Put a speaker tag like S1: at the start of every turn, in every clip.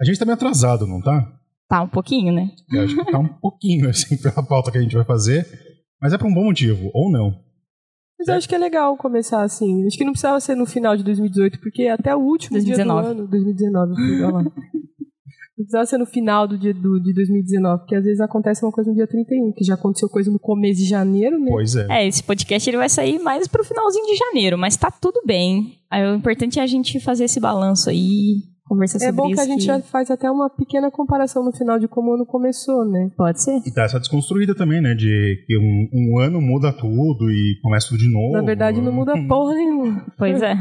S1: A gente tá meio atrasado, não tá?
S2: Tá um pouquinho, né?
S1: Eu acho que tá um pouquinho, assim, pela pauta que a gente vai fazer. Mas é por um bom motivo, ou não.
S3: Mas
S2: Né?
S3: eu acho que é legal começar assim. Acho que não precisava ser no final de 2018, porque até o último dia
S2: 2019.
S3: do ano. 2019. eu fui lá. Não precisava ser no final do dia do, de 2019, porque às vezes acontece uma coisa no dia 31, que já aconteceu coisa no começo de janeiro, né?
S1: Pois é.
S2: É, esse podcast ele vai sair mais pro finalzinho de janeiro, mas tá tudo bem. Aí, o importante é a gente fazer esse balanço aí, conversar
S3: É
S2: sobre
S3: bom
S2: isso.
S3: que a gente já faz até uma pequena comparação no final de como o ano começou, né?
S2: Pode ser?
S1: E dá essa desconstruída também, né? De que um, um ano muda tudo e começa tudo de novo. né?
S3: Na verdade, não muda porra nenhuma.
S2: Pois é.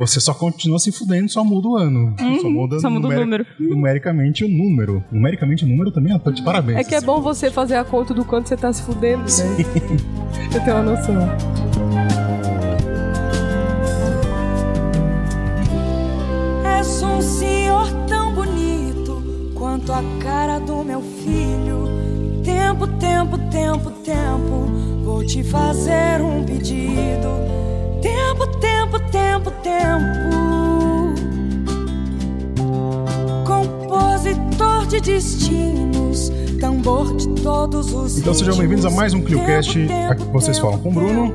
S1: Você só continua se fudendo, só muda o ano.
S3: Uhum,
S1: só muda,
S2: Só muda o
S1: numeri-
S2: número.
S1: numericamente o número. Numericamente o número também, ó, tá de parabéns.
S3: É que é bom você fazer a conta do quanto você tá se fudendo, né? Eu tenho uma noção.
S4: És um senhor tão bonito quanto a cara do meu filho. Tempo, tempo, tempo, tempo, vou te fazer um pedido. Tempo, tempo, tempo, tempo. Compositor de destinos, tambor de todos os.
S1: Então sejam bem-vindos a mais um ClioCast.
S4: Cliocast.
S1: Aqui vocês falam com o Bruno.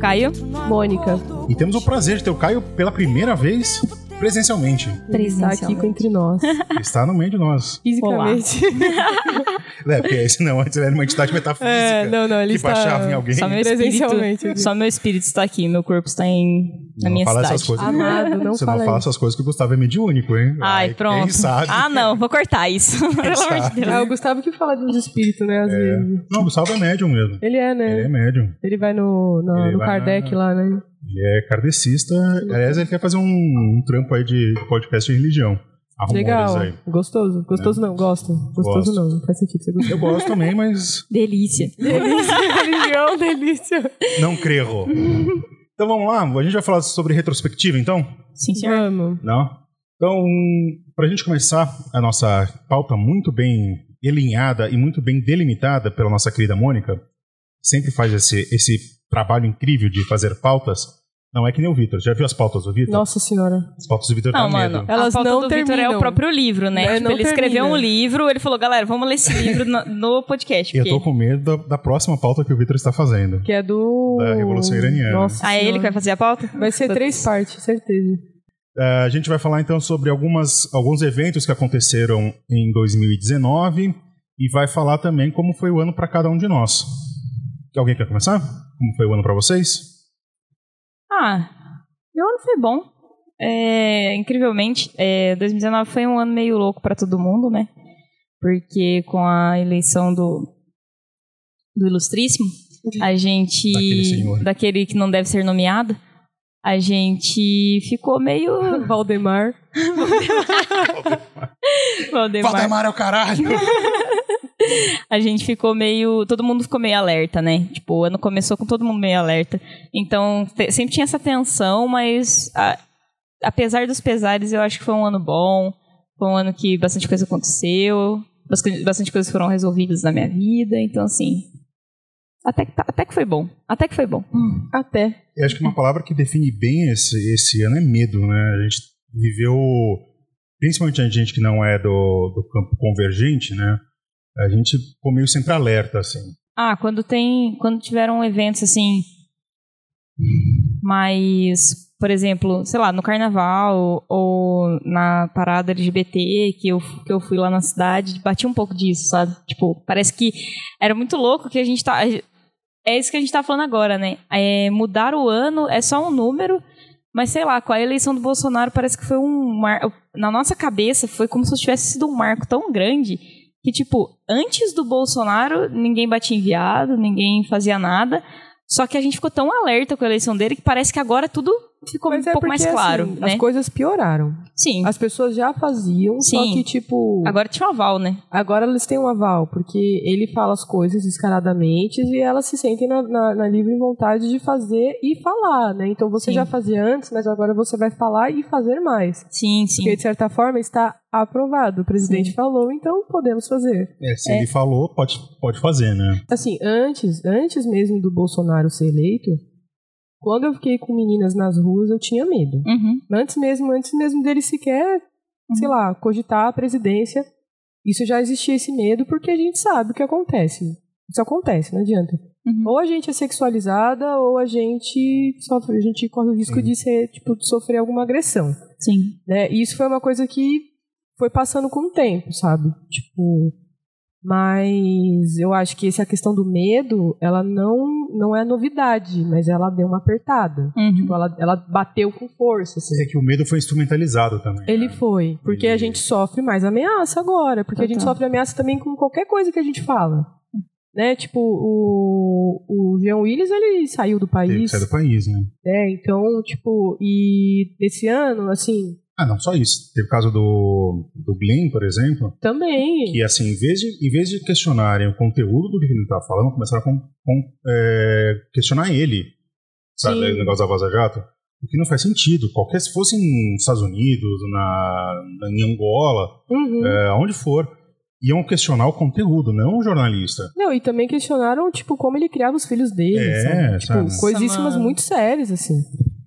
S2: Caio?
S3: Mônica.
S1: E temos o prazer de ter o Caio pela primeira vez presencialmente.
S3: Ele tá aqui com- entre nós.
S1: Ele Está no meio de nós.
S3: Fisicamente.
S1: É, porque senão antes ele era uma entidade metafísica.
S3: É, não, não, ele
S1: que
S3: está-
S1: baixava em alguém.
S2: Só meu espírito,
S3: Presencialmente.
S2: só meu espírito está aqui, meu corpo está em, na
S1: Não
S2: minha
S1: fala
S2: cidade.
S1: essas coisas.
S3: Amado, Ah, não
S1: Você
S3: fala
S1: não fala essas coisas que o Gustavo é mediúnico, hein?
S2: Ai, pronto.
S1: Quem sabe?
S2: Ah, não, vou cortar isso. Pelo amor de
S3: isso. É
S2: Deus.
S3: o Gustavo que fala dos espíritos, né? Às vezes.
S1: Não, o Gustavo é médium mesmo.
S3: Ele é, né?
S1: Ele é
S3: Ele,
S1: médium.
S3: vai no, no,
S1: Ele
S3: no
S1: vai
S3: Kardec
S1: na-
S3: lá, né?
S1: Ele é kardecista. Aliás, ele quer fazer um, um trampo aí de podcast de religião. Há rumores
S3: Legal.
S1: um aí. É.
S3: Gostoso. Gostoso não, gosto.
S1: Gosto.
S3: Gostoso não, não faz sentido ser gostoso.
S1: Eu gosto também, mas
S2: Delícia.
S3: Religião, delícia.
S1: não creio. Então vamos lá, a gente vai falar sobre retrospectiva então?
S2: Sim, senhor.
S3: Vamos.
S1: Não? Então, para a gente começar a nossa pauta muito bem alinhada e muito bem delimitada pela nossa querida Mônica, sempre faz esse, esse trabalho incrível de fazer pautas. Não é que nem o Vitor. Já viu as pautas do Vitor?
S3: Nossa senhora.
S1: As pautas do Vitor dá
S2: Não, mano,
S1: medo.
S3: Elas
S2: a pauta
S3: não
S2: do Vitor é
S3: terminam.
S2: o próprio livro, né?
S3: É,
S2: Tipo,
S3: não
S2: ele escreveu
S3: termina.
S2: um livro, ele falou, galera, vamos ler esse livro no, no podcast.
S1: Eu
S2: Porque...
S1: tô com medo da, da próxima pauta que o Vitor está fazendo.
S3: Que é do.
S1: Da Revolução Iraniana.
S3: Nossa.
S2: Ah, é ele que vai fazer a pauta?
S3: Vai ser três partes, certeza.
S1: Ah, a gente vai falar então sobre algumas, alguns eventos que aconteceram em 2019 e vai falar também como foi o ano para cada um de nós. Alguém quer começar? Como foi o ano para vocês?
S2: Ah, meu ano foi bom. É, incrivelmente, é, 2019 foi um ano meio louco pra todo mundo, né? Porque com a eleição do, do Ilustríssimo, a gente.
S1: Daquele senhor.
S2: daquele que não deve ser nomeado, a gente ficou meio.
S3: Valdemar.
S2: Valdemar.
S1: Valdemar é o caralho!
S2: a gente ficou meio. Todo mundo ficou meio alerta, né? Tipo, o ano começou com todo mundo meio alerta. Então, te- sempre tinha essa tensão, mas a- apesar dos pesares, eu acho que foi um ano bom. Foi um ano que bastante coisa aconteceu. bastante- Bastante coisas foram resolvidas na minha vida. Então, assim. Até que, tá- até que foi bom. Até que foi bom.
S3: Até.
S1: Eu acho que uma palavra que define bem esse, esse ano é medo, né? A gente viveu, principalmente a gente que não é do, do campo convergente, né? A gente ficou meio sempre alerta, assim.
S2: Ah, quando tem. Quando tiveram eventos assim. Mas, por exemplo, sei lá, no carnaval ou na parada LGBT que eu, que eu fui lá na cidade, bati um pouco disso, sabe? Tipo, parece que era muito louco que a gente tá. É isso que a gente tá falando agora, né? É, mudar o ano é só um número, mas sei lá, com a eleição do Bolsonaro parece que foi um. Mar... Na nossa cabeça foi como se tivesse sido um marco tão grande que, tipo, antes do Bolsonaro ninguém batia em viado, ninguém fazia nada. Só que a gente ficou tão alerta com a eleição dele que parece que agora tudo ficou
S3: Mas
S2: um
S3: é
S2: pouco
S3: porque,
S2: mais claro,
S3: assim,
S2: né?
S3: As coisas pioraram.
S2: Sim.
S3: As pessoas já faziam, só
S2: Sim.
S3: que, tipo.
S2: Agora tinha o aval, né?
S3: Agora eles têm um aval, porque ele fala as coisas descaradamente e elas se sentem na, na- na livre vontade de fazer e falar, né? Então você
S2: Sim.
S3: já fazia antes, mas agora você vai falar e fazer mais.
S2: Sim, sim.
S3: Porque, de certa forma, está aprovado. O presidente falou, então podemos fazer.
S1: É, se ele falou, pode, pode fazer, né?
S3: Assim, antes, antes mesmo do Bolsonaro ser eleito, quando eu fiquei com meninas nas ruas, eu tinha medo.
S2: Uhum.
S3: Antes mesmo, antes mesmo dele sequer sei lá, cogitar a presidência. Isso já existia esse medo porque a gente sabe o que acontece. Isso acontece, não adianta.
S2: Uhum.
S3: Ou a gente é sexualizada ou a gente sofre, a gente corre o risco
S1: Sim.
S3: de ser, tipo, de sofrer alguma agressão
S2: Sim.
S3: né? E isso foi uma coisa que foi passando com o tempo, sabe? Tipo, mas eu acho que essa questão do medo, ela não não é novidade, mas ela deu uma apertada.
S2: Uhum.
S3: Tipo, Ela, ela bateu com força, assim.
S1: É que o medo foi instrumentalizado também.
S3: Ele
S1: né?
S3: foi, porque a
S1: E-
S3: gente sofre mais ameaça agora, porque a gente
S2: Total.
S3: sofre ameaça também com qualquer coisa que a gente fala. Né? Tipo, o, o Jean Willis, ele saiu do
S1: Teve que
S3: país,
S1: sair do país, né?
S3: né? Então, tipo, e esse ano, assim,
S1: Ah, não, só isso. Teve o caso do, do Glenn, por exemplo,
S3: também.
S1: que assim, em vez de, em vez de questionarem o conteúdo do que ele estava falando, começaram a com- com- é, questionar ele, sabe,
S3: Sim.
S1: o negócio da Vaza Jato, o que não faz sentido. Qualquer, se fosse nos Estados Unidos, na, na- em Angola,
S3: Uhum.
S1: é, onde for, iam questionar o conteúdo, não o jornalista.
S3: Não, e também questionaram, tipo, como ele criava os filhos dele,
S1: É,
S3: sabe? Tipo,
S1: sabe?
S3: coisíssimas
S2: Nossa, mano.
S3: muito sérias, assim.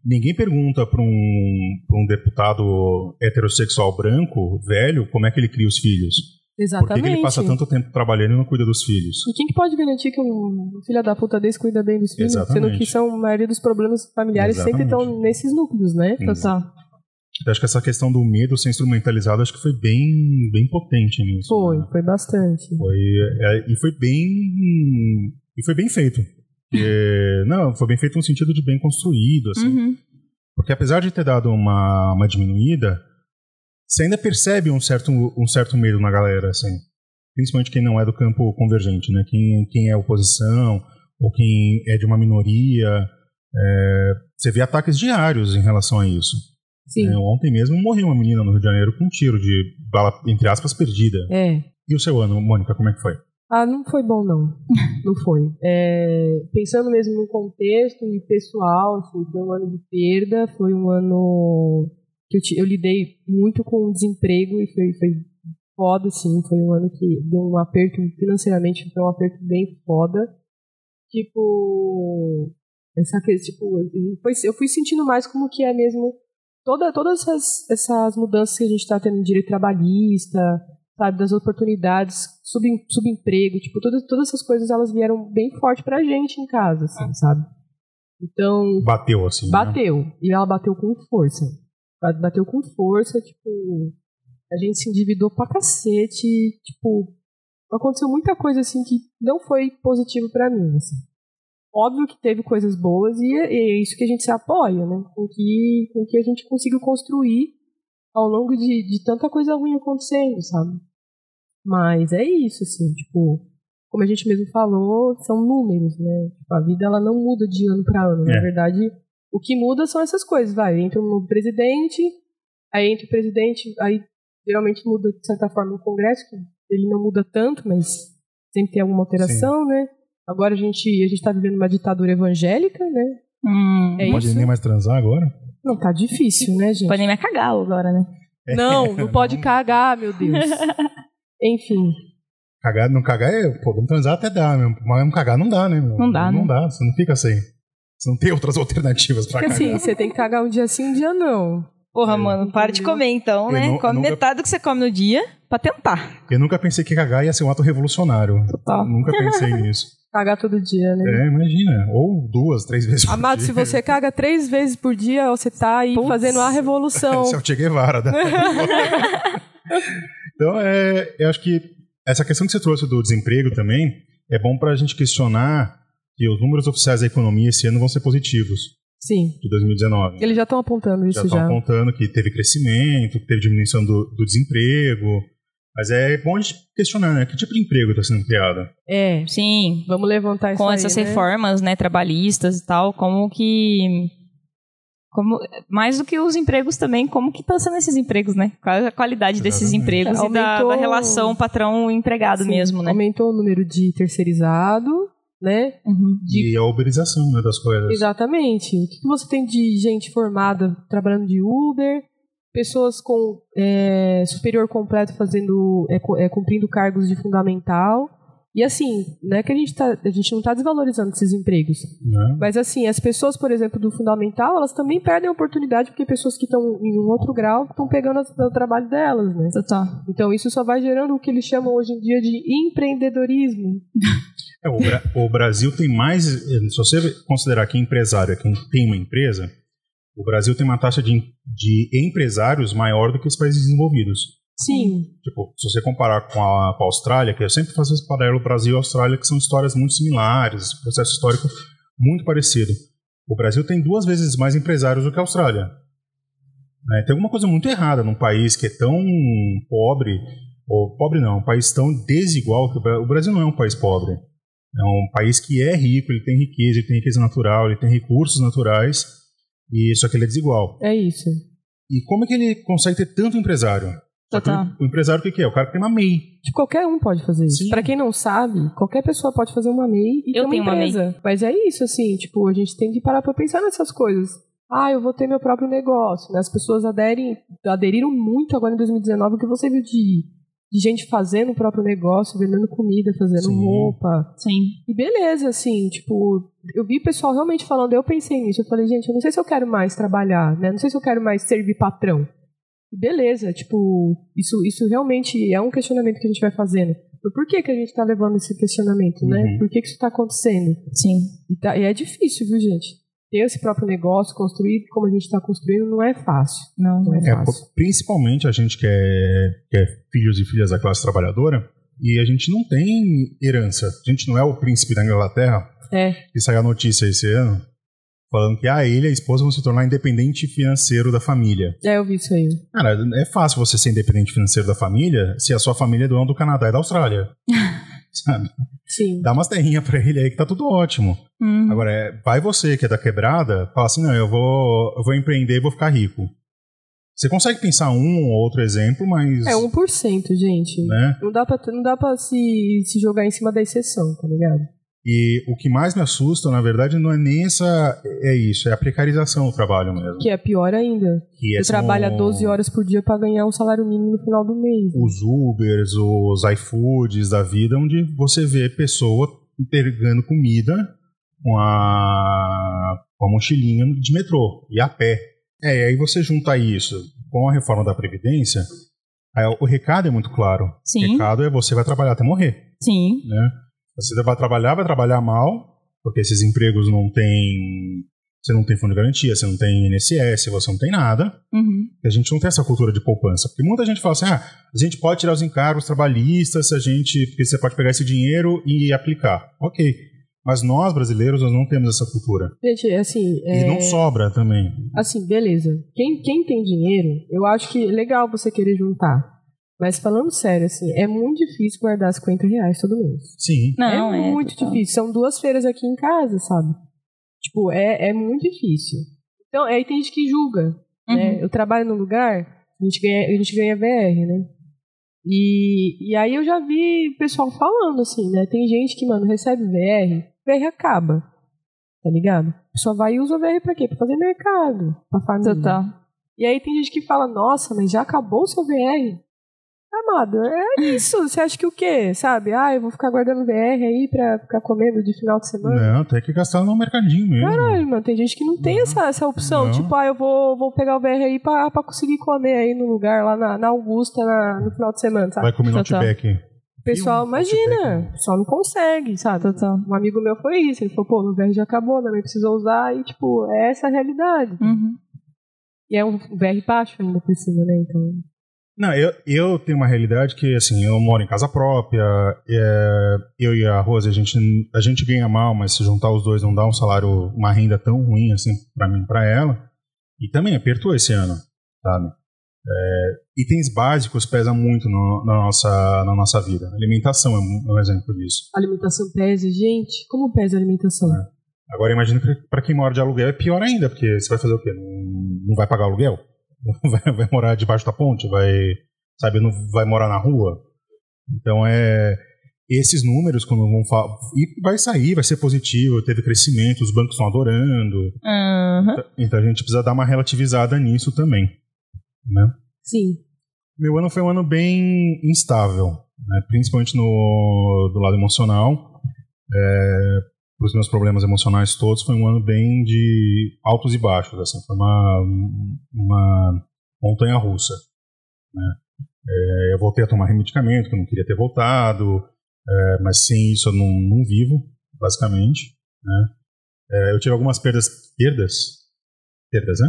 S1: Ninguém pergunta para um, pra um deputado heterossexual branco, velho, como é que ele cria os filhos. Por que,
S3: Exatamente.
S1: que ele passa tanto tempo trabalhando e não cuida dos filhos?
S3: E quem que pode garantir que um filho da puta desse cuida bem dos filhos? Sendo
S1: Exatamente.
S3: que são, a maioria dos problemas familiares sempre
S1: Exatamente.
S3: estão nesses núcleos, né?
S2: Total.
S1: Eu acho que essa questão do medo ser instrumentalizado acho que foi bem, bem potente nisso.
S3: Foi,
S1: né?
S3: foi bastante.
S1: Foi, é, e foi bem. E foi bem feito. É, não, foi bem feito no sentido de bem construído, assim.
S2: Uhum.
S1: Porque apesar de ter dado uma, uma diminuída, você ainda percebe um certo, um certo medo na galera, assim. Principalmente quem não é do campo convergente, né? Quem, quem é oposição, ou quem é de uma minoria. é, você vê ataques diários em relação a isso.
S3: Sim.
S1: É, ontem mesmo morreu uma menina no Rio de Janeiro com um tiro de bala, entre aspas, perdida.
S3: É.
S1: E o seu ano, Mônica, como é que foi?
S3: Ah, não foi bom, não. Não foi. É, pensando mesmo no contexto e pessoal, assim, foi um ano de perda, foi um ano que eu, ti- eu lidei muito com o desemprego e foi, foi foda, assim. Foi um ano que deu um aperto financeiramente, foi um aperto bem foda. Tipo, essa que tipo, eu fui- eu fui sentindo mais como que é mesmo toda, todas essas, essas mudanças que a gente está tendo no direito trabalhista, sabe, das oportunidades, subem- subemprego, tipo, todas, todas essas coisas elas vieram bem forte pra gente em casa, assim, sabe? Então,
S1: Bateu, assim. né?
S3: bateu, e ela bateu com força. Ba- Bateu com força, tipo, a gente se endividou pra cacete, tipo, aconteceu muita coisa assim que não foi positivo pra mim, assim. Óbvio que teve coisas boas e é- é isso que a gente se apoia, né? Com que, com que a gente conseguiu construir ao longo de, de tanta coisa ruim acontecendo, sabe? Mas é isso, assim, tipo, como a gente mesmo falou, são números, né? Tipo, a vida ela não muda de ano pra ano. Na
S1: É.
S3: verdade, o que muda são essas coisas, vai. Entra um novo presidente, aí entra o presidente, aí geralmente muda, de certa forma, o Congresso, que ele não muda tanto, mas sempre tem alguma alteração, né? Agora a gente, a gente tá vivendo uma ditadura evangélica, né?
S2: Hum.
S3: É
S1: Não pode
S3: isso.
S1: nem mais transar agora?
S3: Não, tá difícil, né, gente?
S2: Pode nem me cagar agora, né?
S1: É.
S3: Não, não pode
S1: Hum.
S3: cagar, meu Deus. Enfim.
S1: Cagar, não cagar é. Pô, não transar até dá, mesmo. Mas não cagar não dá, né? meu?
S2: Não dá,
S1: Não
S2: né?
S1: dá, você não fica sem. Você não tem outras alternativas pra
S3: Porque
S1: cagar.
S3: assim, você tem que cagar um dia sim, um dia não.
S2: Porra, mano, para de comer então,
S1: É, Eu
S2: né?
S1: nu- eu
S2: come
S1: nunca-
S2: metade do que você come no dia pra tentar.
S1: Eu nunca pensei que cagar ia ser um ato revolucionário.
S2: Total.
S1: Nunca pensei nisso.
S3: Cagar todo dia, né?
S1: É, imagina. Ou duas, três vezes por
S3: Amado,
S1: dia.
S3: se você caga três vezes por dia, você tá aí
S2: Putz.
S3: fazendo a revolução.
S1: Esse é o Che Guevara. Né? então, é, eu acho que essa questão que você trouxe do desemprego também é bom para a gente questionar que os números oficiais da economia esse ano vão ser positivos,
S3: Sim.
S1: de 2019.
S3: Eles já estão apontando
S1: já
S3: isso
S1: estão
S3: já.
S1: apontando que teve crescimento, que teve diminuição do, do desemprego. Mas é bom a gente questionar, né? Que tipo de emprego está sendo criado?
S3: É.
S2: Sim,
S3: Vamos levantar isso
S2: com
S3: aí,
S2: essas
S3: né?
S2: reformas, É né, trabalhistas e tal, como que como mais do que os empregos também, como que estão sendo esses empregos, né? Qual é a qualidade desses
S1: Exatamente.
S2: empregos e da,
S3: Aumentou-
S2: da relação patrão empregado
S3: Sim,
S2: mesmo, né?
S3: Aumentou o número de terceirizado, né?
S2: Uhum.
S1: E a uberização né, das coisas.
S3: Exatamente. O que que você tem de gente formada trabalhando de Uber, pessoas com é, superior completo fazendo, é, co- é, cumprindo cargos de fundamental, e E assim, não é que a gente, tá, a gente não está desvalorizando esses empregos.
S1: Né?
S3: Mas assim, as pessoas, por exemplo, do fundamental, elas também perdem a oportunidade, porque pessoas que estão em um outro grau estão pegando as- o trabalho delas, né?
S2: Total.
S3: Então isso só vai gerando o que eles chamam hoje em dia de empreendedorismo.
S1: É, o, Bra- o Brasil tem mais. eh, Se você considerar que empresário é quem tem uma empresa, o Brasil tem uma taxa de, em- de empresários maior do que os países desenvolvidos.
S3: Sim.
S1: Tipo, se você comparar com a, com a Austrália, que eu sempre faço esse paralelo Brasil e Austrália, que são histórias muito similares, processo histórico muito parecido. O Brasil tem duas vezes mais empresários do que a Austrália. Né, Tem alguma coisa muito errada num país que é tão pobre, ou pobre não, um país tão desigual, que o Bra- o Brasil não é um país pobre. É um país que é rico, ele tem riqueza, ele tem riqueza natural, ele tem recursos naturais, e só que ele é desigual.
S3: É isso.
S1: E como é que ele consegue ter tanto empresário? Só que
S2: Total.
S1: O o empresário o que que é? O cara que tem uma MEI.
S3: Tipo, qualquer um pode fazer isso.
S1: Sim.
S3: Pra quem não sabe, qualquer pessoa pode fazer uma MEI e
S2: Eu
S3: ter uma
S2: tenho uma
S3: empresa. Mas é isso, assim, tipo, a gente tem que parar pra pensar nessas coisas. Ah, eu vou ter meu próprio negócio. Né? As pessoas aderem, aderiram muito agora em 2019, o que você viu de, de gente fazendo o próprio negócio, vendendo comida, fazendo
S1: Sim.
S3: roupa.
S2: Sim.
S3: E beleza, assim, tipo, eu vi pessoal realmente falando, eu pensei nisso, eu falei, gente, eu não sei se eu quero mais trabalhar, né? Não sei se eu quero mais servir patrão. E beleza, tipo, isso, isso realmente é um questionamento que a gente vai fazendo. Mas por que, que a gente tá levando esse questionamento, né?
S1: Uhum.
S3: Por que, que isso tá acontecendo?
S2: Sim.
S3: E, tá- e é difícil, viu, gente? Ter esse próprio negócio, construir como a gente está construindo, não é fácil.
S2: Não. né?
S3: Não é
S1: É,
S3: fácil.
S1: pô, principalmente a gente que é, que é filhos e filhas da classe trabalhadora, e a gente não tem herança. A gente não é o príncipe da Inglaterra,
S3: É.
S1: que saiu a notícia esse ano, falando que ah, ele e a esposa vão se tornar independente financeiro da família.
S3: Já eu vi isso aí.
S1: Cara, é fácil você ser independente financeiro da família se a sua família é dono do Canadá e da Austrália. Sabe?
S3: Sim.
S1: Dá umas terrinhas pra ele aí que tá tudo ótimo.
S2: Hum.
S1: Agora, é, vai você que é da quebrada, fala assim, não, eu vou, eu vou empreender e vou ficar rico. Você consegue pensar um ou outro exemplo, mas...
S3: É 1%, gente.
S1: né?
S3: Não dá pra, não dá pra se, se jogar em cima da exceção, tá ligado?
S1: E o que mais me assusta, na verdade, não é nem essa... É isso, é a precarização do trabalho mesmo.
S3: Que é pior ainda.
S1: Que é
S3: Você
S1: são
S3: trabalha 12 horas por dia pra ganhar um salário mínimo no final do mês.
S1: Os Ubers, os iFoods da vida, onde você vê pessoa entregando comida com a, com a mochilinha de metrô e a pé. É, e aí você junta isso com a reforma da Previdência, aí o recado é muito claro. O
S2: Sim.
S1: recado é você vai trabalhar até morrer,
S2: Sim.
S1: né? Você vai trabalhar, vai trabalhar mal, porque esses empregos não tem... Você não tem fundo de garantia, você não tem INSS, você não tem nada.
S2: Uhum.
S1: A gente não tem essa cultura de poupança. Porque muita gente fala assim: ah, a gente pode tirar os encargos trabalhistas, se a gente. Porque você pode pegar esse dinheiro e aplicar. Ok. Mas nós, brasileiros, nós não temos essa cultura.
S3: Gente, assim. é-
S1: E não sobra também.
S3: Assim, beleza. Quem, quem tem dinheiro, eu acho que é legal você querer juntar. Mas falando sério, assim, é muito difícil guardar 50 reais todo mês.
S1: Sim.
S2: Não,
S3: é,
S2: é.
S3: muito
S2: total.
S3: difícil. São duas feiras aqui em casa, sabe? Tipo, é, é muito difícil. Então, aí tem gente que julga. né?
S2: Uhum.
S3: Eu trabalho num lugar, a gente ganha, a gente ganha VR, né? E, e aí eu já vi pessoal falando assim, né? Tem gente que, mano, recebe VR, VR acaba. Tá ligado? Só vai e usa VR pra quê? Pra fazer mercado, pra família.
S2: Total.
S3: E aí tem gente que fala, nossa, mas já acabou o seu VR? Amado, é isso. Você acha que o quê? Sabe? Ah, eu vou ficar guardando VR aí pra ficar comendo de final de semana.
S1: Não, tem que gastar no mercadinho mesmo.
S3: Caralho, mano, tem gente que não tem
S1: Não.
S3: essa, essa opção.
S1: Não.
S3: Tipo, ah, eu vou, vou pegar o VR aí pra, pra conseguir comer aí no lugar lá na, na Augusta na- no final de semana, sabe?
S1: Vai um comer no
S2: Total.
S1: Outback.
S3: O pessoal,
S1: Viu?
S3: imagina, só não consegue, sabe?
S2: Total.
S3: Um amigo meu foi isso, ele falou, pô, meu VR já acabou, minha mãe precisou usar, e tipo, é essa a realidade.
S2: Uhum.
S3: E é um VR baixo ainda por cima, né? Então.
S1: Não, eu, eu tenho uma realidade que, assim, eu moro em casa própria, é, eu e a Rose, a gente, a gente ganha mal, mas se juntar os dois não dá um salário, uma renda tão ruim, assim, pra mim e pra ela. E também apertou esse ano, sabe? É, itens básicos pesam muito no- na, nossa, na nossa vida. Alimentação é um, é um exemplo disso.
S3: Alimentação pesa, gente, como pesa a alimentação?
S1: Agora, imagina que pra quem mora de aluguel é pior ainda, porque você vai fazer o quê? Não, não vai pagar aluguel? Vai, vai morar debaixo da ponte? Vai, sabe, não vai morar na rua? Então, é... Esses números, quando vão falar... E vai sair, vai ser positivo, teve crescimento, os bancos estão adorando.
S2: Aham.
S1: Então, a gente precisa dar uma relativizada nisso também.
S3: Sim.
S1: Meu ano foi um ano bem instável. né? né, principalmente no, do lado emocional. É, para os meus problemas emocionais todos, foi um ano bem de altos e baixos, assim, foi uma, uma montanha russa. Né? É, eu voltei a tomar remedicamento, que eu não queria ter voltado, é, mas sem isso eu não, não vivo, basicamente. Né? É, eu tive algumas perdas, perdas, perdas, né?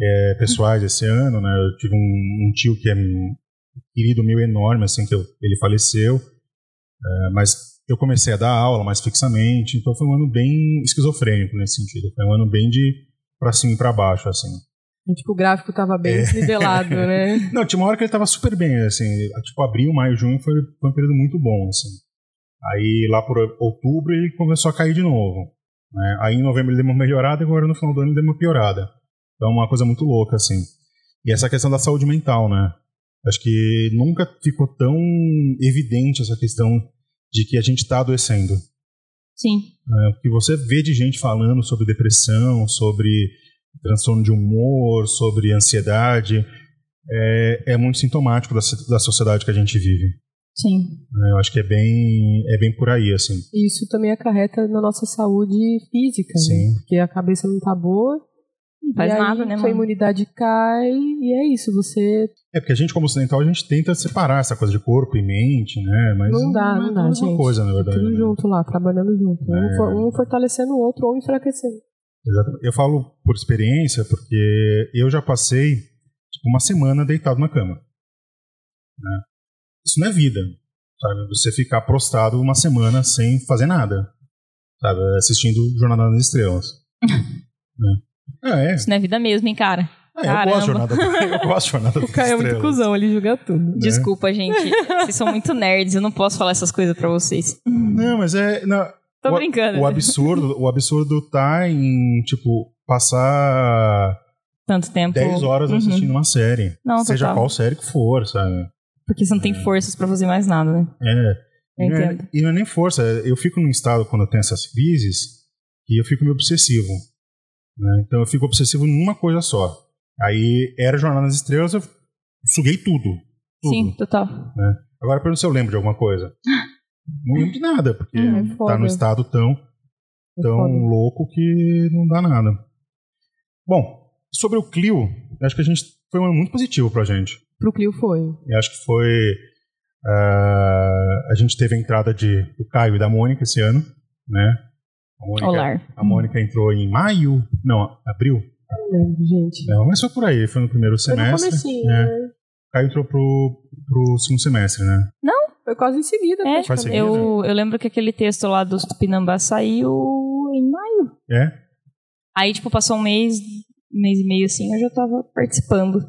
S1: É, pessoais esse ano, né? Eu tive um, um tio que é um querido meu enorme, assim, que eu- ele faleceu, é, mas eu comecei a dar aula mais fixamente, então foi um ano bem esquizofrênico nesse sentido. Foi um ano bem de para cima e para baixo, assim.
S3: E, tipo, o gráfico tava bem
S1: É.
S3: desnivelado, né?
S1: Não, tinha uma hora que ele tava super bem, assim, tipo, abril, maio, junho foi, foi um período muito bom, assim. Aí lá por outubro ele começou a cair de novo, né? Aí em novembro ele deu uma melhorada e agora no final do ano ele deu uma piorada. Então é uma coisa muito louca, assim. E essa questão da saúde mental, né? Acho que nunca ficou tão evidente essa questão de que a gente tá adoecendo.
S2: Sim.
S1: O que você vê de gente falando sobre depressão, sobre transtorno de humor, sobre ansiedade, é, é muito sintomático da, da sociedade que a gente vive.
S2: Sim.
S1: né? Eu acho que é bem, é bem por aí, assim.
S3: E isso também acarreta na nossa saúde física, né?
S1: Sim.
S3: Porque a cabeça não tá boa.
S2: Não faz
S3: e aí
S2: nada, né,
S3: Sua
S2: mano?
S3: imunidade cai e é isso. Você
S1: É porque a gente, como ocidental, a gente tenta separar essa coisa de corpo e mente, né? Mas
S3: não dá,
S1: é
S3: não dá,
S1: a mesma
S3: gente.
S1: coisa, na verdade.
S3: Tudo
S1: né? É.
S3: junto lá, trabalhando junto. Um, for- um fortalecendo o outro ou enfraquecendo.
S1: Exatamente. Eu falo por experiência, porque eu já passei tipo, uma semana deitado na cama. né? Isso não é vida, sabe? Você ficar prostrado uma semana sem fazer nada, sabe? Assistindo Jornada nas Estrelas. né? Ah, é.
S2: Isso não é vida mesmo, hein, cara?
S1: Ah, eu gosto de
S2: Caramba.
S1: Jornada, eu gosto de Jornada nas
S3: O Caio é
S1: Estrelas. Né?
S3: muito cuzão, ele julga tudo.
S2: Desculpa, gente. Vocês são muito nerds. Eu não posso falar essas coisas pra vocês.
S1: Não, mas é... não,
S2: Tô
S1: O-
S2: brincando. né?
S1: o absurdo, o absurdo tá em, tipo, passar
S2: Tanto tempo.
S1: 10 horas
S2: Uhum.
S1: assistindo uma série.
S2: Não,
S1: seja
S2: total.
S1: qual série que for, sabe?
S2: Porque você não tem forças pra fazer mais nada, né?
S1: É.
S2: Eu
S1: E não é-
S2: entendo.
S1: e não é nem força. Eu fico num estado quando eu tenho essas crises e eu fico meio obsessivo. né? Então eu fico obsessivo numa coisa só. Aí era Jornada nas Estrelas, eu suguei tudo. Tudo.
S2: Sim, total.
S3: É
S1: Agora pergunta se eu lembro de alguma coisa. Não lembro de nada, porque
S2: Hum, é
S1: tá
S3: foda.
S1: num estado tão,
S3: É
S1: tão
S3: foda.
S1: louco que não dá nada. Bom, sobre o Clio, eu acho que a gente foi um ano muito positivo pra gente.
S3: Pro Clio foi.
S1: Eu acho que foi. ah, a gente teve a entrada de, do Caio e da Mônica esse ano, né? A Mônica,
S2: Olar.
S1: a Mônica entrou em maio? Não, abril?
S3: Não lembro, gente.
S1: Não, mas foi por aí, foi no primeiro
S3: Foi no
S1: semestre.
S3: comecinho,
S1: né?
S3: né?
S1: O Caio entrou pro, pro segundo semestre, né?
S3: Foi quase em seguida.
S2: É,
S1: Faz sentido.
S2: eu, eu lembro que aquele texto lá dos Tupinambás saiu em maio.
S1: É.
S2: Aí, tipo, passou um mês, mês e meio assim, eu já tava participando.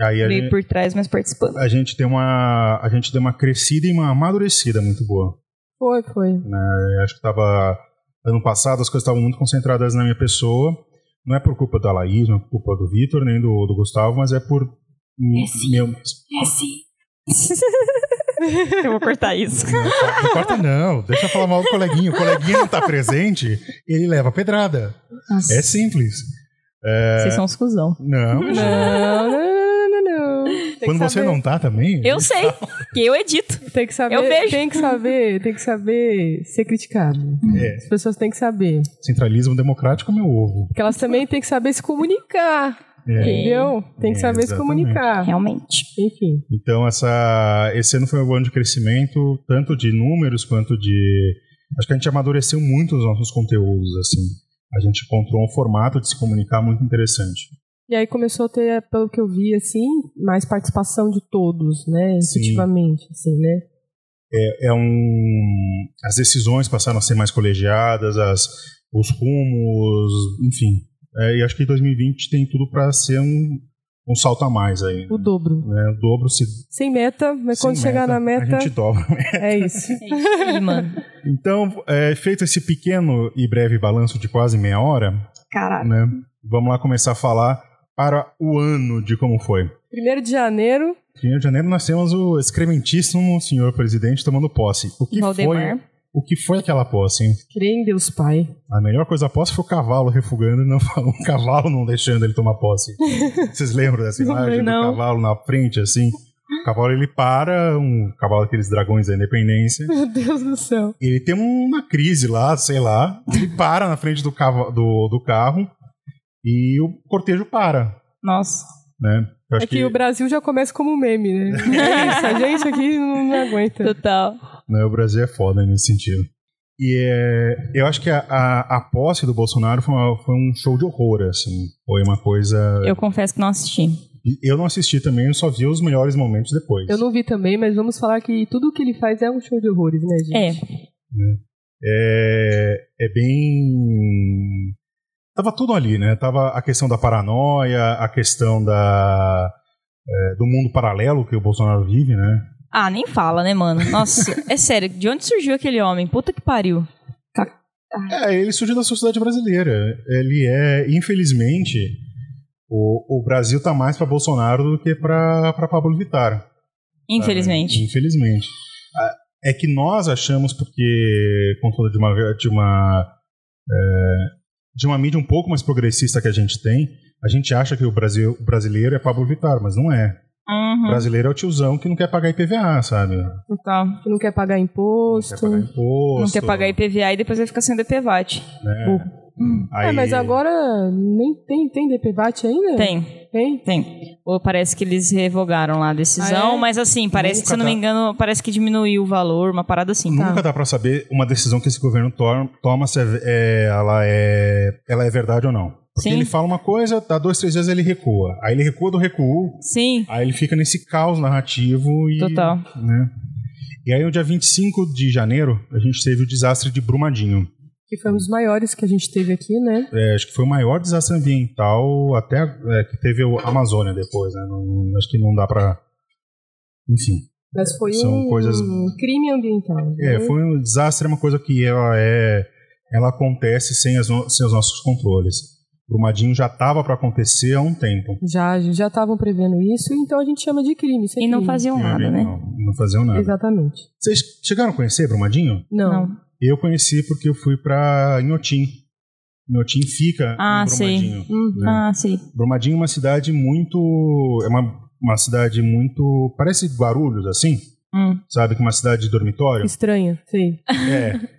S1: Aí a,
S2: Meio
S1: gente,
S2: por trás, mas participando.
S1: a gente deu uma. A gente deu uma crescida e uma amadurecida muito boa.
S3: Foi, foi.
S1: Eu acho que tava. Ano passado as coisas estavam muito concentradas na minha pessoa. Não é por culpa da Laís, não é por culpa do Vitor, nem do, do Gustavo, mas é por.
S2: sim.
S1: Meu,
S2: É sim. eu vou cortar isso.
S1: Não, co- não corta não, deixa eu falar mal do coleguinha. O coleguinha não tá presente, ele leva pedrada. É simples. É.
S2: Vocês são uns cuzão.
S1: Não, imagina.
S3: Não, não, não, não, não. Tem que
S1: quando você
S3: saber.
S1: não tá também.
S2: Eu sei, que eu edito.
S3: Tem que saber.
S2: Eu vejo.
S3: Tem que saber, tem que saber ser criticado.
S1: É,
S3: As pessoas têm que saber.
S1: centralismo democrático é meu ovo.
S3: Porque elas também têm que saber se comunicar.
S1: É.
S3: Entendeu? Tem que
S1: É,
S3: saber se
S1: exatamente.
S3: comunicar.
S2: Realmente.
S3: Enfim.
S1: Então, essa, esse ano foi um ano de crescimento, tanto de números quanto de. Acho que a gente amadureceu muito os nossos conteúdos, assim. A gente encontrou um formato de se comunicar muito interessante.
S3: E aí começou a ter, pelo que eu vi, assim, mais participação de todos, né?
S1: Sim.
S3: Efetivamente, assim, né?
S1: é um as decisões passaram a ser mais colegiadas as os rumos enfim É, e acho que 2020 tem tudo para ser um, um salto a mais aí
S3: O dobro.
S1: né? o dobro se
S3: Sem meta, mas
S1: sem
S3: quando chegar na meta,
S1: a gente dobra
S3: é isso.
S2: É isso aí, mano.
S1: então é, feito esse pequeno e breve balanço de quase meia hora
S2: Caralho.
S1: né, vamos lá começar a falar para o ano de como foi
S3: Primeiro de janeiro,
S1: 1 de janeiro nós temos o excrementíssimo senhor presidente tomando posse o que foi
S2: Valdemar.
S1: o que foi aquela posse hein?
S3: crê em Deus Pai.
S1: A melhor coisa após foi o cavalo refugando e não um cavalo não deixando ele tomar posse. Vocês lembram dessa
S2: Não
S1: imagem
S2: lembro,
S1: do
S2: não.
S1: cavalo na frente, assim? O cavalo ele para, um cavalo daqueles dragões da independência.
S3: Meu Deus do céu.
S1: Ele tem uma crise lá, sei lá. Ele para na frente do, cava- do- do carro e o cortejo para,
S2: Nossa.
S1: né? Eu acho
S3: É que, o Brasil já começa como meme, né? Essa gente aqui não não aguenta.
S2: Total.
S1: né, o Brasil é foda nesse sentido. E é, eu acho que a, a, a posse do Bolsonaro foi, uma- foi um show de horror, assim. Foi uma coisa.
S2: Eu confesso que não assisti.
S1: e Eu não assisti também, eu só vi os melhores momentos depois.
S3: Eu não vi também, mas vamos falar que tudo que ele faz é um show de horrores, né,
S2: É.
S3: gente?
S1: é, é bem. Tava tudo ali, né? Tava a questão da paranoia, a questão da, é, do mundo paralelo que o Bolsonaro vive, né?
S2: Ah, nem fala, né, mano? Nossa, é sério, de onde surgiu aquele homem? Puta que pariu.
S1: É, ele surgiu da sociedade brasileira. Ele é, infelizmente, o, o Brasil tá mais para Bolsonaro do que para Pablo Vittar.
S2: Infelizmente.
S1: Infelizmente. Ah, É que nós achamos, porque conta de uma, de uma é, de uma mídia um pouco mais progressista que a gente tem, a gente acha que o, Brasil, o brasileiro é Pablo Vittar, mas não é. O
S2: Uhum,
S1: brasileiro é o tiozão que não quer pagar IPVA, sabe? Não
S2: total.
S3: Que não quer pagar
S1: quer
S3: imposto.
S1: pagar imposto.
S2: Não quer pagar IPVA e depois vai ficar sem DPVAT.
S1: Aí,
S3: Ah, mas agora nem tem, tem DPVAT ainda?
S2: Tem,
S3: Tem?
S2: tem. Ou parece que eles revogaram lá a decisão,
S3: Ah, é?
S2: mas assim, parece que, se eu não
S1: Nunca
S2: me
S1: dá.
S2: engano, parece que diminuiu o valor, uma parada assim.
S1: Nunca dá pra saber uma decisão que esse governo to- toma se é, é- ela, é, ela é verdade ou não. Porque
S2: Sim.
S1: ele fala uma coisa, dá dois, três dias ele recua. Aí ele recua do recuo,
S2: Sim,
S1: Aí ele fica nesse caos narrativo e.
S2: total.
S1: né? E aí, no dia 25 de janeiro, a gente teve o desastre de Brumadinho.
S3: Que foi um dos maiores que a gente teve aqui, né?
S1: É, acho que foi o maior desastre ambiental até é, que teve a Amazônia depois, né? Não- acho que não dá pra. Enfim.
S3: Mas foi
S1: São
S3: um
S1: coisas-
S3: crime ambiental.
S1: É,
S2: Uhum.
S3: né?
S1: foi um desastre, é uma coisa que ela é. Ela acontece sem, as no- sem os nossos controles. Brumadinho já tava pra acontecer há um tempo.
S3: Já já estavam prevendo isso, então a gente chama de crime. Isso é
S2: E não
S3: crime.
S2: faziam nada, né?
S1: Não, não faziam nada.
S3: Exatamente.
S1: Vocês chegaram a conhecer Brumadinho?
S3: Não.
S2: Não.
S1: Eu conheci porque eu fui pra Inhotim. Inhotim fica
S2: Ah,
S1: em Brumadinho.
S3: Hum.
S1: né?
S2: Ah, sim.
S1: Brumadinho é uma cidade muito. É uma, uma cidade muito. Parece Guarulhos, assim.
S2: Hum.
S1: Sabe? Que é uma cidade de dormitório.
S3: Estranha, sei.
S1: é.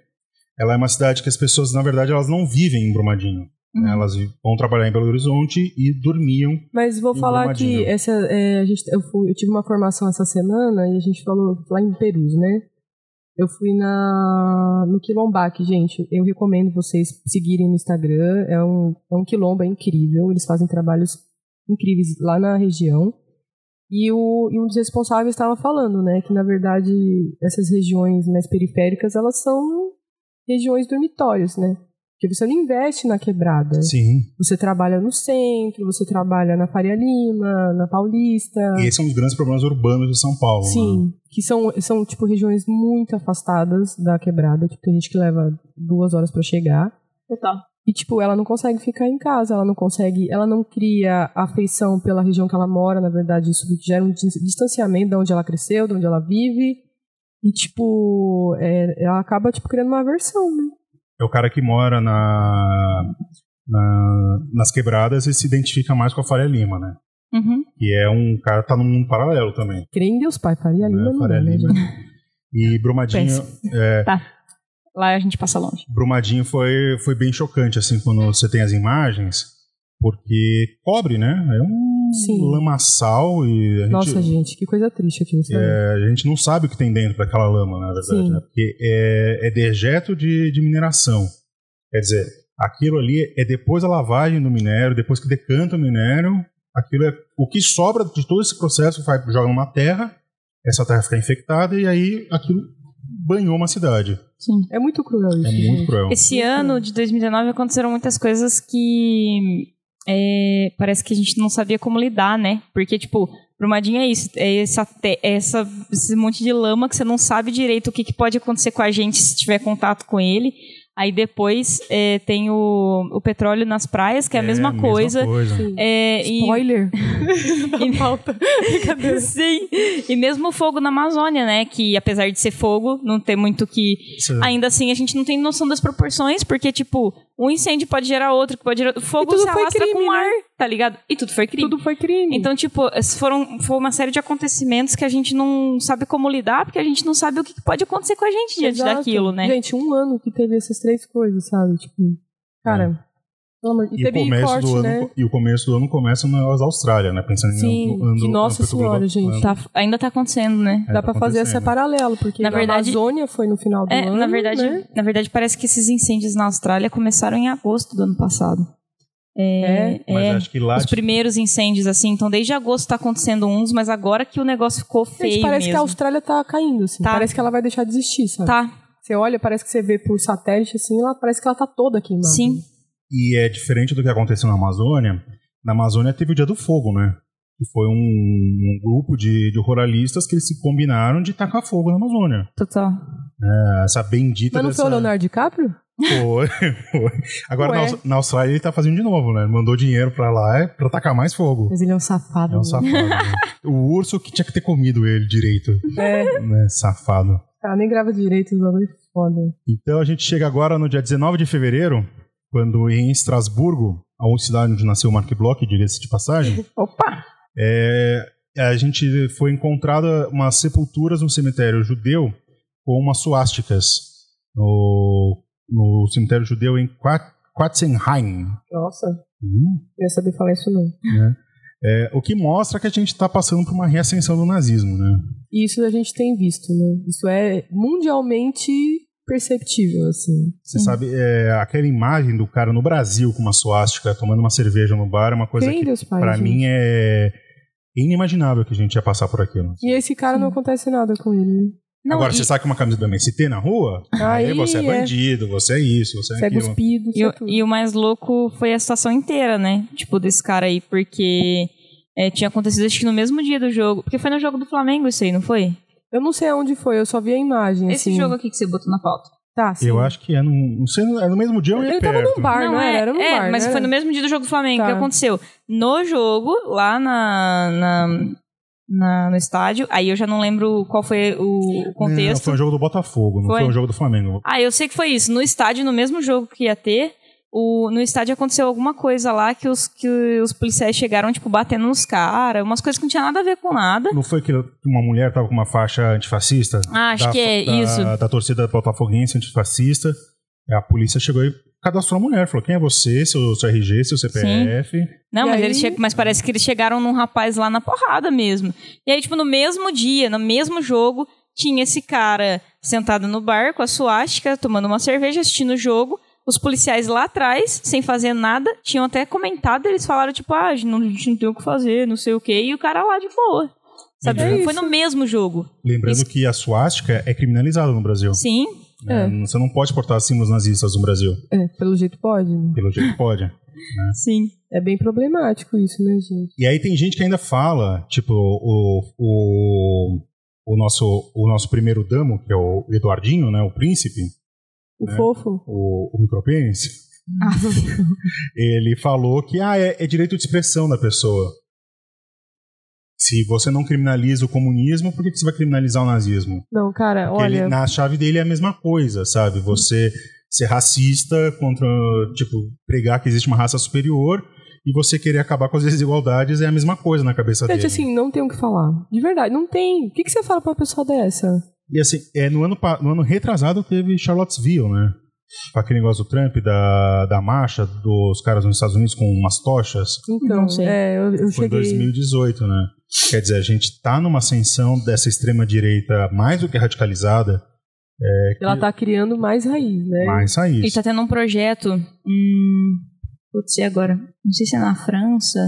S1: Ela é uma cidade que as pessoas, na verdade, elas não vivem em Brumadinho.
S2: Uhum.
S1: né? Elas vi- vão trabalhar em Belo Horizonte e dormiam.
S3: Mas vou
S1: Em
S3: falar
S1: Brumadinho.
S3: que essa, é, a gente, eu, fui- eu tive uma formação essa semana e a gente falou lá em Perus, né? Eu fui na, no Quilombac, gente. Eu recomendo vocês seguirem no Instagram. É um, é um quilomba incrível. Eles fazem trabalhos incríveis lá na região. E, o, e um dos responsáveis estava falando, né? Que, na verdade, essas regiões mais periféricas, elas são regiões dormitórios, né? Porque você não investe na quebrada.
S1: Sim.
S3: Você trabalha no centro, você trabalha na Faria Lima, na Paulista.
S1: E esse é um dos grandes problemas urbanos de São Paulo. né?
S3: Sim, que são, são, tipo, regiões muito afastadas da quebrada. Tipo, tem gente que leva duas horas pra chegar.
S2: Total.
S3: E, tipo, ela não consegue ficar em casa, ela não consegue... Ela não cria afeição pela região que ela mora, na verdade. Isso gera um dis- distanciamento de onde ela cresceu, de onde ela vive. E, tipo, é, ela acaba, tipo, criando uma aversão, né?
S1: É o cara que mora na- na, nas quebradas e se identifica mais com a Faria Lima, né?
S2: Uhum.
S1: que é um cara que tá num mundo paralelo também.
S3: Crê em Deus, pai. Faria Lima
S1: né?
S3: não
S1: Faria
S3: é, né,
S1: Lima.
S3: gente?
S1: E Brumadinho,
S2: Lá a gente passa longe.
S1: Brumadinho foi, foi bem chocante, assim, quando você tem as imagens, porque cobre, né? É um
S3: Sim.
S1: lamaçal e a gente,
S3: Nossa, gente, que coisa triste aquilo, sabe?
S1: é, a gente não sabe o que tem dentro daquela lama, na verdade,
S3: Sim.
S1: né? Porque é, é dejeto de, de mineração. Quer dizer, aquilo ali é depois da lavagem do minério, depois que decanta o minério, aquilo é o que sobra de todo esse processo vai joga numa terra, essa terra fica infectada e aí aquilo banhou uma cidade.
S2: Sim.
S3: É muito cruel isso.
S1: É muito
S3: gente.
S1: cruel.
S2: Esse ano de 2019 aconteceram muitas coisas que é, parece que a gente não sabia como lidar, né? Porque, tipo, Brumadinho é isso, é, essa, te- é essa- esse monte de lama que você não sabe direito o que, que pode acontecer com a gente se tiver contato com ele. Aí depois é, tem o, o petróleo nas praias, que é a mesma coisa. É, e-
S3: Spoiler.
S2: e-
S3: Falta.
S2: Sim. E mesmo o fogo na Amazônia, né? Que apesar de ser fogo, não tem muito o que
S1: Isso-
S2: ainda assim a gente não tem noção das proporções, porque, tipo, um incêndio pode gerar outro, que pode gerar. Fogo
S3: tudo
S2: se
S3: foi
S2: arrasta
S3: crime,
S2: com
S3: né?
S2: ar, tá ligado? E tudo foi crime.
S3: Tudo foi crime.
S2: Então, tipo, esses foram, foi uma série de acontecimentos que a gente não sabe como lidar, porque a gente não sabe o que pode acontecer com a gente diante
S3: Exato.
S2: daquilo, né?
S3: Gente, um ano que teve essas três coisas, sabe? Tipo, cara. pelo amor- E,
S1: É. E o,
S3: teve
S1: começo
S3: corte,
S1: do ano,
S3: né?
S1: e o começo do ano começa na Austrália, né? Pensando
S3: Sim,
S1: em, no, ano-
S3: que nossa
S1: aspecto
S3: senhora,
S1: global.
S3: gente,
S2: Tá- ainda tá acontecendo, né?
S1: É,
S3: Dá
S1: tá
S3: pra fazer essa
S1: acontecendo.
S3: paralelo, porque
S2: Na
S3: na
S2: verdade-
S3: Amazônia foi no final do
S2: É,
S3: ano.
S2: na verdade,
S3: né?
S2: na verdade parece que esses incêndios na Austrália começaram em agosto do ano passado. É, é.
S1: Mas acho que lá
S2: os primeiros incêndios assim, então desde agosto tá acontecendo uns, mas agora que o negócio ficou feio
S3: Gente, parece que a
S2: mesmo.
S3: Austrália tá caindo, assim.
S2: Tá.
S3: Parece que ela vai deixar de existir, sabe?
S2: Tá,
S3: Você olha, parece que você vê por satélite, assim, ela parece que ela tá toda queimada.
S2: sim.
S1: E é diferente do que aconteceu na Amazônia. Na Amazônia teve o Dia do Fogo, né? Que foi um, um grupo de, de ruralistas que eles se combinaram de tacar fogo na Amazônia.
S2: Total.
S1: Ah, Essa bendita
S3: Mas não
S1: dessa...
S3: foi o Leonardo DiCaprio?
S1: Foi, foi. Agora, na,
S3: Ué.
S1: Aus- na Austrália, ele tá fazendo de novo, né? Mandou dinheiro pra lá é pra tacar mais fogo.
S3: Mas ele é um safado.
S1: É um
S3: né?
S1: safado. né? O urso que tinha que ter comido ele direito.
S3: É,
S1: Né? Safado.
S3: cara, nem grava direito, os bagulho é foda.
S1: Então a gente chega agora no dia 19 de fevereiro, quando em Estrasburgo, a cidade onde nasceu o Mark Bloch, diga-se de passagem,
S3: Opa!
S1: É, a gente foi encontrada umas sepulturas no cemitério judeu com umas suásticas no, no cemitério judeu em Qua- Quatzenheim.
S3: Nossa,
S1: Hum,
S3: não ia saber falar isso não.
S1: é, o que mostra que a gente está passando por uma reascensão do nazismo, né?
S3: E isso a gente tem visto, né? Isso é mundialmente perceptível, assim.
S1: Você sabe, é, aquela imagem do cara no Brasil com uma suástica tomando uma cerveja no bar é uma coisa
S3: Quem
S1: que
S3: Deus Pai?
S1: para
S3: gente?
S1: mim é inimaginável que a gente ia passar por aquilo.
S3: E esse cara não acontece nada com ele.
S2: Não,
S1: Agora,
S2: e-
S1: você sai com uma camisa do MST na rua, aí,
S3: Aí
S1: você é,
S3: é.
S1: bandido, você é isso, você é
S3: Você é
S1: aquilo.
S3: cuspido,
S2: E,
S3: você é
S2: o-
S3: tudo.
S2: e o mais louco foi a situação inteira, né? Tipo, desse cara aí, porque é, tinha acontecido acho que no mesmo dia do jogo. Porque foi no jogo do Flamengo isso aí, não foi?
S3: Eu não sei aonde foi, eu só vi a imagem,
S2: Esse
S3: assim.
S2: jogo aqui que você botou na pauta.
S3: Tá, sim.
S1: Eu acho que é no, não sei, é no mesmo dia ou é
S3: Ele tava
S1: perto.
S3: num bar, não, era? Era num
S2: é,
S3: bar,
S2: mas
S3: né?
S2: foi no mesmo dia do jogo do Flamengo. O
S3: Tá.
S2: que aconteceu? No jogo, lá na, na- na- no estádio, aí eu já não lembro qual foi o
S1: Não,
S2: contexto.
S1: foi um jogo do Botafogo, não
S2: Foi?
S1: foi, um jogo do Flamengo.
S2: Ah, eu sei que foi isso. No estádio, no mesmo jogo que ia ter, o- no estádio aconteceu alguma coisa lá que os, que os policiais chegaram, tipo, batendo nos caras, umas coisas que não tinha nada a ver com nada.
S1: Não foi que uma mulher tava com uma faixa antifascista?
S2: Ah, acho
S1: Da-
S2: que é
S1: da,
S2: isso.
S1: Da torcida botafoguense antifascista. A polícia chegou e cadastrou a mulher, falou: quem é você, seu, seu RG, seu CPF.
S2: Não,
S3: E
S2: mas,
S3: aí-
S2: eles che- mas parece que eles chegaram num rapaz lá na porrada mesmo. E aí, tipo, no mesmo dia, no mesmo jogo, tinha esse cara sentado no bar com a suástica, tomando uma cerveja, assistindo o jogo. Os policiais lá atrás, sem fazer nada, tinham até comentado, eles falaram, tipo, ah, a gente não, a gente não tem o que fazer, não sei o quê, e o cara lá de boa. Sabe?
S1: É
S2: Tipo, Foi no mesmo jogo.
S1: Lembrando
S2: Isso.
S1: que a suástica é criminalizada no Brasil.
S2: Sim.
S1: né? Você não pode portar símbolos nazistas no Brasil.
S3: É, pelo jeito pode. né?
S1: Pelo jeito pode.
S2: Sim.
S3: É bem problemático isso, né, gente?
S1: E aí tem gente que ainda fala, tipo, o, o, o, nosso, o nosso primeiro damo, que é o Eduardinho, né? O príncipe.
S3: O
S1: É.
S3: fofo.
S1: o, o micropênis, ele falou que ah, é, é direito de expressão da pessoa. Se você não criminaliza o comunismo, por que, que você vai criminalizar o nazismo?
S3: Não, cara,
S1: Porque ele-
S3: olha.
S1: na chave dele é a mesma coisa, sabe? Você ser racista contra, tipo, pregar que existe uma raça superior e você querer acabar com as desigualdades é a mesma coisa na cabeça
S3: Gente,
S1: dele.
S3: assim, não tem o que falar. De verdade, não tem. O que, que você fala pra uma pessoa dessa?
S1: E assim, é, no, ano, pa- no ano retrasado teve Charlottesville, né? Com aquele negócio do Trump, da, da marcha dos caras nos Estados Unidos com umas tochas.
S3: Então,
S2: Não sei.
S3: é, eu, eu
S1: Foi em
S3: cheguei.
S1: 2018, né? Quer dizer, a gente tá numa ascensão dessa extrema-direita mais do que radicalizada,
S3: Ela tá criando mais raiz, né?
S1: mais
S2: Ele
S1: raiz.
S2: tá tendo um projeto. Hum, putz, e agora? Não sei se é na França.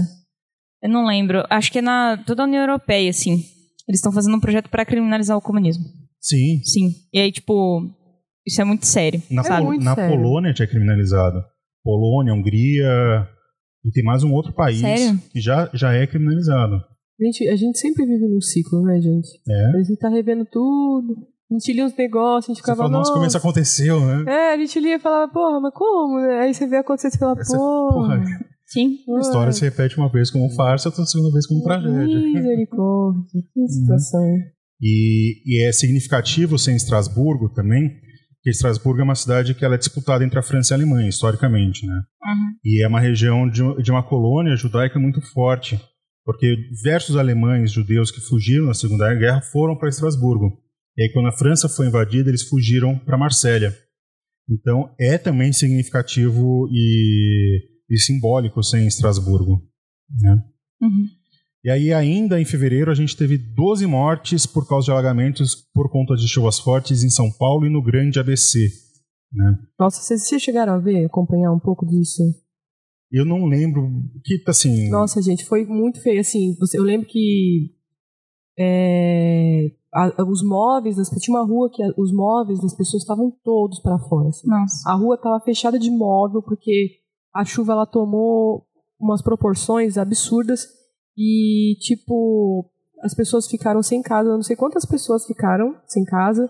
S2: Eu não lembro. Acho que é na toda a União Europeia, assim. Eles estão fazendo um projeto pra criminalizar o comunismo.
S1: Sim,
S2: Sim. E aí, tipo, isso é muito sério.
S1: na,
S3: É
S1: Pol-
S3: muito
S1: na
S3: sério.
S1: Polônia tinha criminalizado. Polônia, Hungria, e tem mais um outro país
S2: Sério?
S1: que já, já é criminalizado.
S3: Gente, a gente sempre vive num ciclo, né, gente?
S1: É.
S3: A gente tá revendo tudo. A gente lia os negócios, a gente
S1: Você
S3: ficava.
S1: fala, nossa, como isso
S3: nossa.
S1: aconteceu, né?
S3: É, a gente lia e falava, porra, mas como? né? Aí você vê acontecer e fala,
S1: Essa-
S3: porra.
S1: Porra,
S2: Sim.
S1: a história se repete uma vez como farsa, outra segunda vez como tragédia. Uhum.
S3: Misericórdia, que situação.
S1: E, e é significativo ser em Estrasburgo também, que Porque Estrasburgo é uma cidade que ela é disputada entre a França e a Alemanha, historicamente, né?
S2: Uhum.
S1: E é uma região de, de uma colônia judaica muito forte, porque diversos alemães judeus que fugiram da Segunda Guerra foram para Estrasburgo. E aí, quando a França foi invadida, eles fugiram para Marsella. Então, é também significativo e, e simbólico ser em Estrasburgo. Né?
S2: Uhum.
S1: E aí, ainda em fevereiro, a gente teve 12 mortes por causa de alagamentos por conta de chuvas fortes em São Paulo e no Grande ABC. Né?
S3: Nossa, vocês, vocês chegaram a ver, acompanhar um pouco disso?
S1: Eu não lembro que, assim...
S3: Nossa, gente, foi muito feio. Assim, você- eu lembro que é, a- os móveis, das, tinha uma rua que a- os móveis das pessoas estavam todos para fora. assim.
S2: Nossa.
S3: A rua estava fechada de móvel porque a chuva ela tomou umas proporções absurdas e tipo as pessoas ficaram sem casa, eu não sei quantas pessoas ficaram sem casa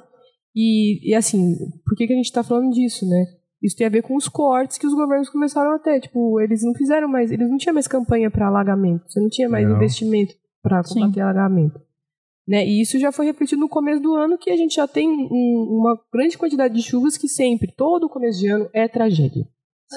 S3: e, e assim, por que, que a gente está falando disso, né? Isso tem a ver com os cortes que os governos começaram a ter, tipo eles não fizeram mais, eles não tinham mais campanha para alagamento, você não tinha mais
S1: Não.
S3: investimento para
S2: Sim.
S3: combater alagamento. Né? E isso já foi repetido no começo do ano, que a gente já tem um- uma grande quantidade de chuvas que sempre, todo começo de ano, é tragédia.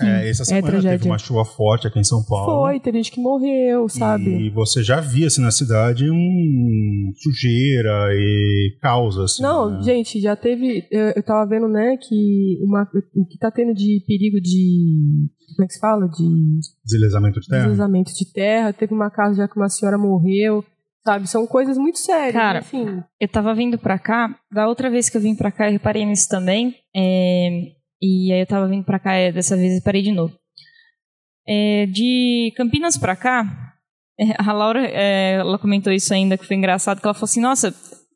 S1: É, essa semana teve
S3: tragédia.
S1: uma chuva forte aqui em São Paulo.
S3: Foi, teve gente que morreu, sabe?
S1: E você já via assim, na cidade um sujeira e caos assim.
S3: Não,
S1: né?
S3: gente, já teve. Eu, eu tava vendo, né, que uma, o que tá tendo de perigo de. Como é que se fala? De
S1: deslizamento de terra.
S3: deslizamento de terra. Teve uma casa já que uma senhora morreu, sabe? São coisas muito sérias.
S2: Cara,
S3: enfim.
S2: Eu tava vindo pra cá, da outra vez que eu vim pra cá, eu reparei nisso também. é, e aí eu tava vindo pra cá, é, dessa vez eu reparei de novo. É, de Campinas pra cá, é, a Laura, é, ela comentou isso ainda, que foi engraçado, que ela falou assim, nossa,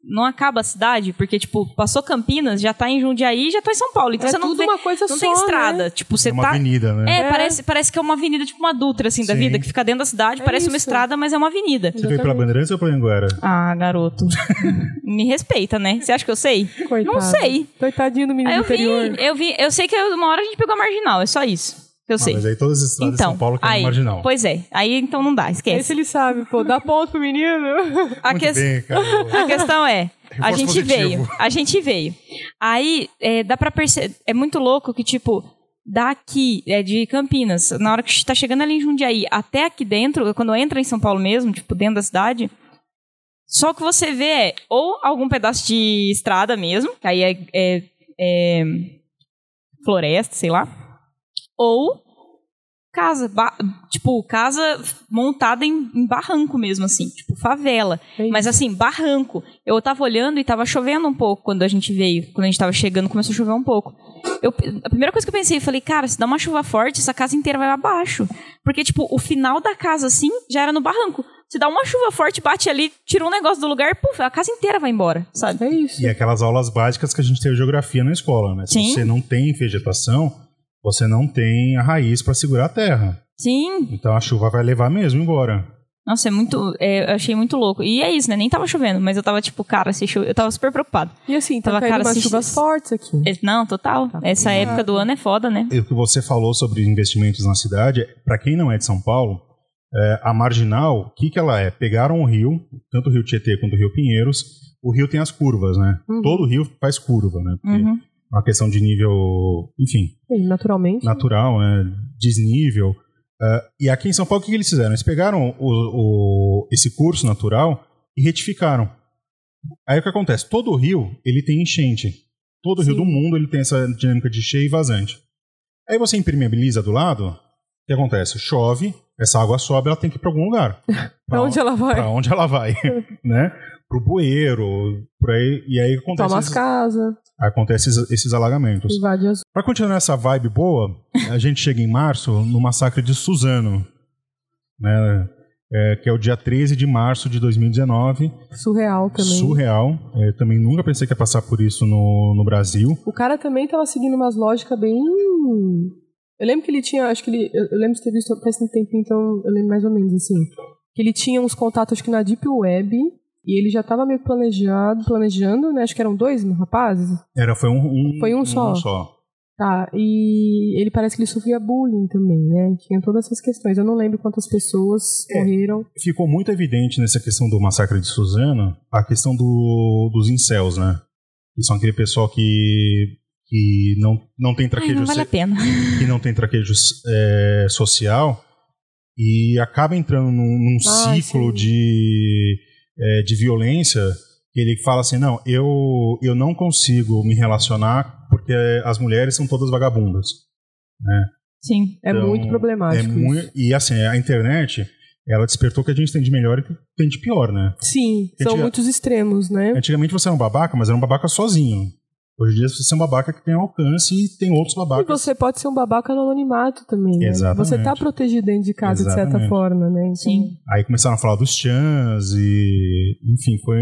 S2: não acaba a cidade, porque, tipo, passou Campinas, já tá em Jundiaí, já tá em São Paulo, então
S3: é
S2: você não
S3: tudo
S2: vê...
S3: uma coisa
S2: Não
S3: só,
S2: tem
S3: né?
S2: estrada, tipo, você
S1: é uma
S2: tá...
S1: avenida, né?
S2: É,
S3: É.
S2: Parece, parece que é uma avenida, tipo uma Dutra, assim, da
S1: Sim.
S2: vida, que fica dentro da cidade,
S3: É
S2: parece uma
S3: isso.
S2: estrada, mas é uma avenida.
S1: Você veio pela
S3: Exatamente.
S1: Bandeirantes ou pela Anguera?
S2: Ah, garoto. Me respeita, né? Você acha que eu sei?
S3: Coitado.
S2: Não sei.
S3: Coitadinho do menino
S2: Aí eu
S3: do interior.
S2: vi, eu vi, eu sei que uma hora a gente pegou a marginal, é só isso. que Eu
S1: Ah,
S2: sei.
S1: mas aí todas as estradas de São
S2: Então,
S1: Paulo que é
S2: aí,
S1: marginal.
S2: pois é. Aí então não dá,
S3: Esse
S2: esquece.
S3: ele sabe, pô, dá ponto pro menino.
S2: A,
S1: Muito
S2: ques-
S1: bem, cara.
S2: a questão é, a
S1: Reforço
S2: gente
S1: positivo.
S2: veio, a gente veio. Aí é, dá para perceber, é muito louco que tipo daqui é de Campinas, na hora que tá chegando ali em Jundiaí, até aqui dentro, quando entra em São Paulo mesmo, tipo dentro da cidade, só o que você vê é ou algum pedaço de estrada mesmo, que aí é, é- é floresta, sei lá, ou casa, ba- tipo casa montada em, em barranco mesmo assim, tipo favela.
S3: É
S2: Mas assim, barranco. Eu tava olhando e tava chovendo um pouco quando a gente veio. Quando a gente tava chegando, começou a chover um pouco. Eu, a primeira coisa que eu pensei, eu falei, cara, se dá uma chuva forte, essa casa inteira vai abaixo. Porque, tipo, o final da casa, assim, já era no barranco. Se dá uma chuva forte, bate ali, tira um negócio do lugar, puf, a casa inteira vai embora, sabe?
S3: É isso.
S1: E aquelas aulas básicas que a gente teve geografia na escola, né? Se
S2: Sim.
S1: você não tem vegetação, você não tem a raiz para segurar a terra.
S2: Sim.
S1: Então a chuva vai levar mesmo embora.
S2: Nossa, é muito. é, eu achei muito louco. E é isso, né? Nem tava chovendo, mas eu tava, tipo, cara, se cho... eu tava super preocupado.
S3: E assim, tá
S2: Tava,
S3: caindo
S2: cara,
S3: umas
S2: se-
S3: chuvas fortes aqui. né?
S2: Eu- Não, total. Essa época do ano é foda, né?
S1: E o que você falou sobre investimentos na cidade, para quem não é de São Paulo, é, a marginal, o que, que ela é? Pegaram o rio, tanto o rio Tietê quanto o rio Pinheiros, o rio tem as curvas, né?
S3: Uhum.
S1: Todo rio faz curva, né? Porque
S2: Uhum.
S1: é uma questão de nível, enfim,
S3: Sim, Naturalmente.
S1: natural, né? desnível. Ah, e aqui em São Paulo, o que, que eles fizeram? Eles pegaram o, o- esse curso natural e retificaram. Aí o que acontece? Todo rio ele tem enchente. Todo rio
S3: Sim.
S1: do mundo ele tem essa dinâmica de cheia e vazante. Aí você impermeabiliza do lado, o que acontece? Chove, essa água sobe, ela tem que ir para algum lugar.
S3: Pra onde ela vai?
S1: Para onde ela vai, né? Pro bueiro, por aí. E aí acontece
S3: Toma as
S1: esses,
S3: casas,
S1: acontece esses- esses alagamentos.
S3: invade as.
S1: Pra continuar essa vibe boa, a gente chega em março no massacre de Suzano, né? É, que é o dia 13 de março de 2019.
S3: Surreal também.
S1: Surreal. É, também nunca pensei que ia passar por isso no, no Brasil.
S3: O cara também tava seguindo umas lógicas bem. Eu lembro que ele tinha, acho que ele. Eu eu lembro de ter visto faz um tempinho, então eu lembro mais ou menos assim. Que ele tinha uns contatos, acho que na Deep Web, e ele já tava meio planejado, planejando, né? Acho que eram dois rapazes.
S1: Era, foi um, um-
S3: Foi um só. Tá, e ele parece que ele sofria bullying também, né? Tinha todas essas questões. Eu não lembro quantas pessoas
S1: É.
S3: morreram.
S1: Ficou muito evidente nessa questão do massacre de Suzano a questão do, dos incels, né? Que são aquele pessoal que que não, não tem
S2: Ai,
S1: traquejo
S2: não vale a
S1: se-
S2: pena.
S1: que não tem traquejo é, social e acaba entrando num, num
S3: Ah,
S1: ciclo
S3: sim.
S1: de, é, de violência que ele fala assim, não, eu, eu não consigo me relacionar porque as mulheres são todas vagabundas.
S2: Sim.
S3: É
S1: Então,
S3: muito
S1: É
S3: problemático.
S1: mui-
S3: isso.
S1: e assim, a internet, ela despertou o que a gente tem de melhor e o que tem de pior, né?
S3: Sim,
S1: Eu
S3: são
S1: tinha-
S3: muitos extremos, né?
S1: Antigamente você era um babaca, mas era um babaca sozinho. Hoje em dia você é um babaca que tem alcance e tem outros
S3: E
S1: babacas.
S3: você pode ser um babaca no anonimato também. né?
S1: Exatamente.
S3: Você tá protegido dentro de casa, de certa
S1: Exatamente.
S3: forma, né? Então,
S2: Sim.
S1: Aí começaram a falar dos chans e. Enfim, foi.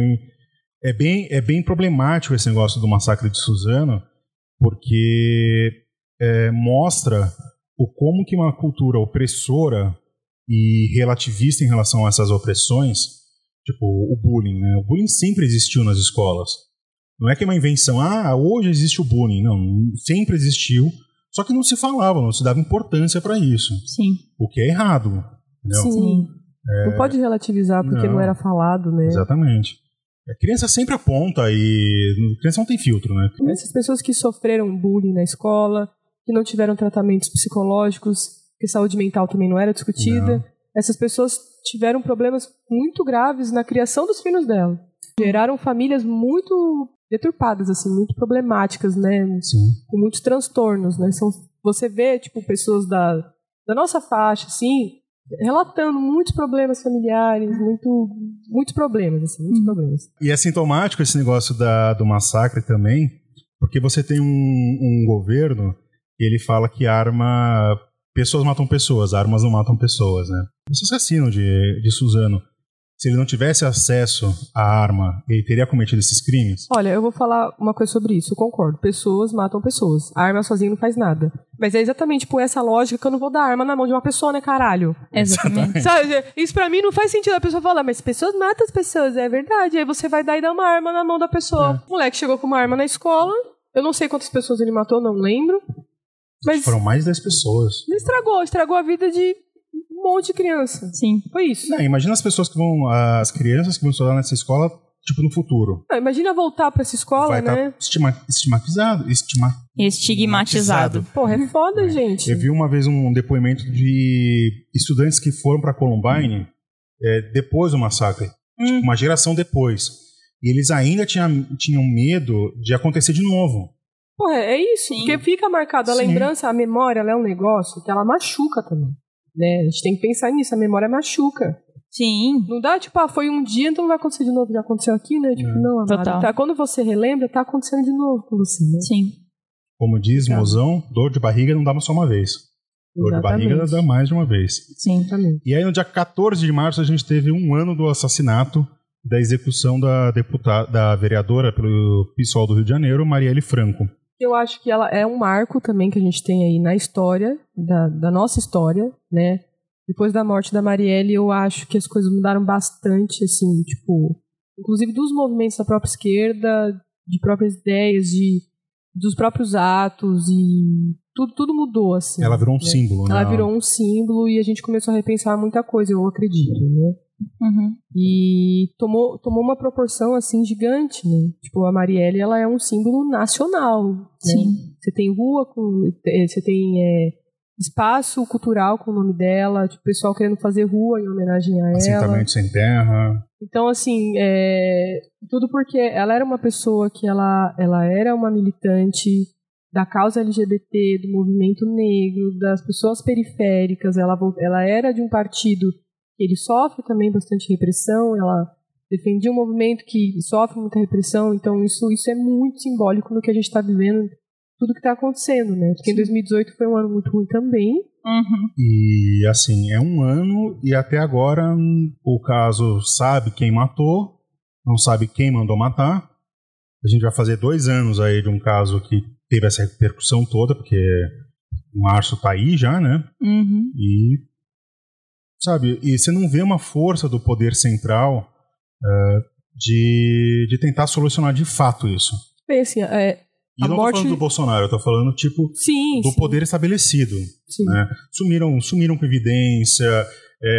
S1: É bem, é bem problemático esse negócio do massacre de Suzano, porque é, mostra o como que uma cultura opressora e relativista em relação a essas opressões, tipo o bullying, né? O bullying sempre existiu nas escolas. Não é que é uma invenção, ah, hoje existe o bullying. Não, sempre existiu, só que não se falava, não se dava importância para isso,
S2: Sim.
S1: o que é errado. Entendeu?
S3: Sim.
S2: Sim.
S3: Não pode relativizar porque não,
S1: Não.
S3: era falado, né?
S1: Exatamente. A criança sempre aponta e. A criança não tem filtro, né?
S3: Essas pessoas que sofreram bullying na escola, que não tiveram tratamentos psicológicos, que saúde mental também não era discutida. Essas pessoas tiveram problemas muito graves na criação dos filhos dela. Geraram famílias muito deturpadas, assim, muito problemáticas, né?
S1: Sim.
S3: com muitos transtornos, né? São, você vê, tipo, pessoas da, da nossa faixa, assim, relatando muitos problemas familiares, muito, muitos problemas, assim, muitos
S2: Hum.
S3: problemas.
S1: E é sintomático esse negócio da, do massacre também, porque você tem um, um governo que ele fala que arma. Pessoas matam pessoas, armas não matam pessoas, né? Esse assassino de, de Suzano, se ele não tivesse acesso à arma, ele teria cometido esses crimes?
S3: Olha, eu vou falar uma coisa sobre isso, eu concordo. Pessoas matam pessoas. A arma sozinha não faz nada. Mas é exatamente por essa lógica que eu não vou dar arma na mão de uma pessoa, né, caralho?
S1: É.
S2: Exatamente.
S3: Sabe, isso pra mim não faz sentido a pessoa falar, mas pessoas matam as pessoas, é verdade. Aí você vai dar e dar uma arma na mão da
S1: É.
S3: pessoa. O moleque chegou com uma arma na escola, eu não sei quantas pessoas ele matou, não lembro. Mas
S1: Foram mais de 10 pessoas.
S3: Ele estragou, estragou a vida de um monte de criança.
S2: Sim.
S3: Foi isso.
S1: Não, imagina as pessoas que vão. As crianças que vão estudar nessa escola, tipo, no futuro.
S3: Ah, imagina voltar pra essa escola,
S1: Vai tá estar
S3: né?
S1: estima, estigmatizado. Estima,
S2: Estigmatizado.
S3: Porra, é foda, gente.
S1: Eu vi uma vez um depoimento de estudantes que foram para Columbine é, depois do massacre, tipo,
S2: Hum.
S1: uma geração depois. E eles ainda tinha, tinham medo de acontecer de novo.
S3: Porra, é isso.
S2: Sim.
S3: Porque fica marcado. A
S1: Sim.
S3: lembrança, a memória, ela é um negócio que ela machuca também. Né? A gente tem que pensar nisso. A memória machuca.
S2: Sim.
S3: Não dá, tipo, ah, foi um dia, então não vai acontecer de novo. Já aconteceu aqui, né? Tipo,
S1: Hum.
S3: não, amado.
S2: Total.
S3: Tá, quando você relembra, tá acontecendo de novo com você, né?
S2: Sim.
S1: Como diz
S3: Tá.
S1: mozão, dor de barriga não dá só uma vez. Dor de barriga dá mais de uma vez.
S2: Sim.
S3: Exatamente.
S1: E aí, no dia 14 de março, a gente teve um ano do assassinato e da execução da deputada, da vereadora pelo PSOL do Rio de Janeiro, Marielle Franco.
S3: Eu acho que ela é um marco também que a gente tem aí na história, da, da nossa história, né? Depois da morte da Marielle, eu acho que as coisas mudaram bastante, assim, tipo, inclusive dos movimentos da própria esquerda, de próprias ideias, de dos próprios atos e tudo, tudo mudou, assim.
S1: Ela virou um
S3: né?
S1: símbolo, né?
S3: Ela virou um símbolo e a gente começou a repensar muita coisa, eu acredito, né?
S2: Uhum.
S3: E tomou, tomou uma proporção, assim, gigante, né? Tipo, a Marielle, ela é um símbolo nacional, né?
S2: Sim.
S3: Você tem rua com. eh, Você tem eh, espaço cultural com o nome dela, tipo, pessoal querendo fazer rua em homenagem a
S1: Assim,
S3: ela.
S1: Assentamento sem terra.
S3: Então, assim, eh, tudo porque ela era uma pessoa que ela, ela era uma militante da causa LGBT, do movimento negro, das pessoas periféricas. Ela, vo- ela era de um partido que ele sofre também bastante repressão. Ela defendia um movimento que sofre muita repressão. Então, isso, isso é muito simbólico no que a gente está vivendo, tudo que está acontecendo, né? Porque em 2018 foi um ano muito ruim também.
S2: Uhum.
S1: E assim, é um ano e até agora hum, o caso sabe quem matou, não sabe quem mandou matar. A gente vai fazer dois anos aí de um caso que teve essa repercussão toda, porque março tá aí já, né?
S2: Uhum.
S1: E sabe, e você não vê uma força do poder central eh, de, de tentar solucionar de fato isso.
S3: Bem, assim, é,
S1: E
S3: A
S1: eu não
S3: morte-
S1: tô falando do Bolsonaro, eu tô falando tipo
S3: sim,
S1: do
S3: sim,
S1: poder estabelecido.
S3: sim.
S1: né? Sumiram, sumiram com evidência,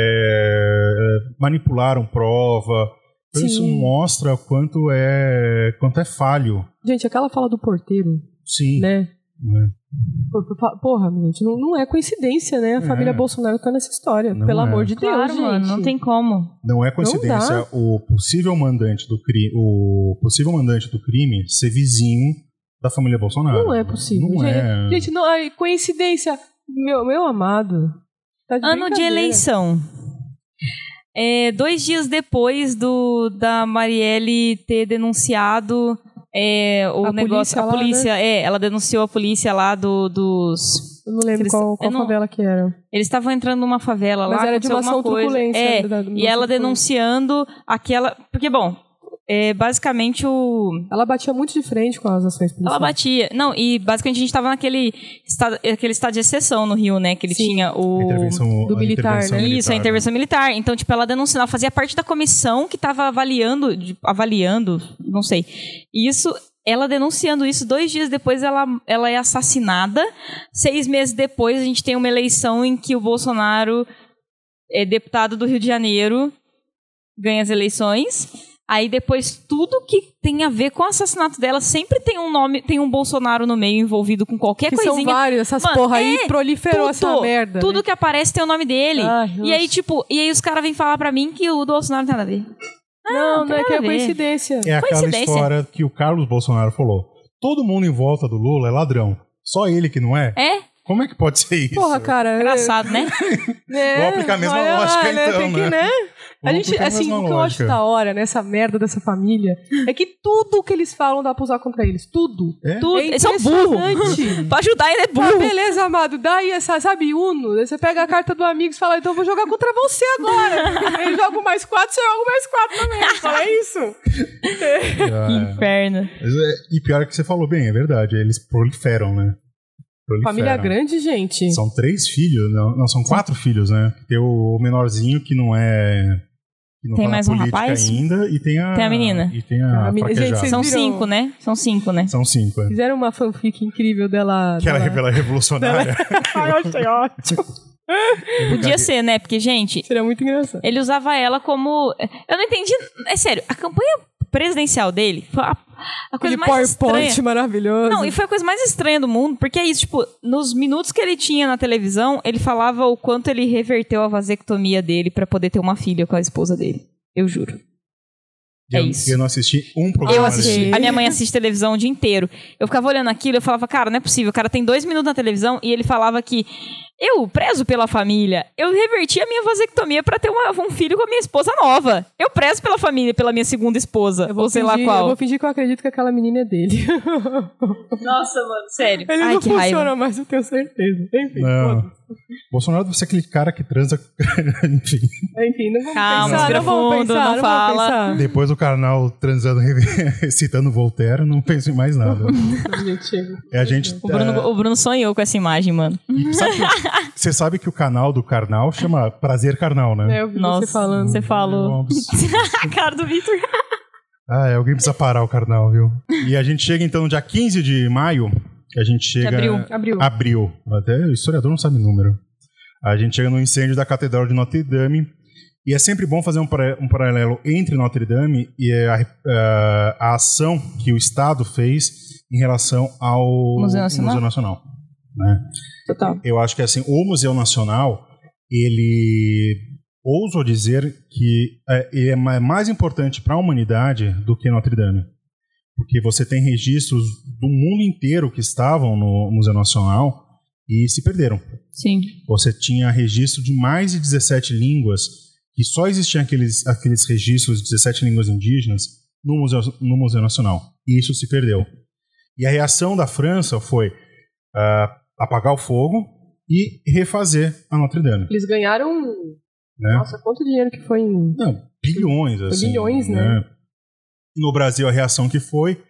S1: eh, manipularam prova. Então
S3: Sim.
S1: isso mostra quanto é quanto é falho.
S3: Gente, aquela fala do porteiro
S1: Sim.
S3: né?
S1: né?
S3: Pô, pô, fa- Porra, gente, não, não é coincidência, né? A
S1: É.
S3: família Bolsonaro tá nessa história.
S1: Não
S3: pelo
S1: é.
S3: amor de Deus,
S2: Claro,
S3: gente.
S2: mano, não tem como.
S1: Não é coincidência
S3: dá.
S1: o possível mandante do crime, o possível mandante do crime ser vizinho da família Bolsonaro.
S3: Não é possível.
S1: Não
S3: gente,
S1: é.
S3: gente, não, ai, coincidência. Meu, meu amado. Tá de
S2: Ano de
S3: brincadeira.
S2: eleição. É, dois dias depois do da Marielle ter denunciado é, o
S3: A
S2: negócio.
S3: polícia lá,
S2: a polícia, é, ela denunciou a polícia lá do, dos.
S3: Eu não lembro
S2: Eles-
S3: qual, qual
S2: eu não-
S3: favela que era.
S2: Eles estavam entrando numa favela
S3: Mas
S2: lá.
S3: era de
S2: aconteceu
S3: uma
S2: alguma
S3: ação
S2: coisa.
S3: truculência.
S2: É,
S3: da- da-
S2: E ela
S3: truculência.
S2: denunciando aquela. Porque, bom, é, basicamente o.
S3: Ela batia muito de frente com as ações policiais.
S2: Ela batia. Não, e basicamente a gente tava naquele estado, aquele estado de exceção no Rio, né? Que ele
S3: Sim.
S2: tinha o.
S1: A intervenção,
S3: do
S1: a
S3: militar,
S1: intervenção
S3: né?
S1: militar,
S2: Isso, a intervenção militar. Então, tipo, ela denunciou, ela fazia parte da comissão que estava avaliando, de- avaliando, não sei. Isso, ela denunciando isso, dois dias depois ela, ela é assassinada. Seis meses depois, a gente tem uma eleição em que o Bolsonaro é deputado do Rio de Janeiro, ganha as eleições. Aí depois tudo que tem a ver com o assassinato dela sempre tem um nome, tem um Bolsonaro no meio envolvido com qualquer
S3: Que são
S2: coisinha.
S3: várias, essas
S2: Mano,
S3: porra
S2: é,
S3: aí proliferou essa
S2: tudo,
S3: merda.
S2: Tudo que aparece tem o nome dele.
S3: né? Ai,
S2: E aí,
S3: nossa.
S2: tipo, e aí os caras vêm falar pra mim que o Bolsonaro não tem nada a ver.
S3: Não, não é
S2: tem
S3: que
S2: nada
S3: é
S2: a ver.
S3: coincidência.
S1: É aquela
S2: Coincidência.
S1: história que o Carlos Bolsonaro falou. Todo mundo em volta do Lula é ladrão. Só ele que não é?
S2: É?
S1: Como é que pode ser isso?
S3: Porra, cara.
S2: Engraçado, né?
S3: É,
S1: Vou aplicar a mesma
S3: olha
S1: lógica, então,
S3: tem que,
S1: né?
S3: A
S1: Vamos
S3: gente,
S1: aplicar a
S3: assim,
S1: mesma
S3: o que eu acho
S1: lógica.
S3: da hora nessa merda dessa família é que tudo que eles falam dá pra usar contra eles. Tudo.
S1: É?
S2: Tu,
S3: É
S2: eles são burros.
S3: impressionante.
S2: Pra ajudar, ele é
S3: Tá,
S2: burro.
S3: beleza, amado. Daí essa, sabe, Uno. Daí Você pega a carta do amigo e fala, então eu vou jogar contra você agora. Aí eu jogo mais quatro, você joga mais quatro também. Fala "É isso. Tá
S1: É.
S2: Inferno.
S1: Mas é- E pior é que você falou bem, é verdade. Eles proliferam, né? Proliferam.
S3: Família grande, gente.
S1: São três filhos, não, não, são quatro filhos, né? Tem o menorzinho que não é. Que não
S2: Tem
S1: tá
S2: mais um
S1: na política
S2: rapaz?
S1: ainda, e tem a.
S2: Tem a menina.
S1: E tem a.
S3: A meni- gente,
S1: fraquejada.
S3: vocês-
S2: São
S3: viram-
S2: cinco, né? São cinco, né?
S1: São cinco, é.
S3: Fizeram uma fanfic incrível dela.
S1: Que ela
S3: dela-
S1: revela revolucionária.
S3: Ai, eu achei ótimo.
S2: Podia ser, né? Porque, gente,
S3: Seria muito engraçado.
S2: ele usava ela como. eh, Eu não entendi. É sério, a campanha presidencial dele foi a, a coisa
S3: Aquele
S2: mais
S3: PowerPoint
S2: estranha.
S3: maravilhoso.
S2: Não, e foi a coisa mais estranha do mundo, porque é isso, tipo, nos minutos que ele tinha na televisão, ele falava o quanto ele reverteu a vasectomia dele pra poder ter uma filha com a esposa dele. Eu juro.
S1: E eu-
S2: É isso.
S1: e Eu não assisti um programa
S2: Eu
S1: dele.
S2: assisti.
S3: Sim.
S2: A minha mãe assiste televisão o dia inteiro. Eu ficava olhando aquilo e eu falava, cara, não é possível. O cara tem dois minutos na televisão e ele falava que eu prezo pela família. Eu reverti a minha vasectomia pra ter uma- um filho com a minha esposa nova. Eu prezo pela família, pela minha segunda esposa.
S3: Eu vou
S2: Ou sei
S3: fingir,
S2: lá qual.
S3: Eu vou fingir que eu acredito que aquela menina é dele.
S2: Nossa, mano, sério.
S3: Ele
S2: Ai,
S3: não
S2: que
S3: funciona
S2: raiva.
S3: mais, eu tenho certeza. Enfim,
S1: Não. Bolsonaro deve ser aquele cara que transa. Enfim.
S3: foda-se. Enfim não vamos
S2: Calma,
S3: pensar,
S2: respira
S3: não vamos
S2: fundo,
S3: pensar,
S2: não
S3: não
S2: fala.
S3: vamos
S1: Depois do canal transando, recitando Voltaire, não penso em mais nada.
S3: pensar. Não, gente, chega.
S1: É a gente.
S2: O Bruno, o Bruno sonhou com essa imagem, mano.
S1: E sabe que- você sabe que o canal do Karnal chama Prazer Carnal, né?
S3: É, eu vi
S2: Nossa,
S3: você falando.
S2: você falou. Tá
S1: Vamos.
S2: A cara do Victor.
S1: Ah, é, alguém precisa parar o Karnal, viu? E a gente chega então no dia 15 de maio, que a gente chega...
S2: abril.
S3: Abriu.
S1: Abril. Até o historiador não sabe número. A gente chega no incêndio da Catedral de Notre Dame. E é sempre bom fazer um, para- um paralelo entre Notre Dame e a, eh, a ação que o Estado fez em relação ao
S2: Museu Nacional?
S1: Museu Nacional né?
S3: Total.
S1: eu acho que assim, o Museu Nacional, ele ouso dizer que é, ele é ma- mais importante para a humanidade do que Notre Dame. Porque você tem registros do mundo inteiro que estavam no Museu Nacional e se perderam.
S2: Sim.
S1: Você tinha registro de mais de 17 línguas, que só existiam aqueles, aqueles registros de 17 línguas indígenas no Museu, no Museu Nacional. E isso se perdeu. E a reação da França foi ah, apagar o fogo e refazer a Notre Dame.
S3: Eles ganharam. um.
S1: Né?
S3: Nossa, quanto dinheiro que foi em. um?
S1: Não, bilhões, assim.
S3: bilhões, né?
S1: No Brasil, a reação que foi,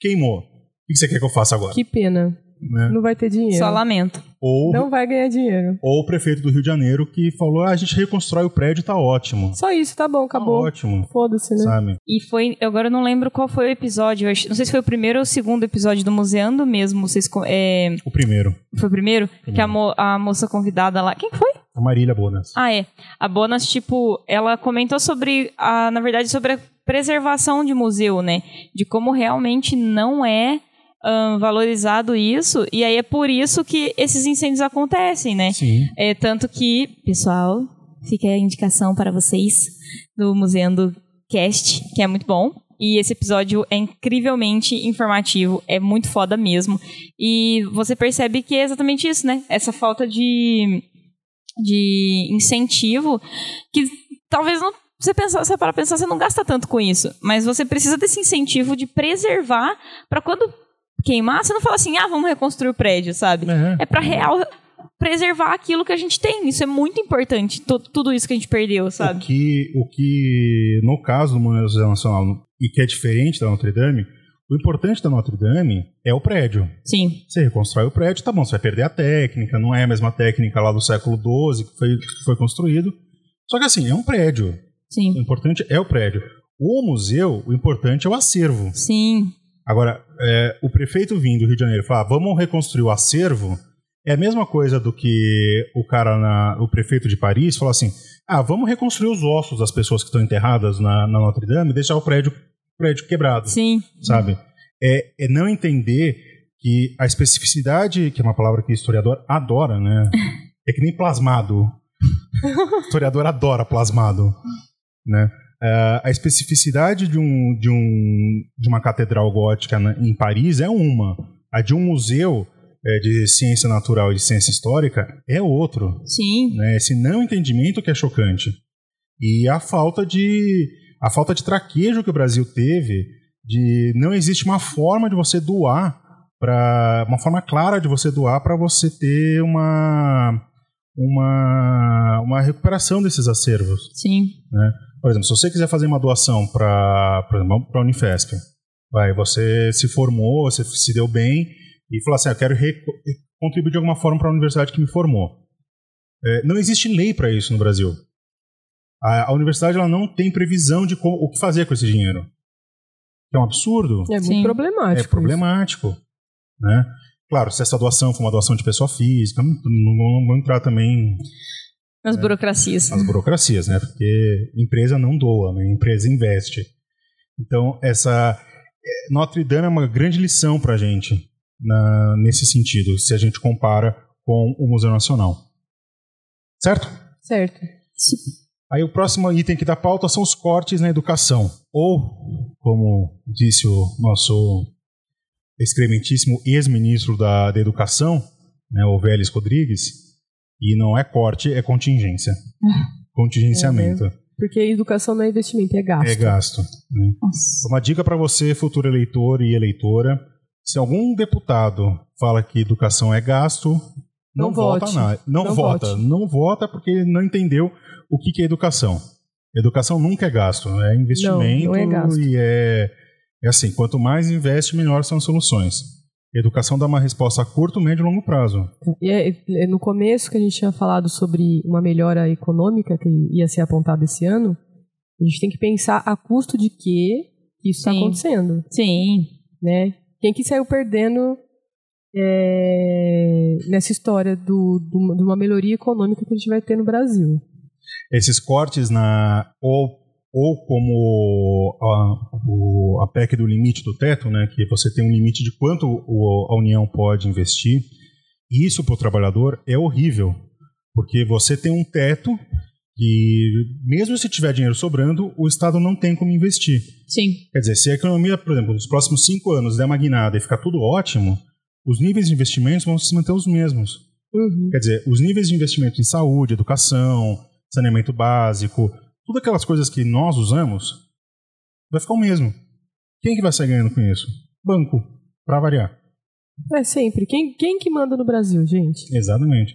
S1: queimou. O que você quer que eu faça agora?
S3: Que pena.
S1: Né?
S3: Não vai ter dinheiro.
S2: Só lamento.
S1: Ou,
S3: Não vai ganhar dinheiro.
S1: ou o prefeito do Rio de Janeiro que falou, ah, a gente reconstrói o prédio, tá ótimo.
S3: Só isso, tá bom,
S1: Tá
S3: acabou.
S1: ótimo,
S3: Foda-se, né?
S1: sabe?
S2: E foi. Agora eu não lembro qual foi o episódio. eu acho- Não sei se foi o primeiro ou o segundo episódio do Museando mesmo. Vocês, co- é,
S1: O primeiro,
S2: foi o primeiro? Que a,
S1: Primeiro.
S2: mo- a moça convidada lá. Quem que foi?
S1: a Marília Bonas.
S2: Ah, é. A Bonas, tipo, ela comentou sobre. A, na verdade, sobre a preservação de museu, né? De como realmente não é. ahn, valorizado isso, e aí é por isso que esses incêndios acontecem, né?
S1: Sim.
S2: É, tanto que, pessoal, fica a indicação para vocês do Museando Cast, que é muito bom. E esse episódio é incrivelmente informativo, é muito foda mesmo. E você percebe que é exatamente isso, né? Essa falta de, de incentivo que talvez não. Você pensar, você para pensar, você não gasta tanto com isso, mas você precisa desse incentivo de preservar para quando queimar, você não fala assim, ah, vamos reconstruir o prédio, sabe?
S1: É.
S2: é para real preservar aquilo que a gente tem. Isso é muito importante, tu- tudo isso que a gente perdeu,
S1: O
S2: sabe?
S1: que, o que, no caso do Museu Nacional, e que é diferente da Notre Dame, o importante da Notre Dame é o prédio.
S2: Sim.
S1: Você reconstrói o prédio, tá bom, você vai perder a técnica, não é a mesma técnica lá do século XII que foi, que foi construído. Só que assim, é um prédio. O
S2: Sim.
S1: importante é o prédio. O museu, o importante é o acervo.
S2: Sim.
S1: Agora, é, o prefeito vindo do Rio de Janeiro falar, vamos reconstruir o acervo, é a mesma coisa do que o cara, na- o prefeito de Paris, falar assim, ah, vamos reconstruir os ossos das pessoas que estão enterradas na, na Notre Dame e deixar o prédio, prédio quebrado,
S2: Sim.
S1: sabe? É, é não entender que a especificidade, que é uma palavra que o historiador adora, né? É que nem plasmado. o historiador adora plasmado, né? Ah, a especificidade de, um, de, um, de uma catedral gótica na- em Paris é uma. A de um museu eh, de ciência natural e de ciência histórica é outro.
S2: Sim.
S1: Né? Esse não entendimento que é chocante. E a falta de a falta de traquejo que o Brasil teve de não existe uma forma de você doar para uma forma clara de você doar para você ter uma uma uma recuperação desses acervos.
S2: Sim.
S1: Por exemplo, se você quiser fazer uma doação para para a Unifesp, vai, você se formou, você se deu bem e falou assim, ah, eu quero reco- contribuir de alguma forma para a universidade que me formou. É, não existe lei para isso no Brasil. A, a universidade ela não tem previsão de co- o que fazer com esse dinheiro. É um absurdo.
S3: É muito
S2: Sim.
S3: problemático.
S1: É
S3: isso.
S1: problemático, né? Claro, se essa doação for uma doação de pessoa física, não, não- não vou entrar também
S2: Nas burocracias.
S1: as burocracias, né? Porque empresa não doa, né? Empresa investe. Então, essa eh, Notre Dame é uma grande lição para a gente na- nesse sentido, se a gente compara com o Museu Nacional. Certo?
S3: Certo.
S1: Aí o próximo item aqui da pauta são os cortes na educação. Ou, como disse o nosso excrementíssimo ex-ministro da, da Educação, né, o Vélez Rodrigues, e não é corte, é contingência. Contingenciamento.
S3: Porque educação não é investimento, é gasto.
S1: É gasto. né?
S2: Nossa.
S1: Uma dica para você, futuro eleitor e eleitora: se algum deputado fala que educação é gasto, não,
S3: Não
S1: vota
S3: vote.
S1: na- Não,
S3: Não
S1: vota.
S3: vote.
S1: Não vota porque ele não entendeu o que, que é educação. Educação nunca é gasto, é investimento
S3: não é gasto.
S1: e é, é assim, quanto mais investe, melhores são as soluções. Educação dá uma resposta a curto, médio e longo prazo.
S3: E é- é no começo que a gente tinha falado sobre uma melhora econômica que ia ser apontada esse ano, a gente tem que pensar a custo de que isso está
S2: Sim.
S3: acontecendo,
S2: Sim.
S3: né? Quem que saiu perdendo é, nessa história do, do- de uma melhoria econômica que a gente vai ter no Brasil?
S1: esses cortes na ou, ou como a, o- a PEC do limite do teto, né, que você tem um limite de quanto o- a União pode investir, isso para o trabalhador é horrível, porque você tem um teto que, mesmo se tiver dinheiro sobrando, o Estado não tem como investir.
S2: Sim.
S1: Quer dizer, se a economia, por exemplo, nos próximos cinco anos der uma guinada e ficar tudo ótimo, os níveis de investimentos vão se manter os mesmos. Quer dizer, os níveis de investimento em saúde, educação, saneamento básico, todas aquelas coisas que nós usamos, vai ficar o mesmo. Quem que vai sair ganhando com isso? Banco, para variar.
S3: É sempre. Quem, quem que manda no Brasil, gente?
S1: Exatamente.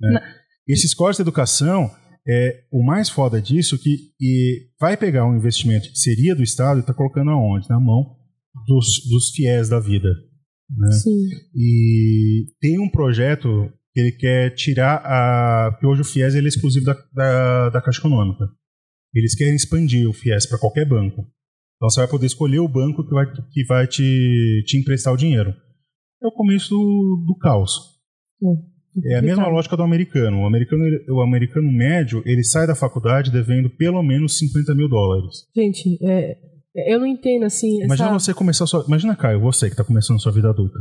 S1: né? Esses cortes de educação, é o mais foda disso é que e vai pegar um investimento que seria do Estado e está colocando aonde? Na mão dos, dos fiéis da vida. né?
S3: Sim.
S1: e tem um projeto que ele quer tirar a que hoje o Fies ele é exclusivo da, da, da Caixa Econômica. Eles querem expandir o Fies para qualquer banco. Então você vai poder escolher o banco que vai, que vai te, te emprestar o dinheiro. É o começo do, do caos. É
S3: Então.
S1: a mesma lógica do americano. O americano, ele- o americano médio ele sai da faculdade devendo pelo menos 50 mil dólares.
S3: Gente, é, Eu não entendo, assim.
S1: Imagina
S3: essa-
S1: você começar sua. Imagina, Caio, você que tá começando sua vida adulta.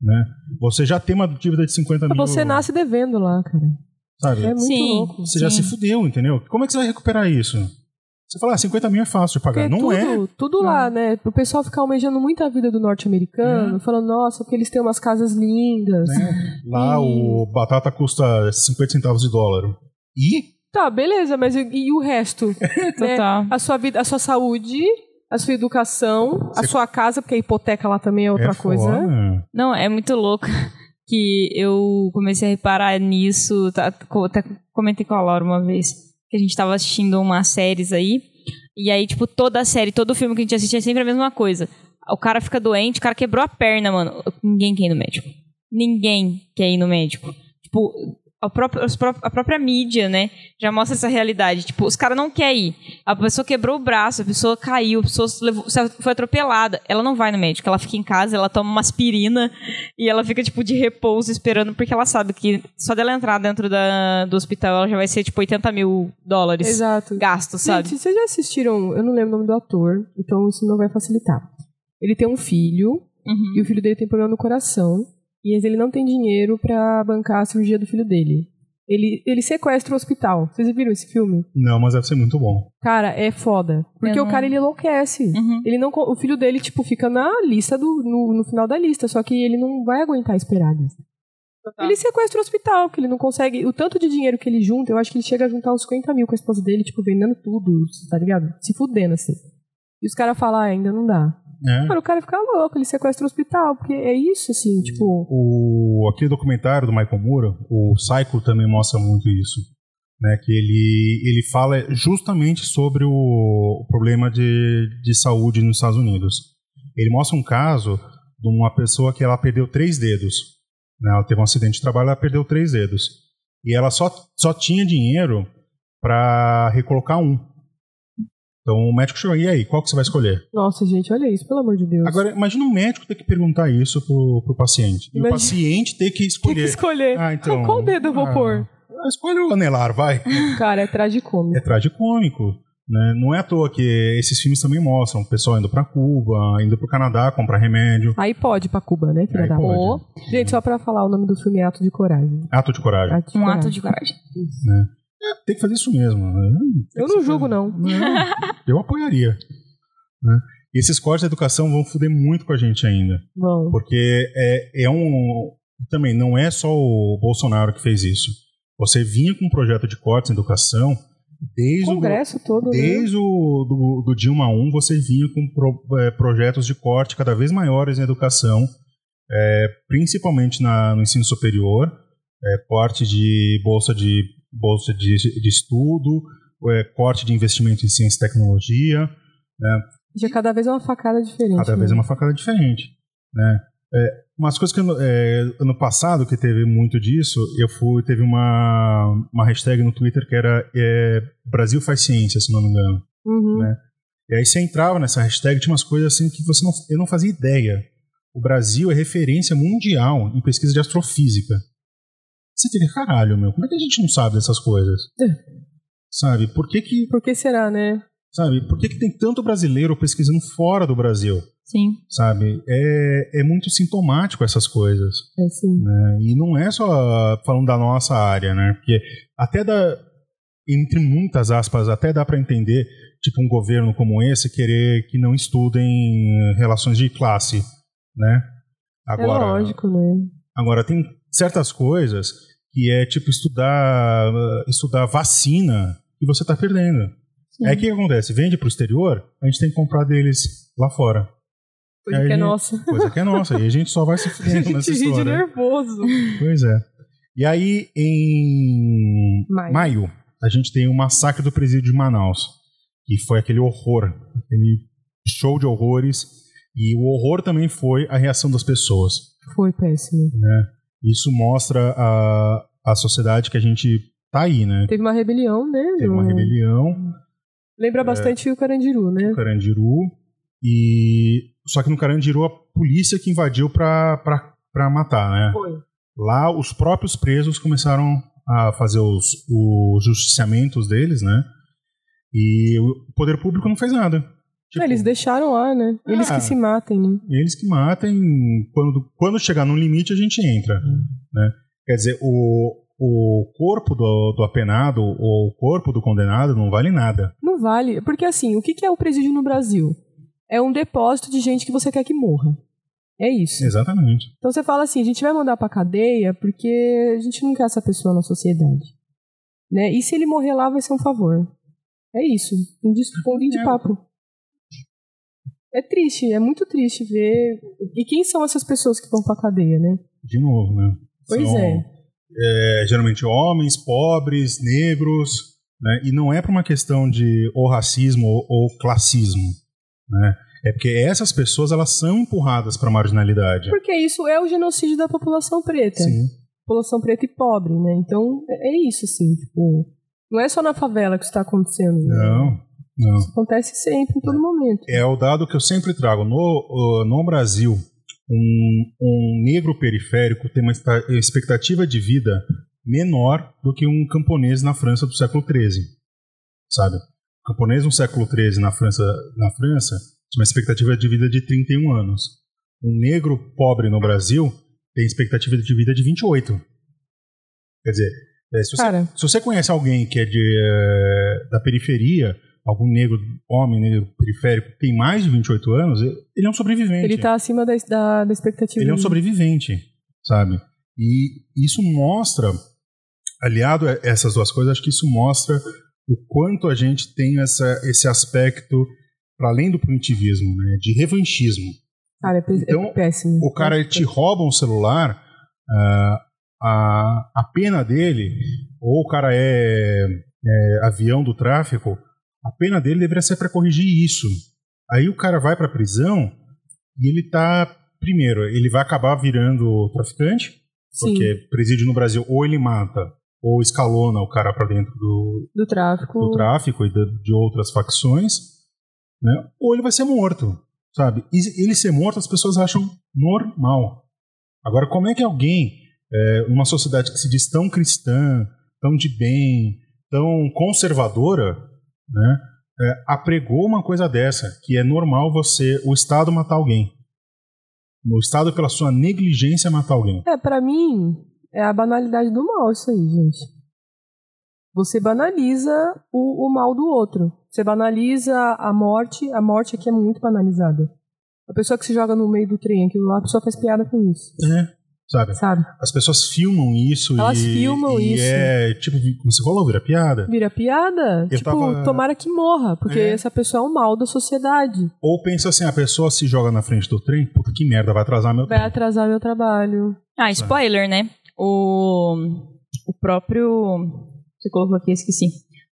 S1: Né? Você já tem uma dívida de 50 mil.
S3: Você nasce devendo lá, cara.
S1: Sabe?
S3: É muito
S2: Sim.
S3: louco.
S1: Você já
S2: Sim.
S1: se fudeu, entendeu? Como é que você vai recuperar isso? Você fala, ah, 50 mil é fácil de pagar.
S3: Porque
S1: Não
S3: tudo,
S1: é.
S3: tudo lá, né? Pro pessoal ficar almejando muito a vida do
S1: É.
S3: norte-americano, falando, nossa, porque eles têm umas casas lindas.
S1: né? Lá o batata custa 50 centavos de dólar. E?
S3: Tá, beleza, mas e, e o resto? né?
S2: Total.
S3: A sua vida, a sua saúde, a sua educação, a
S1: Você-
S3: sua casa, porque a hipoteca lá também é outra
S1: é
S3: coisa.
S1: foda.
S2: Não, é muito louco que eu comecei a reparar nisso. tá- co- Até comentei com a Laura uma vez que a gente tava assistindo umas séries aí. E aí, tipo, toda a série, todo o filme que a gente assistia é sempre a mesma coisa. O cara fica doente, o cara quebrou a perna, mano. Ninguém quer ir no médico. Ninguém quer ir no médico. Tipo, a própria, os pró- a própria mídia, né? Já mostra essa realidade. Tipo, os caras não querem ir. A pessoa quebrou o braço, a pessoa caiu, a pessoa se levou- se- foi atropelada. Ela não vai no médico, ela fica em casa, ela toma uma aspirina e ela fica, tipo, de repouso esperando, porque ela sabe que só dela entrar dentro da, do hospital ela já vai ser, tipo, 80 mil dólares
S3: Exato.
S2: gastos, sabe?
S3: Gente, vocês já assistiram? Eu não lembro o nome do ator, então isso não vai facilitar. Ele tem um filho,
S2: Uhum.
S3: e o filho dele tem problema no coração. E ele não tem dinheiro pra bancar a cirurgia do filho dele. Ele, ele sequestra o hospital. Vocês viram esse filme?
S1: Não, mas deve ser muito bom.
S3: Cara, é foda. Porque
S2: Eu
S3: o cara,
S2: não-
S3: ele enlouquece.
S2: Uhum.
S3: Ele não, co- o filho dele, tipo, fica na lista do, no, no final da lista, só que ele não vai aguentar esperar a lista. Ele sequestra o hospital, que ele não consegue. O tanto de dinheiro que ele junta, eu acho que ele chega a juntar uns 50 mil com a esposa dele, tipo, vendendo tudo, tá ligado? Se fudendo, assim. E os caras falam, ah, ainda não dá.
S1: É.
S3: Cara, o cara fica louco, ele sequestra o hospital, porque é isso, assim, tipo.
S1: O, aquele documentário do Michael Moura, o Psycho, também mostra muito isso. Né, que ele, ele fala justamente sobre o, o problema de, de saúde nos Estados Unidos. Ele mostra um caso de uma pessoa que ela perdeu três dedos. né, ela teve um acidente de trabalho, ela perdeu três dedos. E ela só, só tinha dinheiro para recolocar um. Então o médico chegou, e aí, qual que você vai escolher?
S3: Nossa, gente, olha isso, pelo amor de Deus.
S1: Agora, imagina um médico ter que perguntar isso pro, pro paciente. E o
S3: Imagina-
S1: paciente ter que
S3: tem que
S1: escolher.
S3: escolher.
S1: Ah, então.
S3: Qual dedo eu vou
S1: ah,
S3: pôr?
S1: ah, Escolha o anelar, vai.
S3: Cara, é tragicômico.
S1: É tragicômico. Né? Não é à toa que esses filmes também mostram o pessoal indo pra Cuba, indo pro Canadá comprar remédio.
S3: Aí pode pra Cuba, né, filha
S1: Aí
S3: da
S1: pode.
S3: Ô. Gente, só pra falar, o nome do filme é Ato de Coragem.
S1: Ato de coragem.
S3: Ato de
S2: Um
S3: Coragem.
S2: ato de coragem.
S1: Tem que fazer isso mesmo. né?
S3: Eu não julgo, não.
S1: Não, eu apoiaria. né? E esses cortes de educação vão foder muito com a gente ainda.
S3: Vão.
S1: Porque é, é um. Também não é só o Bolsonaro que fez isso. Você vinha com um projeto de cortes em educação desde o.
S3: Congresso todo, né?
S1: Desde o do, do Dilma 1, você vinha com pro- eh, projetos de corte cada vez maiores em educação, eh, principalmente na- no ensino superior, eh, corte de bolsa de, bolsa de, de estudo, eh, corte de investimento em ciência e tecnologia,
S3: Já cada vez é uma facada diferente.
S1: Cada
S3: né?
S1: vez é uma facada diferente, né? É, umas coisas que ano, é, ano passado que teve muito disso, eu fui teve uma uma hashtag no Twitter que era é, Brasil faz ciência, se não me engano.
S3: Uhum.
S1: né? E aí você entrava nessa hashtag tinha umas coisas assim que você não eu não fazia ideia. O Brasil é referência mundial em pesquisa de astrofísica. Você fica, caralho, meu, como é que a gente não sabe dessas coisas?
S3: É.
S1: Sabe? Por que que,
S3: Por que será, né?
S1: sabe, por que que tem tanto brasileiro pesquisando fora do Brasil?
S2: Sim.
S1: sabe? É, é muito sintomático essas coisas.
S3: É assim.
S1: né? E não é só falando da nossa área, né? Porque até dá, entre muitas aspas, até dá para entender, tipo, um governo como esse querer que não estudem eh, relações de classe, né?
S3: é
S1: Agora,
S3: lógico, né?
S1: agora tem certas coisas que é tipo estudar eh, estudar vacina que você tá perdendo.
S2: Sim.
S1: É o que acontece, vende pro exterior, a gente tem que comprar deles lá fora.
S3: Porque
S1: Aí
S3: é
S1: ele-
S3: nossa.
S1: Coisa que é nossa, e a gente só vai se
S3: A
S1: fudendo
S3: gente
S1: nessa
S3: ri de
S1: história.
S3: nervoso.
S1: Pois é. E aí, em
S3: Maio.
S1: maio, a gente tem o massacre do presídio de Manaus, que foi aquele horror, aquele show de horrores, e o horror também foi a reação das pessoas.
S3: Foi péssimo.
S1: Isso mostra a, a sociedade que a gente tá aí, né?
S3: Teve uma rebelião, né?
S1: Teve uma
S3: no-
S1: rebelião, é.
S3: Lembra bastante o Carandiru, né?
S1: no Carandiru, e só que no Carandiru a polícia que invadiu pra, pra, pra matar, né?
S3: Foi.
S1: Lá, os próprios presos começaram a fazer os, os justiciamentos deles, né? E o poder público não fez nada. Tipo,
S3: Eles deixaram lá, né? Eles
S1: Ah.
S3: que se matem, né?
S1: Eles que matem. Quando, quando chegar num limite, a gente entra.
S3: Hum.
S1: Né? Quer dizer, o, o corpo do, do apenado ou o corpo do condenado não vale nada.
S3: Não vale. Porque assim, o que que é o presídio no Brasil? É um depósito de gente que você quer que morra. É isso.
S1: Exatamente.
S3: Então você fala assim, a gente vai mandar pra cadeia porque a gente não quer essa pessoa na sociedade. Né? E se ele morrer lá, vai ser um favor. É isso. Um desconto de
S1: É.
S3: papo. É triste, é muito triste ver. E quem são essas pessoas que vão pra cadeia, né?
S1: De novo, né?
S3: Pois
S1: São,
S3: é.
S1: é, Geralmente homens, pobres, negros. Né? E não é por uma questão de ou racismo ou, ou classismo. Né? É porque essas pessoas elas são empurradas para a marginalidade.
S3: Porque isso é o genocídio da população preta.
S1: Sim.
S3: população preta e pobre, né? Então é é isso, assim, tipo, não é só na favela que isso tá acontecendo. né?
S1: Não, não.
S3: Isso acontece sempre, em todo momento.
S1: é o dado que eu sempre trago. No, uh, no Brasil, um, um negro periférico tem uma esta- expectativa de vida menor do que um camponês na França do século XIII. Sabe? O camponês no século XIII na França, na França tinha uma expectativa de vida de 31 anos. Um negro pobre no Brasil tem expectativa de vida de 28. Quer dizer, é, se você
S3: Cara,
S1: se você conhece alguém que é de, eh, da periferia, algum negro, homem negro periférico, que tem mais de 28 anos, e- ele é um sobrevivente.
S3: ele tá acima da, da, da expectativa.
S1: Ele é um sobrevivente, sabe? E isso mostra, aliado a essas duas coisas, acho que isso mostra o quanto a gente tem essa, esse aspecto, para além do punitivismo, né, de revanchismo.
S3: Cara, é, pé- é
S1: Então,
S3: péssimo.
S1: O cara ele te rouba um celular, ah, a, a pena dele, ou o cara é, é avião do tráfico, a pena dele deveria ser para corrigir isso. Aí o cara vai para prisão e ele tá. Primeiro, ele vai acabar virando traficante,
S3: Sim,
S1: porque presídio no Brasil ou ele mata ou escalona o cara para dentro do,
S3: do tráfico.
S1: do tráfico e de, de outras facções, né? ou ele vai ser morto, sabe? E se ele ser morto as pessoas acham normal. Agora, como é que alguém, é, numa sociedade que se diz tão cristã, tão de bem, tão conservadora, né, é, apregou uma coisa dessa, que é normal você, o Estado matar alguém? O Estado, pela sua negligência, matar alguém.
S3: É, pra mim, é a banalidade do mal isso aí, gente. Você banaliza o, o mal do outro. Você banaliza a morte. A morte aqui é muito banalizada. A pessoa que se joga no meio do trem, aquilo lá, a pessoa faz piada com isso.
S1: É, sabe?
S3: Sabe?
S1: As pessoas filmam isso
S3: Elas
S1: e,
S3: filmam
S1: e
S3: isso.
S1: é tipo, como você falou, vira piada.
S3: Vira piada?
S1: Eu
S3: tipo,
S1: tava-
S3: tomara que morra, porque
S1: É.
S3: essa pessoa é um mal da sociedade.
S1: Ou pensa assim, a pessoa se joga na frente do trem, puta que merda, vai atrasar meu
S3: Vai
S1: trem.
S3: atrasar meu trabalho.
S2: Ah, spoiler, né? O, o próprio. Você colocou aqui, esqueci.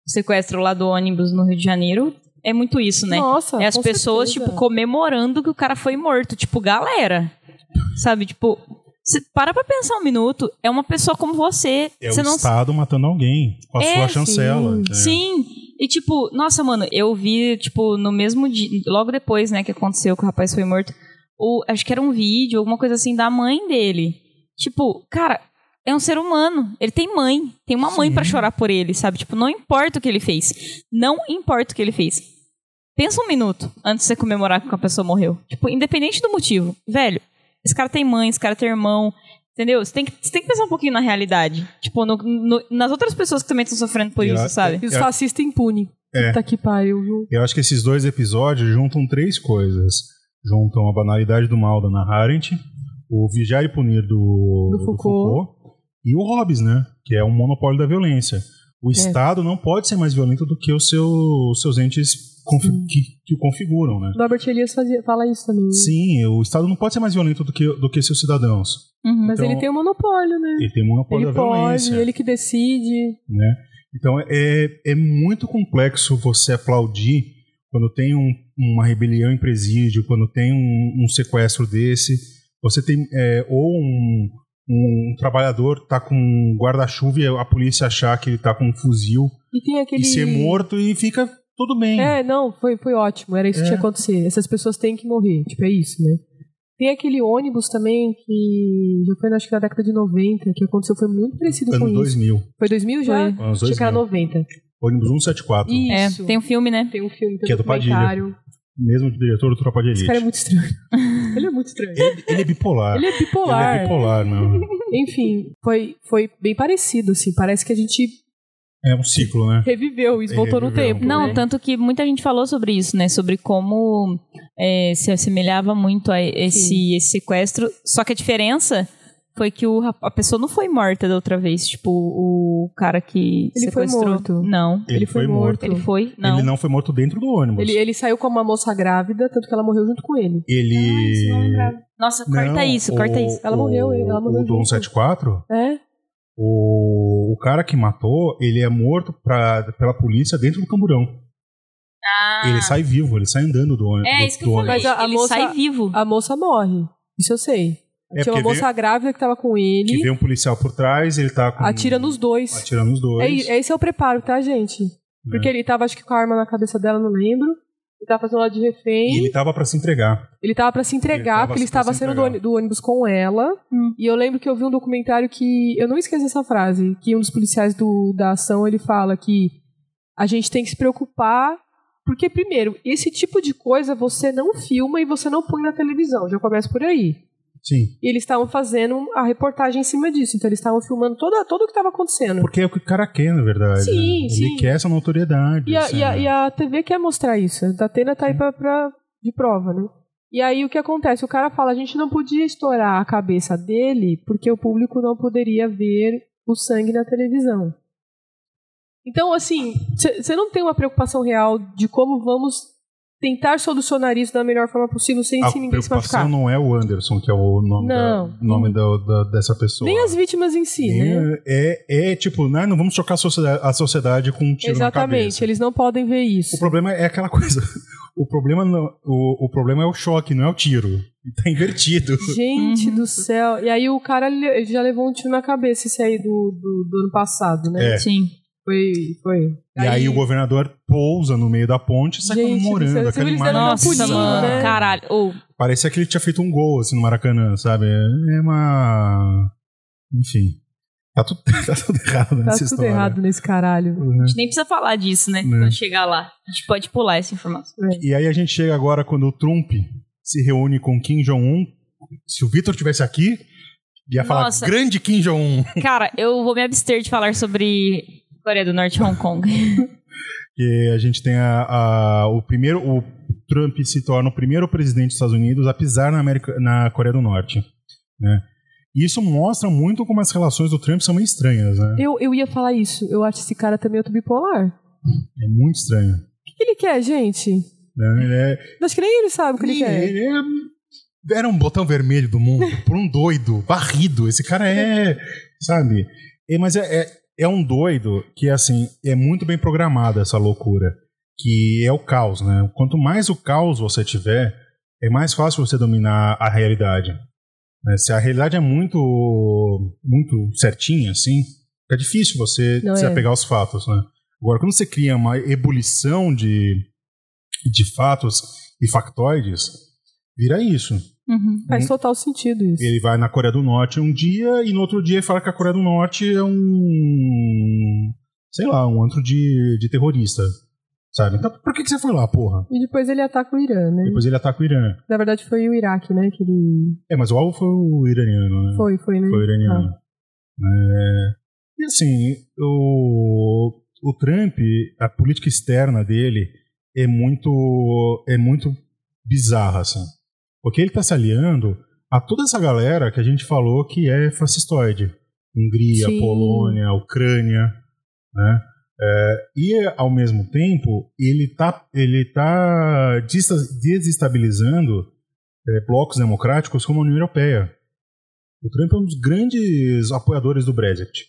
S2: O sequestro lá do ônibus no Rio de Janeiro é muito isso, né?
S3: Nossa,
S2: é as
S3: com
S2: pessoas,
S3: certeza.
S2: tipo, comemorando que o cara foi morto. Tipo, galera. Sabe? Tipo, você para pra pensar um minuto. É uma pessoa como você.
S1: É
S2: você
S1: o
S2: não
S1: Estado matando alguém com a
S2: É,
S1: sua chancela.
S3: sim.
S1: né?
S2: Sim. E tipo, nossa, mano, eu vi, tipo, no mesmo dia, logo depois, né, que aconteceu que o rapaz foi morto, ou acho que era um vídeo, alguma coisa assim, da mãe dele. Tipo, cara, é um ser humano. Ele tem mãe. Tem uma mãe
S1: Sim.
S2: pra chorar por ele, sabe? Tipo, não importa o que ele fez. Não importa o que ele fez. Pensa um minuto antes de você comemorar que a pessoa morreu. Tipo, independente do motivo. Velho, esse cara tem mãe, esse cara tem irmão. Entendeu? Você tem que, você tem que pensar um pouquinho na realidade. Tipo, no- no- nas outras pessoas que também estão sofrendo por
S1: E
S2: isso,
S1: a-
S2: sabe?
S3: E os
S1: É.
S3: fascistas impune.
S1: É.
S3: Puta que pariu, viu?
S1: Eu acho que esses dois episódios juntam três coisas. Juntam a banalidade do mal da Hannah Arendt, o vigiar e punir do,
S3: Do
S1: do
S3: Foucault.
S1: e o Hobbes, né? Que é um monopólio da violência.
S3: É.
S1: O Estado não pode ser mais violento do que os seu- seus entes confi- que, que o configuram, né?
S3: Norbert Elias fazia- fala isso também.
S1: Sim, o Estado não pode ser mais violento do que, do que seus cidadãos.
S2: Uhum.
S3: Mas
S1: Então-
S3: ele tem um monopólio, né?
S1: Ele tem um monopólio
S3: Ele
S1: da violência.
S3: pode, ele que decide.
S1: Então é, é muito complexo você aplaudir quando tem um- uma rebelião em presídio, quando tem um, um sequestro desse, você tem é, ou um, um trabalhador tá com um guarda-chuva e a polícia achar que ele tá com um fuzil
S3: E tem aquele.
S1: e ser morto e fica tudo bem.
S3: É, não, foi, foi ótimo. Era isso que
S1: É.
S3: tinha que acontecer. Essas pessoas têm que morrer. Tipo, é isso, né? Tem aquele ônibus também que já foi, acho que na década de 90, que aconteceu, foi muito parecido com
S1: Ano
S3: tipo isso.
S1: 2000,
S3: Foi 2000 já? é?
S2: Foi.
S1: anos
S3: Achei que era
S1: 2000,
S3: 90.
S1: ônibus 174.
S3: Ih.
S2: É,
S3: Isso.
S2: tem um filme, né?
S3: Tem um filme, tem um
S1: Que é do Padilha.
S3: documentário.
S1: mesmo diretor do Tropa de
S3: Esse
S1: Elite.
S3: cara é muito estranho. Ele é muito estranho.
S1: ele, ele é bipolar.
S3: Ele é bipolar.
S1: Ele é bipolar, meu.
S3: Enfim, foi, foi bem parecido, assim. Parece que a gente
S1: É um ciclo, né?
S3: reviveu isso, voltou no
S1: Reviveu.
S3: tempo.
S2: Não,
S3: né?
S2: tanto que muita gente falou sobre isso, né? Sobre como é, se assemelhava muito a esse, esse sequestro. Só que a diferença foi que o, rap- a pessoa não foi morta da outra vez. Tipo, o cara que
S3: Ele foi
S2: sequestrou.
S3: morto. Ah,
S2: Não.
S1: Ele, foi morto.
S2: Ele foi? Não.
S1: Ele não foi morto dentro do ônibus.
S3: Ele, ele saiu com uma moça grávida, tanto que ela morreu junto com ele. Ah,
S1: Ele-
S2: Nossa, corta
S1: Não,
S2: isso, corta
S1: o-
S2: isso.
S3: Ela morreu,
S1: o-
S3: ela morreu
S1: O do
S3: junto.
S1: 174,
S3: É?
S1: o, o cara que matou, ele é morto pra, pela polícia dentro do camburão.
S3: Ah.
S1: Ele sai vivo, ele sai andando do ônibus.
S2: Ah, É
S1: do,
S2: isso que
S1: do
S2: eu falei.
S1: ônibus.
S3: Mas a- a
S2: ele
S3: moça-
S2: sai vivo.
S3: A moça morre. Isso eu sei.
S1: É,
S3: Tinha uma
S1: porque
S3: moça grávida que tava com ele,
S1: Que vem um policial por trás, ele tá com.
S3: atira nos dois.
S1: atira nos
S3: É,
S1: dois. É.
S3: esse é o preparo, tá, gente? Porque ele tava, acho que com a arma na cabeça dela, não lembro. Ele tava fazendo ela de refém.
S1: E
S3: Ele,
S1: ele tava pra se entregar.
S3: tava pra se
S1: Ele
S3: entregar,
S1: tava
S3: porque ele
S1: pra
S3: estava
S1: se
S3: saindo do
S1: entregar.
S3: ôni- do ônibus com ela.
S2: Hum.
S3: E eu lembro que eu vi um documentário que. Eu não esqueço essa frase. Que um dos policiais do, da ação ele fala que a gente tem que se preocupar. Porque, primeiro, esse tipo de coisa você não filma e você não põe na televisão. Já começa por aí.
S1: Sim.
S3: E eles estavam fazendo a reportagem em cima disso. Então eles estavam filmando toda, todo o que estava acontecendo.
S1: Porque é o que o cara quer, na verdade.
S3: Sim,
S1: né? ele
S3: sim.
S1: quer essa notoriedade. assim, né?
S3: E a,
S1: essa-
S3: e a- e a TV quer mostrar isso. A Atena tá aí pra, pra- de prova, né? E aí o que acontece? O cara fala, a gente não podia estourar a cabeça dele porque o público não poderia ver o sangue na televisão. Então, assim, você não tem uma preocupação real de como vamos tentar solucionar isso da melhor forma possível sem,
S1: A
S3: sem ninguém se
S1: preocupação
S3: machucar.
S1: não é o Anderson, que é o nome, da-
S3: Não.
S1: nome da- da- dessa pessoa.
S3: Nem as vítimas em si,
S1: Nem-
S3: né?
S1: é, é tipo, né, não vamos chocar a sociedade, a sociedade com um tiro na
S3: Exatamente,
S1: cabeça.
S3: eles não podem ver isso.
S1: O problema é aquela coisa. O problema, não, o, o problema é o choque, não é o tiro. Tá invertido.
S3: Gente
S2: Uhum.
S3: do céu. E aí o cara le- ele já levou um tiro na cabeça esse aí do, do, do ano passado, né?
S1: É.
S2: Sim.
S3: Foi, foi.
S1: E aí o governador pousa no meio da ponte e sai
S3: Gente do céu,
S1: comemorando.
S3: você
S1: Aquela
S3: viu eles
S1: imagem.
S3: dando um
S2: Nossa,
S3: pulinho,
S2: mano.
S3: né?
S2: Caralho. Ou,
S1: Parecia que ele tinha feito um gol assim no Maracanã, sabe? É uma. Enfim. Tá tudo, tá tudo errado
S3: Tá
S1: nessa
S3: tudo
S1: história. Uhum.
S3: errado nesse caralho.
S2: a gente nem precisa falar disso, né?
S1: É.
S2: Quando chegar lá. A gente pode pular essa informação.
S1: E aí a gente chega agora quando o Trump se reúne com Kim Jong-un. Se o Vitor tivesse aqui, ele ia falar
S2: Nossa.
S1: grande Kim Jong-un.
S2: Cara, eu vou me abster de falar sobre Coreia do Norte e Hong Kong.
S1: E a gente tem a, a- o primeiro. O Trump se torna o primeiro presidente dos Estados Unidos a pisar na, América, na Coreia do Norte. Né? E isso mostra muito como as relações do Trump são meio estranhas, né?
S3: Eu, eu ia falar isso. Eu acho esse cara também outro bipolar. O
S1: É muito estranho.
S3: que, que ele quer, gente?
S1: Né? Ele é,
S3: Acho que nem ele sabe o que ele
S1: Ih,
S3: quer.
S1: ele é- Era um botão vermelho do mundo por um doido, barrido. Esse cara é. Sabe? É, mas é, é, é um doido que, assim, é muito bem programado essa loucura. Que é o caos, né? Quanto mais o caos você tiver, é mais fácil você dominar a realidade. né? Se a realidade é muito, muito certinha, assim, é difícil você
S3: Não
S1: se
S3: é.
S1: apegar aos fatos, né? Agora, quando você cria uma ebulição de, de fatos e factoides, vira isso.
S2: Uhum.
S3: Faz total sentido isso.
S1: Ele vai na Coreia do Norte um dia e no outro dia ele fala que a Coreia do Norte é um. sei lá, um antro de, de terrorista. Sabe? Então por que, que você foi lá, porra?
S3: E depois ele ataca o Irã, né?
S1: Depois ele ataca o Irã.
S3: Na verdade foi o Iraque, né? Que ele.
S1: É, mas o alvo foi o iraniano, né?
S3: Foi, foi, né?
S1: Foi o iraniano. É, E assim, o, o Trump, a política externa dele é muito, é muito bizarra, assim. Porque ele está se aliando a toda essa galera que a gente falou que é fascistoide. Hungria,
S3: Sim.
S1: Polônia, Ucrânia, né? É, e ao mesmo tempo ele está ele tá desta- desestabilizando é, blocos democráticos como a União Europeia. O Trump é um dos grandes apoiadores do Brexit.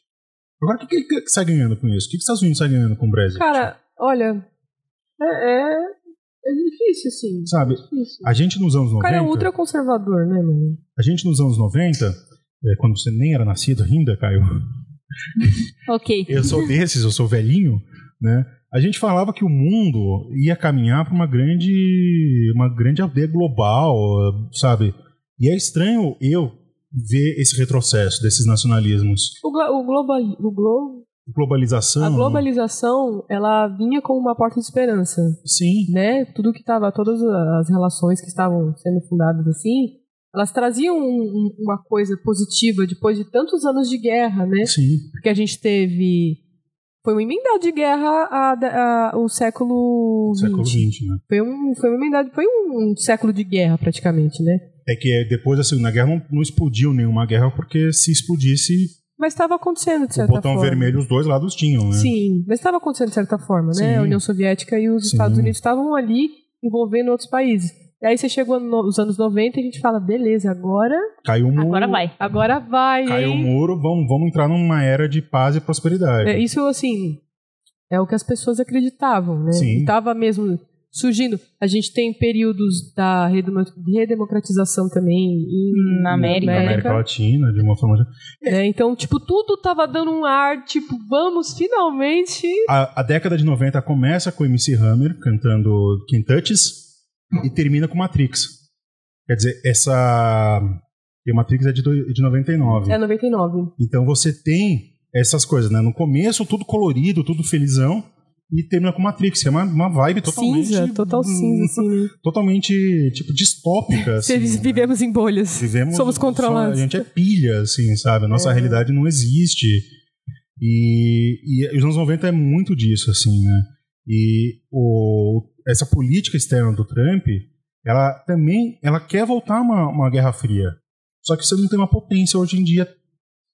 S1: Agora, o que, que, que sai ganhando com isso? O que, que os Estados Unidos sai ganhando com o Brexit?
S3: Cara, olha. É, é, é difícil, assim.
S1: Sabe,
S3: É difícil.
S1: a gente nos anos
S3: O
S1: 90...
S3: cara é ultra conservador, né, mano?
S1: A gente nos anos 90, é, quando você nem era nascido ainda, Caio,
S2: Ok.
S1: eu sou desses, eu sou velhinho, né? A gente falava que o mundo ia caminhar para uma grande, uma grande aldeia global, sabe? E é estranho eu ver esse retrocesso desses nacionalismos.
S3: O, gla- o global. O glo,
S1: globalização.
S3: A globalização, ela vinha com uma porta de esperança,
S1: Sim.
S3: né? Tudo que estava, todas as relações que estavam sendo fundadas assim, elas traziam um- um- uma coisa positiva depois de tantos anos de guerra, né?
S1: Sim.
S3: Porque a gente teve foi uma emendada de guerra a, da- a- o século
S1: Século
S3: XX.
S1: XX, né?
S3: Foi um, foi uma emendada, foi um, um século de guerra praticamente, né?
S1: É que eh, depois da Segunda Guerra não, não explodiu nenhuma guerra, porque se explodisse,
S3: Mas estava acontecendo de
S1: o
S3: certa
S1: botão
S3: forma.
S1: vermelho os dois lados tinham, né?
S3: Sim, mas estava acontecendo de certa forma, né?
S1: Sim.
S3: A União Soviética e os
S1: Sim.
S3: Estados Unidos estavam ali envolvendo outros países. E aí você chegou no- nos anos 90 e a gente fala, beleza, agora,
S1: Caiu o muro.
S2: Agora vai.
S3: agora vai,
S1: Caiu o
S3: hein?
S1: muro, vamos, vamos entrar numa era de paz e prosperidade.
S3: É, isso, assim, é o que as pessoas acreditavam, né?
S1: Sim.
S3: E tava mesmo surgindo. A gente tem períodos da redemo- redemocratização também em-
S2: Na América.
S1: da Né? América Latina, de uma forma.
S3: né? Então, tipo, tudo tava dando um ar, tipo, vamos finalmente...
S1: A, a década de 90 começa com MC Hammer cantando Kentucky's e termina com Matrix. Quer dizer, essa. E Matrix é de, do- de 99.
S3: É 99.
S1: Então você tem essas coisas, né? No começo, tudo colorido, tudo felizão. E termina com Matrix, que é uma, uma vibe totalmente. hum,
S3: Cinza, total cinza, assim, né?
S1: Totalmente, tipo, distópica. assim,
S3: Vocês
S1: né?
S3: vivemos em bolhas.
S1: Vivemos-
S3: Somos controlados. É.
S1: A gente é pilha, assim, sabe? A Nossa realidade não existe. E, e os anos 90 é muito disso, assim, né? E o, essa política externa do Trump, ela também ela quer voltar uma, uma guerra fria. Só que você não tem uma potência hoje em dia,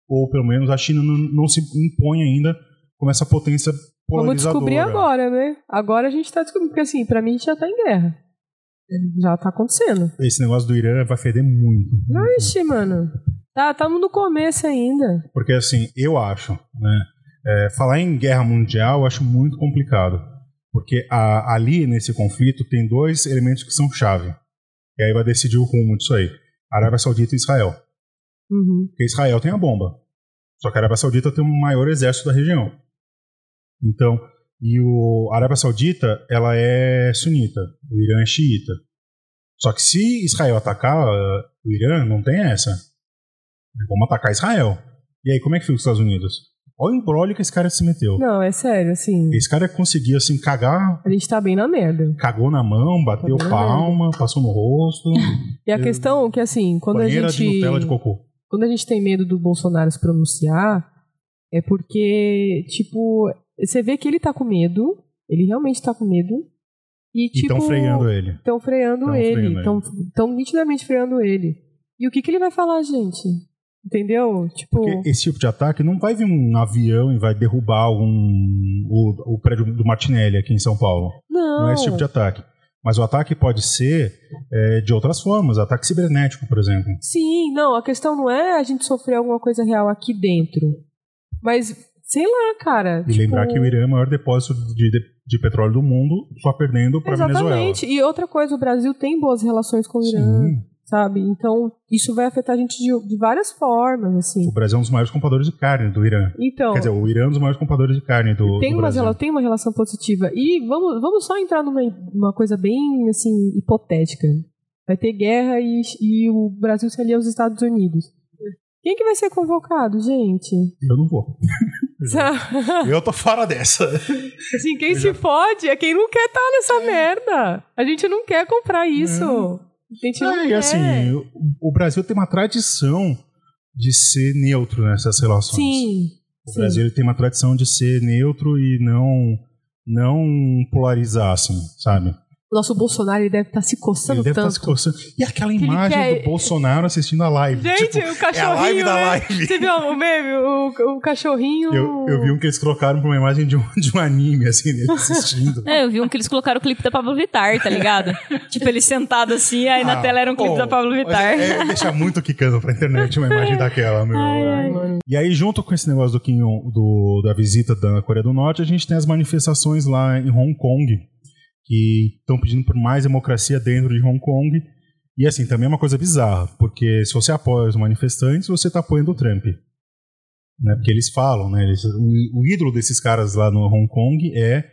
S1: ou pelo menos a China não, não se impõe ainda como essa potência
S3: Vamos
S1: polarizadora.
S3: descobrir agora, né? Agora a gente tá descobrindo, porque assim, pra mim a gente já tá em guerra. Já tá acontecendo.
S1: Esse negócio do Irã vai feder muito.
S3: Ixi, mano. Tá, tamo no começo ainda.
S1: Porque assim, eu acho, né? é, falar em guerra mundial eu acho muito complicado. Porque a- ali nesse conflito tem dois elementos que são chave. E aí vai decidir o rumo disso aí. Arábia Saudita e Israel.
S3: Uhum.
S1: Porque Israel tem a bomba. Só que a Arábia Saudita tem o maior exército da região. Então, e o a Arábia Saudita, ela é sunita, o Irã é xiita. Só que se Israel atacar eh, o Irã, não tem essa. Vamos atacar Israel. E aí, como é que fica os Estados Unidos? Olha o embrólio que esse cara se meteu.
S3: Não, é sério, assim.
S1: Esse cara conseguiu, assim, cagar,
S3: A gente tá bem na merda.
S1: cagou na mão, bateu
S3: Tá vendo?
S1: palma, passou no rosto,
S3: E a
S1: Eu-
S3: questão é que, assim, quando a
S1: banheira de
S3: gente.
S1: Nutella de cocô.
S3: Quando a gente tem medo do Bolsonaro se pronunciar, é porque, tipo, você vê que ele tá com medo. Ele realmente tá com medo. E,
S1: E
S3: tipo.
S1: estão freando ele.
S3: Estão freando
S1: Tão freando
S3: ele.
S1: ele.
S3: Estão nitidamente freando ele. E o que, que ele vai falar, gente? Entendeu? Tipo,
S1: Porque esse tipo de ataque não vai vir um avião e vai derrubar algum, o, o prédio do Martinelli aqui em São Paulo.
S3: não.
S1: Não, é esse tipo de ataque. Mas o ataque pode ser é, de outras formas, ataque cibernético, por exemplo.
S3: Sim, não. A questão não é a gente sofrer alguma coisa real aqui dentro. Mas, sei lá, cara.
S1: E
S3: tipo,
S1: lembrar que o Irã é o maior depósito de, de- de petróleo do mundo, só perdendo para a Venezuela.
S3: Exatamente. E outra coisa, o Brasil tem boas relações com o Irã,
S1: Sim,
S3: sabe? Então, isso vai afetar a gente de, de várias formas, assim.
S1: o Brasil é um dos maiores compradores de carne do Irã.
S3: Então,
S1: Quer dizer, o Irã é um dos maiores compradores de carne do,
S3: tem
S1: do
S3: uma,
S1: Brasil.
S3: rela- tem uma relação positiva. E vamos, vamos só entrar numa uma coisa bem assim hipotética. Vai ter guerra e, e o Brasil se alia aos Estados Unidos. Quem é que vai ser convocado, gente?
S1: Eu não vou.
S3: Sabe?
S1: Eu tô fora dessa.
S3: assim, quem se fode é quem não quer estar nessa merda. A gente não quer comprar isso. A gente não
S1: É, e
S3: quer.
S1: assim, o- o Brasil tem uma tradição de ser neutro nessas relações.
S3: Sim.
S1: o
S3: sim.
S1: Brasil ele tem uma tradição de ser neutro e não não polarizar, assim, sabe?
S3: Nosso Bolsonaro ele deve estar se
S1: ele
S3: coçando
S1: deve estar
S3: tanto.
S1: se coçando. E aquela
S3: ele
S1: imagem
S3: quer-
S1: do Bolsonaro assistindo a live.
S3: Gente,
S1: tipo,
S3: o cachorrinho.
S1: é a live da
S3: né?
S1: live.
S3: Você viu o meme? O, o cachorrinho.
S1: Eu, eu vi um que eles trocaram pra uma imagem de um, de um anime, assim, dele assistindo.
S2: É, eu vi um que eles colocaram o clipe da Pablo Vittar, tá ligado? tipo, ele sentado assim, aí na
S1: Ah,
S2: tela era um clipe
S1: pô,
S2: da Pablo
S1: mas
S2: Vittar. É.
S1: É, deixa muito quicando pra internet uma imagem daquela, meu.
S3: Ai, mano.
S1: E aí, junto com esse negócio do Kim Jong- do, da visita da Coreia do Norte, a gente tem as manifestações lá em Hong Kong, que estão pedindo por mais democracia dentro de Hong Kong. E assim, também é uma coisa bizarra, porque se você apoia os manifestantes, você está apoiando o Trump. Né? Porque eles falam, né? Eles- o, o ídolo desses caras lá no Hong Kong é,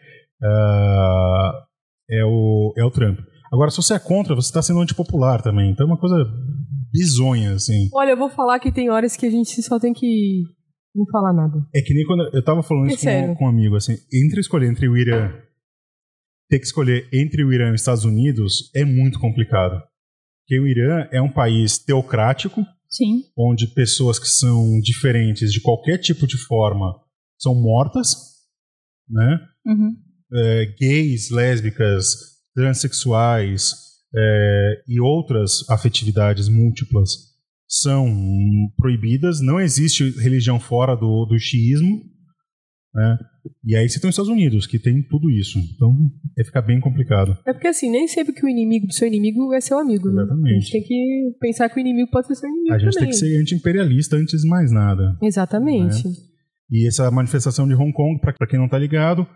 S1: ah, é, o, é o Trump. Agora, se você é contra, você está sendo antipopular também. Então é uma coisa bizonha, assim.
S3: Olha, eu vou falar que tem horas que a gente só tem que não falar nada.
S1: É que nem quando eu tava falando
S3: É
S1: isso com,
S3: sério.
S1: com um amigo, assim, entre escolher entre o Irã, ter que escolher entre o Irã e os Estados Unidos é muito complicado. Porque o Irã é um país teocrático,
S2: Sim.
S1: onde pessoas que são diferentes de qualquer tipo de forma são mortas, né?
S2: Uhum.
S1: É, gays, lésbicas, transexuais é, e outras afetividades múltiplas são hum, proibidas. Não existe religião fora do, do xiismo. né? E aí você tem os Estados Unidos, que tem tudo isso. Então, é ficar bem complicado.
S3: É porque assim, nem sempre que o inimigo do seu inimigo é seu amigo, né?
S1: Exatamente.
S3: A gente tem que pensar que o inimigo pode ser seu inimigo
S1: A gente tem
S3: também.
S1: que ser anti-imperialista antes de mais nada.
S3: Exatamente.
S1: né? E essa manifestação de Hong Kong, para quem não está ligado,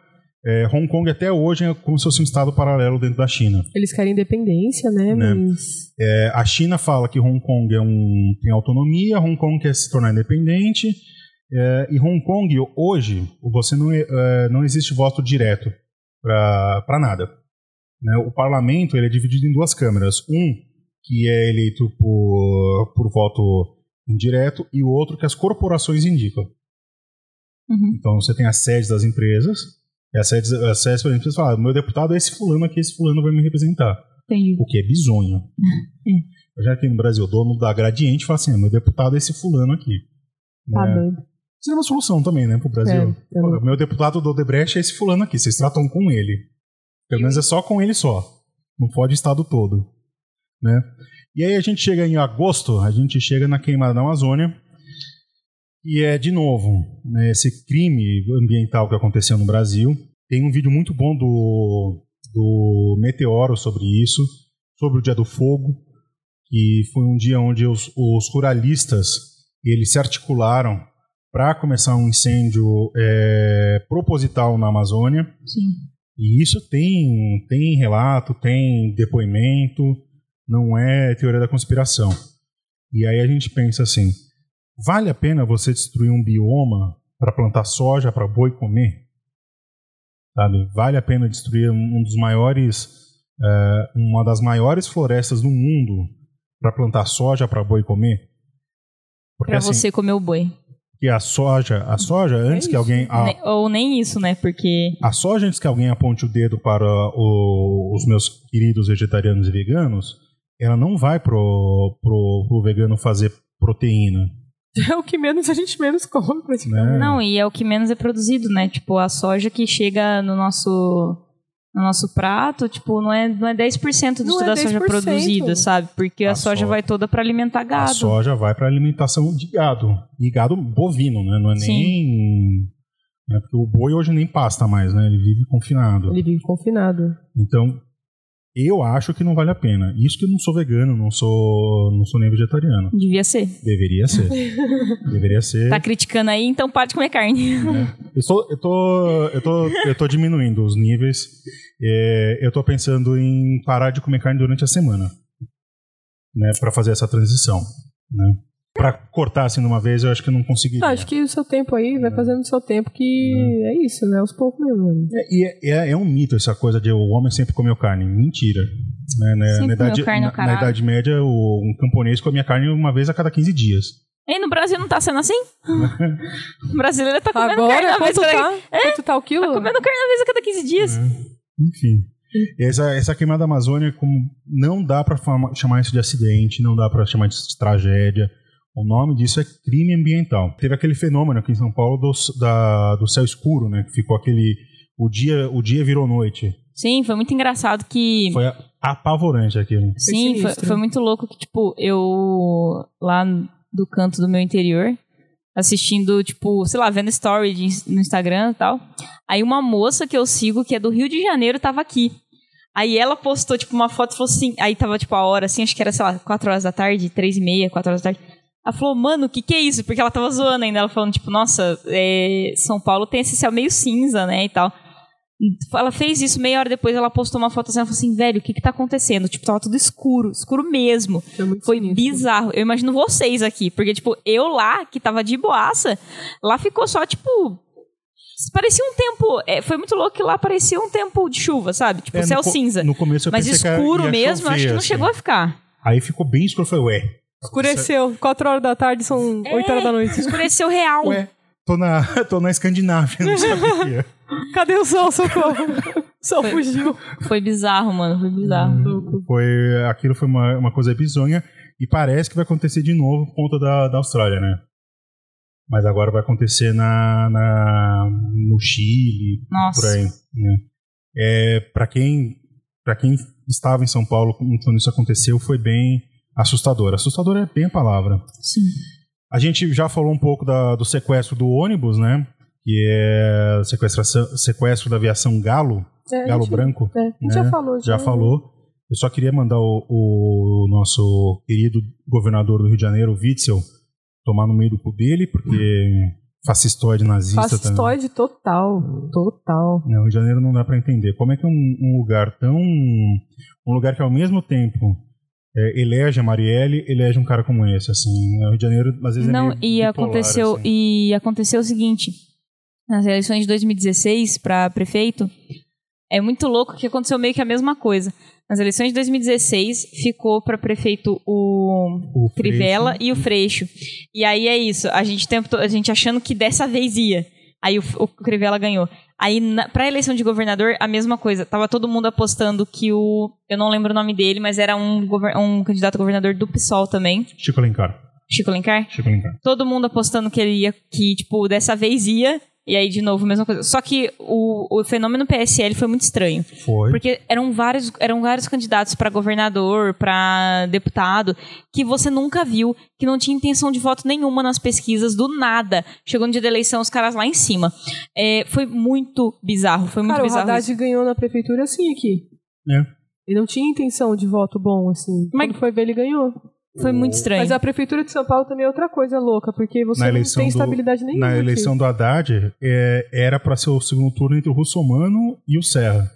S1: é, Hong Kong até hoje é como se fosse um estado paralelo dentro da China.
S3: Eles querem independência, né?
S1: Né.
S3: Mas.
S1: É, a China fala que Hong Kong é um, tem autonomia, Hong Kong quer se tornar independente, é, e Hong Kong hoje você não, é- é, não existe voto direto para nada. né? O parlamento ele é dividido em duas câmeras, um que é eleito por, por voto indireto e o outro que as corporações indicam.
S2: Uhum.
S1: Então você tem a sede das empresas, e a sede, a sede por exemplo, você fala, meu deputado é esse fulano aqui, esse fulano vai me representar.
S2: Entendi.
S1: O que é bizonho.
S3: É,
S1: Eu já aqui no Brasil, o dono da Gradiente fala assim, meu deputado é esse fulano aqui.
S3: Tá
S1: né?
S3: doido.
S1: Seria uma solução também, né, pro Brasil.
S3: É, eu
S1: Pô,
S3: não-
S1: Meu deputado do Odebrecht é esse fulano aqui, vocês tratam com ele. Pelo menos é só com ele só. Não pode o estado todo. Né? E aí a gente chega em agosto, a gente chega na queimada da Amazônia. E é, de novo, né, esse crime ambiental que aconteceu no Brasil. Tem um vídeo muito bom do, do Meteoro sobre isso, sobre o Dia do Fogo, que foi um dia onde os, os ruralistas eles se articularam para começar um incêndio é, proposital na Amazônia.
S2: Sim.
S1: E isso tem, tem relato, tem depoimento, não é teoria da conspiração. E aí a gente pensa assim: vale a pena você destruir um bioma para plantar soja para boi comer? Sabe? Vale a pena destruir um um dos maiores, eh, uma das maiores florestas do mundo para plantar soja para boi comer? Porque
S2: Pra
S1: assim,
S2: você comer o boi.
S1: que a soja, a soja
S2: É
S1: antes que
S3: isso.
S1: alguém a-
S2: Ne- Ou nem isso, né? Porque.
S1: a soja, antes que alguém aponte o dedo para o- os meus queridos vegetarianos e veganos, ela não vai pro, pro, pro vegano fazer proteína.
S3: É o que menos a gente menos come, praticamente.
S1: Né?
S2: Não, e é o que menos é produzido, né? Tipo, a soja que chega no nosso. No nosso prato, tipo, não é, não é 10% do
S3: Não é
S2: da soja
S3: 10%.
S2: produzida, sabe? Porque a,
S1: A
S2: soja
S1: soja.
S2: vai toda pra alimentar
S1: A
S2: gado.
S1: soja vai para alimentação de gado. E gado bovino, né? Não é
S2: Sim.
S1: nem. né? Porque o boi hoje nem pasta mais, né? Ele vive confinado.
S3: Ele vive confinado.
S1: Então, eu acho que não vale a pena. Isso que eu não sou vegano, não sou, não sou nem vegetariano.
S2: Devia ser.
S1: Deveria ser. Deveria
S3: É.
S1: ser.
S2: Tá criticando aí, então para de comer carne.
S1: Eu tô, eu tô, eu tô, eu tô diminuindo os níveis. É, eu tô pensando em parar de comer carne durante a semana, né, para fazer essa transição, né? Para cortar assim de uma vez, eu acho que eu não conseguiria.
S3: Ah, acho que o seu tempo aí
S1: É.
S3: vai fazendo o seu tempo que é isso, né? Aos poucos mesmo.
S1: É, E é, é- é um mito essa coisa de o homem sempre comeu carne. Mentira. Né, né,
S2: Sempre
S1: na,
S2: comeu
S1: idade,
S2: carne,
S1: na-
S2: o
S1: na,
S2: caralho.
S1: Idade Média, o, um camponês comia carne uma vez a cada 15 dias.
S2: E no Brasil não tá sendo assim? o brasileiro tá comendo carne
S3: Agora,
S2: uma vez
S3: quanto
S2: cada...
S3: tá? Uhum. Quanto tá o
S2: tá
S3: quilo?
S2: comendo carne uma vez a cada 15 dias.
S1: Enfim.
S2: Hum.
S1: Essa, essa queimada da Amazônia, como não dá para chamar isso de acidente, não dá para chamar isso de tragédia. O nome disso é crime ambiental. Teve aquele fenômeno aqui em São Paulo do, c- da- do céu escuro, né? Que ficou aquele. O dia, o dia virou noite.
S2: Sim, foi muito engraçado que...
S1: Foi a- apavorante aquilo.
S2: Sim, foi,
S3: sinistro.
S2: foi muito louco que, tipo, eu lá do canto do meu interior, assistindo, tipo, sei lá, vendo story de ins- no Instagram e tal. Aí uma moça que eu sigo, que é do Rio de Janeiro, tava aqui. Aí ela postou, tipo, uma foto e falou assim. Aí tava, tipo, a hora, assim, acho que era, sei lá, 4 horas da tarde, 3 e meia, 4 horas da tarde. Ela falou, mano, o que que é isso? Porque ela tava zoando ainda. Ela falando, tipo, nossa, é, São Paulo tem esse céu meio cinza, né, e tal. Ela fez isso, meia hora depois ela postou uma foto assim, ela falou assim, velho, o que que tá acontecendo? Tipo, tava tudo escuro, escuro mesmo.
S3: Foi, muito
S2: Foi
S3: sinistro.
S2: bizarro. Eu imagino vocês aqui, porque, tipo, eu lá, que tava de boaça, lá ficou só, tipo... Parecia um tempo... é, foi muito louco que lá parecia um tempo de chuva, sabe? Tipo,
S1: É, no
S2: céu
S1: co-
S2: cinza.
S1: No começo eu
S2: Mas
S1: pensei que ia-
S2: escuro
S1: ia
S2: mesmo,
S1: chover,
S2: acho que não
S1: assim.
S2: chegou a ficar.
S1: Aí ficou bem escuro, eu falei, ué.
S2: É.
S3: Escureceu. 4 horas da tarde são 8 horas da noite.
S2: Escureceu real.
S1: Ué, Tô na, tô na Escandinávia, não sabia.
S3: Cadê o sol, socorro? O sol
S2: Foi.
S3: fugiu.
S2: Foi bizarro, mano. Foi
S1: Hum,
S2: bizarro.
S1: Foi, aquilo foi uma, uma coisa bizonha e parece que vai acontecer de novo por conta da, da Austrália, né? Mas agora vai acontecer na, na- no Chile,
S2: Nossa.
S1: por aí. Né? É, para quem para quem estava em São Paulo quando isso aconteceu foi bem assustador. Assustador é bem a palavra.
S2: Sim.
S1: A gente já falou um pouco da- do sequestro do ônibus, né? Que é sequestração, sequestro da aviação Galo,
S3: É, a
S1: Galo
S3: gente-
S1: Branco
S3: é, a gente
S1: né?
S3: já falou.
S2: Uhum.
S1: já falou. Eu só queria mandar o, o nosso querido governador do Rio de Janeiro, o Witzel, tomar no meio do cu dele,
S2: Uhum.
S1: porque fascistoide nazista também.
S3: Fascistoide total. Total.
S1: Não, o Rio de Janeiro não dá pra entender. Como é que um, um lugar tão. Um lugar que ao mesmo tempo é, elege a Marielle, elege um cara como esse, assim. O Rio de Janeiro, às vezes, é
S2: Não,
S1: meio
S2: e
S1: bipolar,
S2: aconteceu,
S1: assim.
S2: e aconteceu o seguinte: nas eleições de 2016 para prefeito, é muito louco que aconteceu meio que a mesma coisa. Nas eleições de 2016 ficou para prefeito o
S1: O
S2: Crivella
S1: Freixo-
S2: e o Freixo. E aí é isso, a gente tentou, a gente achando que dessa vez ia. Aí o, o Crivella ganhou. Aí na, pra eleição de governador, a mesma coisa. Tava todo mundo apostando que o, eu não lembro o nome dele, mas era um, gover- um candidato a governador do PSOL também,
S1: Chico Alencar.
S2: Chico Lencar
S1: Chico Alencar.
S2: todo mundo apostando que ele ia, que, tipo, dessa vez ia. E aí, de novo, mesma coisa. Só que o, o fenômeno PSL foi muito estranho.
S1: Foi.
S2: Porque eram vários, eram vários candidatos pra governador, pra deputado, que você nunca viu, que não tinha intenção de voto nenhuma nas pesquisas, do nada. Chegou no dia da eleição, os caras lá em cima. É, foi muito bizarro, foi muito
S3: Cara, o
S2: bizarro.
S3: Haddad ganhou na prefeitura assim aqui.
S1: É.
S3: Ele não tinha intenção de voto bom, assim.
S2: Mas-
S3: Quando foi ver, ele ganhou.
S2: isso. Foi muito estranho.
S3: Mas a prefeitura de São Paulo também é outra coisa louca, porque você
S1: Na
S3: não
S1: eleição
S3: tem
S1: do-
S3: estabilidade nenhuma.
S1: Na
S3: aqui.
S1: eleição do Haddad, é, era para ser o segundo turno entre o Russomano e o Serra.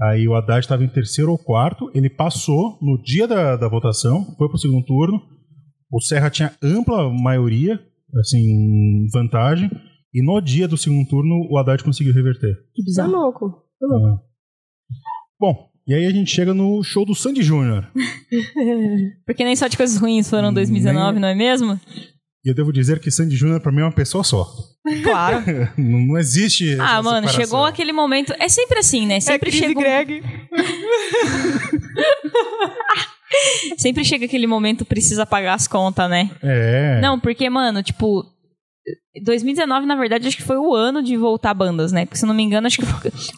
S1: Aí o Haddad estava em terceiro ou quarto, ele passou no dia da, da votação, foi para o segundo turno. O Serra tinha ampla maioria, assim, vantagem. E no dia do segundo turno, o Haddad conseguiu reverter. Ah.
S2: que
S3: Tá
S2: bizarro.
S3: louco.
S1: Bom, e aí a gente chega no show do Sandy Júnior.
S2: Porque nem só de coisas ruins foram 2019, não é mesmo?
S1: E eu devo dizer que Sandy Júnior, para mim, é uma pessoa só.
S2: Claro.
S1: Não, não existe. essa
S2: Ah, mano,
S1: separação.
S2: chegou aquele momento. É sempre assim, né? Sempre
S3: Cris e
S2: chega. um-
S3: Greg.
S2: Sempre chega aquele momento precisa pagar as contas, né?
S1: É.
S2: Não, porque, mano, tipo. 2019, na verdade, acho que foi o ano de voltar bandas, né? Porque, se não me engano, acho que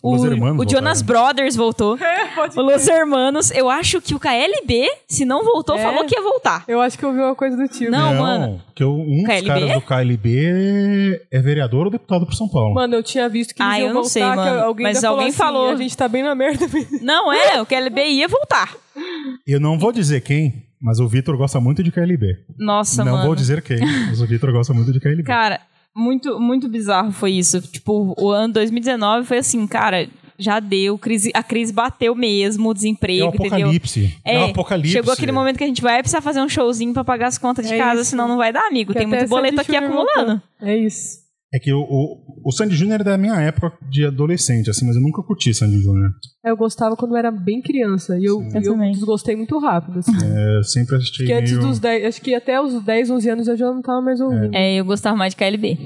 S2: o,
S1: Los Hermanos
S2: o Jonas Brothers voltou.
S3: É.
S2: o Los Hermanos, eu acho que o KLB, se não voltou,
S3: É?
S2: falou que ia voltar.
S3: Eu acho que eu vi uma coisa do tipo.
S2: Não. mano.
S1: Porque um dos
S2: KLB?
S1: caras do KLB é vereador ou deputado por São Paulo.
S3: Mano, eu tinha visto que eles
S2: Ah,
S3: iam
S2: eu não
S3: voltar,
S2: sei,
S3: que
S2: mano.
S3: alguém
S2: Mas
S3: ainda
S2: alguém
S3: falou, assim,
S2: falou.
S3: A gente tá bem na merda mesmo.
S2: Não é, o KLB ia voltar.
S1: Eu não vou dizer quem, mas o Vitor gosta muito de KLB.
S2: Nossa,
S1: não
S2: mano.
S1: vou dizer quem, mas o Vitor gosta muito de KLB.
S2: Cara, muito, muito bizarro foi isso. Tipo, o ano 2019 foi assim, cara, já deu, crise, a crise bateu mesmo, o
S1: é o
S2: desemprego, entendeu?
S1: apocalipse. É, o apocalipse.
S2: Chegou aquele momento que a gente vai precisar fazer um showzinho pra pagar as contas de
S3: É
S2: casa,
S3: isso.
S2: senão não vai dar, amigo.
S3: Que
S2: Tem
S3: até
S2: muito boleto
S3: Sandy
S2: aqui
S3: Júnior voltou.
S2: acumulando.
S3: É isso.
S1: É que o, o, o Sandy Júnior é da minha época de adolescente, assim, mas eu nunca curti Sandy Júnior.
S3: Eu gostava quando eu era bem criança. E eu,
S1: Sim. É,
S2: Eu
S3: eu
S2: também.
S3: desgostei muito rápido, assim.
S1: Eu sempre assisti
S3: Porque antes
S1: meio...
S3: dos 10, acho que até os 10, 11 anos eu já não tava mais ouvindo.
S2: É, eu gostava mais de KLB.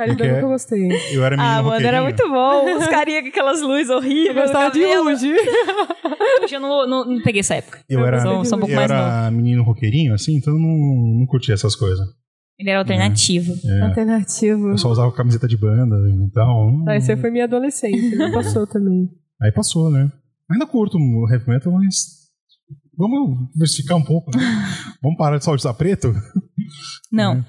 S3: Aí
S1: É que é-
S3: eu nunca gostei.
S1: Eu era menino
S2: Ah, mano, era
S1: roqueirinho.
S2: muito bom. Os carinha com aquelas luzes
S3: Eu
S2: horríveis.
S3: gostava de
S2: cabelo.
S3: hoje.
S2: Hoje eu não, não- não peguei essa época.
S1: Eu era,
S2: sou, sou um pouco
S1: eu
S2: mais novo.
S1: era menino roqueirinho, assim, então eu não, não curtia essas coisas.
S2: Ele era alternativo.
S1: É.
S3: Alternativo.
S1: Eu só usava camiseta de banda, então...
S3: Ah, essa foi minha adolescência. Não passou também.
S1: Aí passou, né? Ainda curto o heavy metal, mas. Vamos diversificar um pouco, né? Vamos parar de só usar preto?
S2: Não.
S1: É.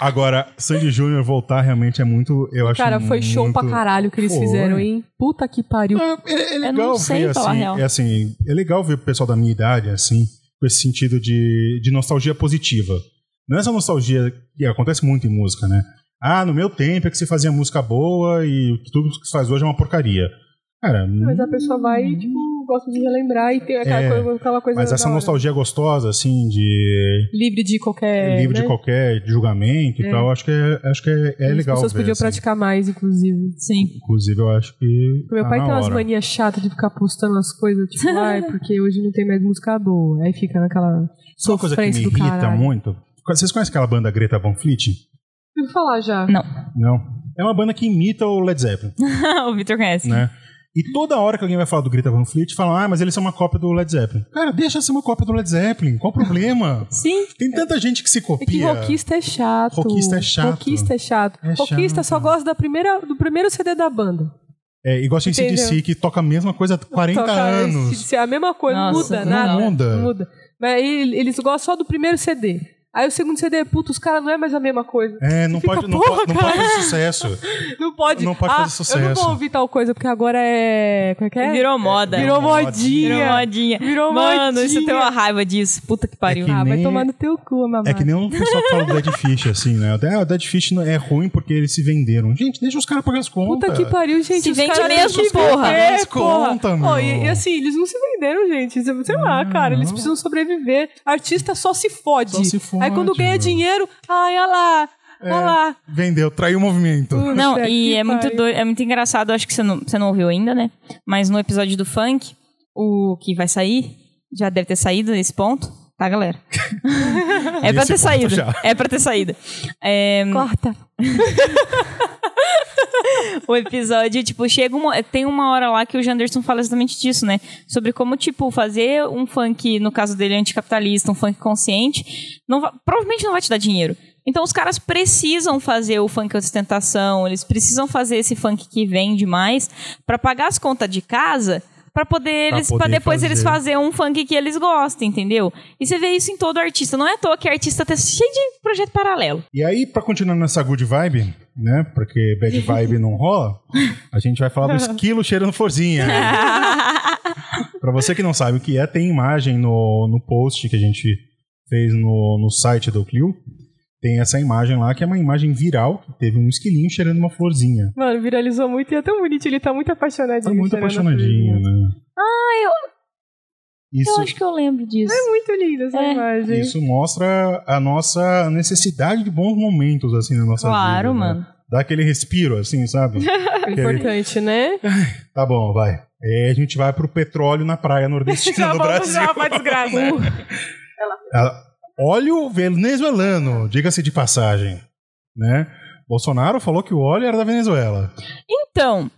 S1: Agora, Sandy Júnior voltar realmente é muito. Eu acho
S3: Cara, foi show
S1: muito-
S3: pra caralho que eles
S1: Foi.
S3: fizeram, hein? Puta que pariu.
S1: É, é- é
S2: não
S1: legal
S2: sei
S1: ver
S2: falar a
S1: assim.
S2: real.
S1: É assim. É legal ver o pessoal da minha idade, assim, com esse sentido de, de nostalgia positiva. Não é essa nostalgia que acontece muito em música, né? Ah, no meu tempo é que se fazia música boa e tudo que se faz hoje é uma porcaria. Cara,
S3: Mas é a pessoa vai e, tipo, gosta de relembrar e tem aquela,
S1: É,
S3: coisa, aquela coisa
S1: mas essa
S3: da hora.
S1: nostalgia gostosa, assim, de
S3: livre de qualquer.
S1: livre de
S3: né?
S1: qualquer julgamento e
S3: É.
S1: tal, acho que é, acho que é, é legal.
S3: As pessoas
S1: ver,
S3: podiam
S1: assim.
S3: praticar mais, inclusive.
S2: Sim.
S1: Inclusive, eu acho que.
S3: Meu
S1: tá
S3: pai
S1: na
S3: tem umas
S1: hora.
S3: manias chatas de ficar postando as coisas, tipo, ai, porque hoje não tem mais música boa. Aí fica naquela
S1: Sabe uma coisa que me
S3: sofrência do
S1: irrita
S3: caralho.
S1: muito. Vocês conhecem aquela banda Greta Van Fleet?
S3: Eu vou falar já.
S1: Não. É uma banda que imita o Led Zeppelin,
S2: o Victor conhece.
S1: né? E toda hora que alguém vai falar do Greta Van Fleet, falam, ah, mas eles são uma cópia do Led Zeppelin. Cara, deixa ser uma cópia do Led Zeppelin, qual o problema?
S2: Sim.
S1: Tem tanta gente que se
S3: É que
S1: copia.
S3: rockista é chato.
S1: Rockista é chato.
S3: Rockista é chato.
S1: É
S3: rockista
S1: chato.
S3: só gosta da primeira, do primeiro CD da banda.
S1: É, igual a gente
S3: Entendeu?
S1: disse que toca a mesma coisa há 40
S3: Toca-
S1: anos.
S3: se- se é a mesma coisa,
S2: Nossa,
S3: muda
S2: não
S3: nada.
S1: muda.
S3: Mas aí eles gostam só do primeiro CD. Aí o segundo CD, puta, os caras não é mais a mesma coisa.
S1: É, não
S3: Fica
S1: pode, não,
S3: porra,
S1: pode, não pode fazer sucesso.
S3: Não pode.
S1: Não pode
S3: ah,
S1: fazer sucesso.
S3: Eu não vou ouvir tal coisa, porque agora é. Como é que é?
S2: Virou moda.
S3: Virou modinha.
S2: Virou modinha.
S3: Virou
S2: Mano, isso eu
S3: modinha.
S2: tenho uma raiva disso. Puta que pariu.
S1: É que
S3: Ah, vai
S1: nem-
S3: tomar no teu cu, mamãe.
S1: É que nem um pessoal que fala do Dead Fish, assim, né? Ah, O Dead Fish não- é ruim porque eles se venderam. Gente, deixa os caras pagar as contas.
S3: Puta que pariu, gente.
S2: Se
S3: os
S2: vende
S3: caras
S2: mesmo,
S3: têm que
S2: porra.
S3: vender,
S1: Mas
S3: porra.
S1: conta, meu.
S3: Ó, e, e assim, eles não se venderam, gente. Sei sei lá, cara, eles precisam sobreviver. Artista só se fode.
S1: Só se fode,
S3: Aí quando ganha
S1: meu. É.
S3: dinheiro, ai, olha lá, olha lá.
S1: Vendeu, traiu o movimento.
S2: Não,
S3: Puta
S2: e
S3: que
S2: é muito
S3: pariu.
S2: doido, é muito engraçado, acho que você não, você não ouviu ainda, né? Mas no episódio do funk, o que vai sair, já deve ter saído nesse ponto, tá, galera? é pra
S1: Nesse
S2: ter
S1: ponto
S2: saído.
S1: já.
S2: É pra ter saído. É,
S3: Corta.
S2: o episódio, tipo, chega uma, tem uma hora lá que o Janderson fala exatamente disso, né? Sobre como, tipo, fazer um funk, no caso dele, anticapitalista, um funk consciente, não va- provavelmente não vai te dar dinheiro. Então os caras precisam fazer o funk ostentação, eles precisam fazer esse funk que vende mais pra pagar as contas de casa. Pra poder
S1: Pra
S2: eles, pra
S1: poder
S2: depois eles
S1: fazer.
S2: fazer um funk que eles gostam, entendeu? E você vê isso em todo artista. Não é à toa que artista tá cheio de projeto paralelo.
S1: E aí, pra continuar nessa good vibe, né? Porque bad vibe não rola, a gente vai falar do esquilo cheirando florzinha. Pra você que não sabe o que é, tem imagem no, no post que a gente fez no, no site do Clio. Tem essa imagem lá, que é uma imagem viral, que teve um esquilinho cheirando uma florzinha.
S3: Mano, viralizou muito e é tão bonito. Ele tá muito apaixonadinho.
S1: Tá muito
S3: cheirando a
S1: apaixonadinho,
S3: florzinha.
S1: né? Ah,
S2: eu- Eu
S1: Isso,
S2: acho que eu lembro disso.
S3: Muito linda essa
S2: É.
S3: imagem.
S1: isso mostra a nossa necessidade de bons momentos, assim, na nossa vida.
S2: Claro,
S1: né?
S2: mano.
S1: Dá aquele respiro, assim, sabe?
S3: É Importante, né?
S1: Tá bom, vai. É, a gente vai pro petróleo na praia nordestina do é Brasil. É.
S3: pra desgraça.
S1: Ah, Óleo venezuelano, diga-se de passagem. Né? Bolsonaro falou que o óleo era da Venezuela.
S2: Então,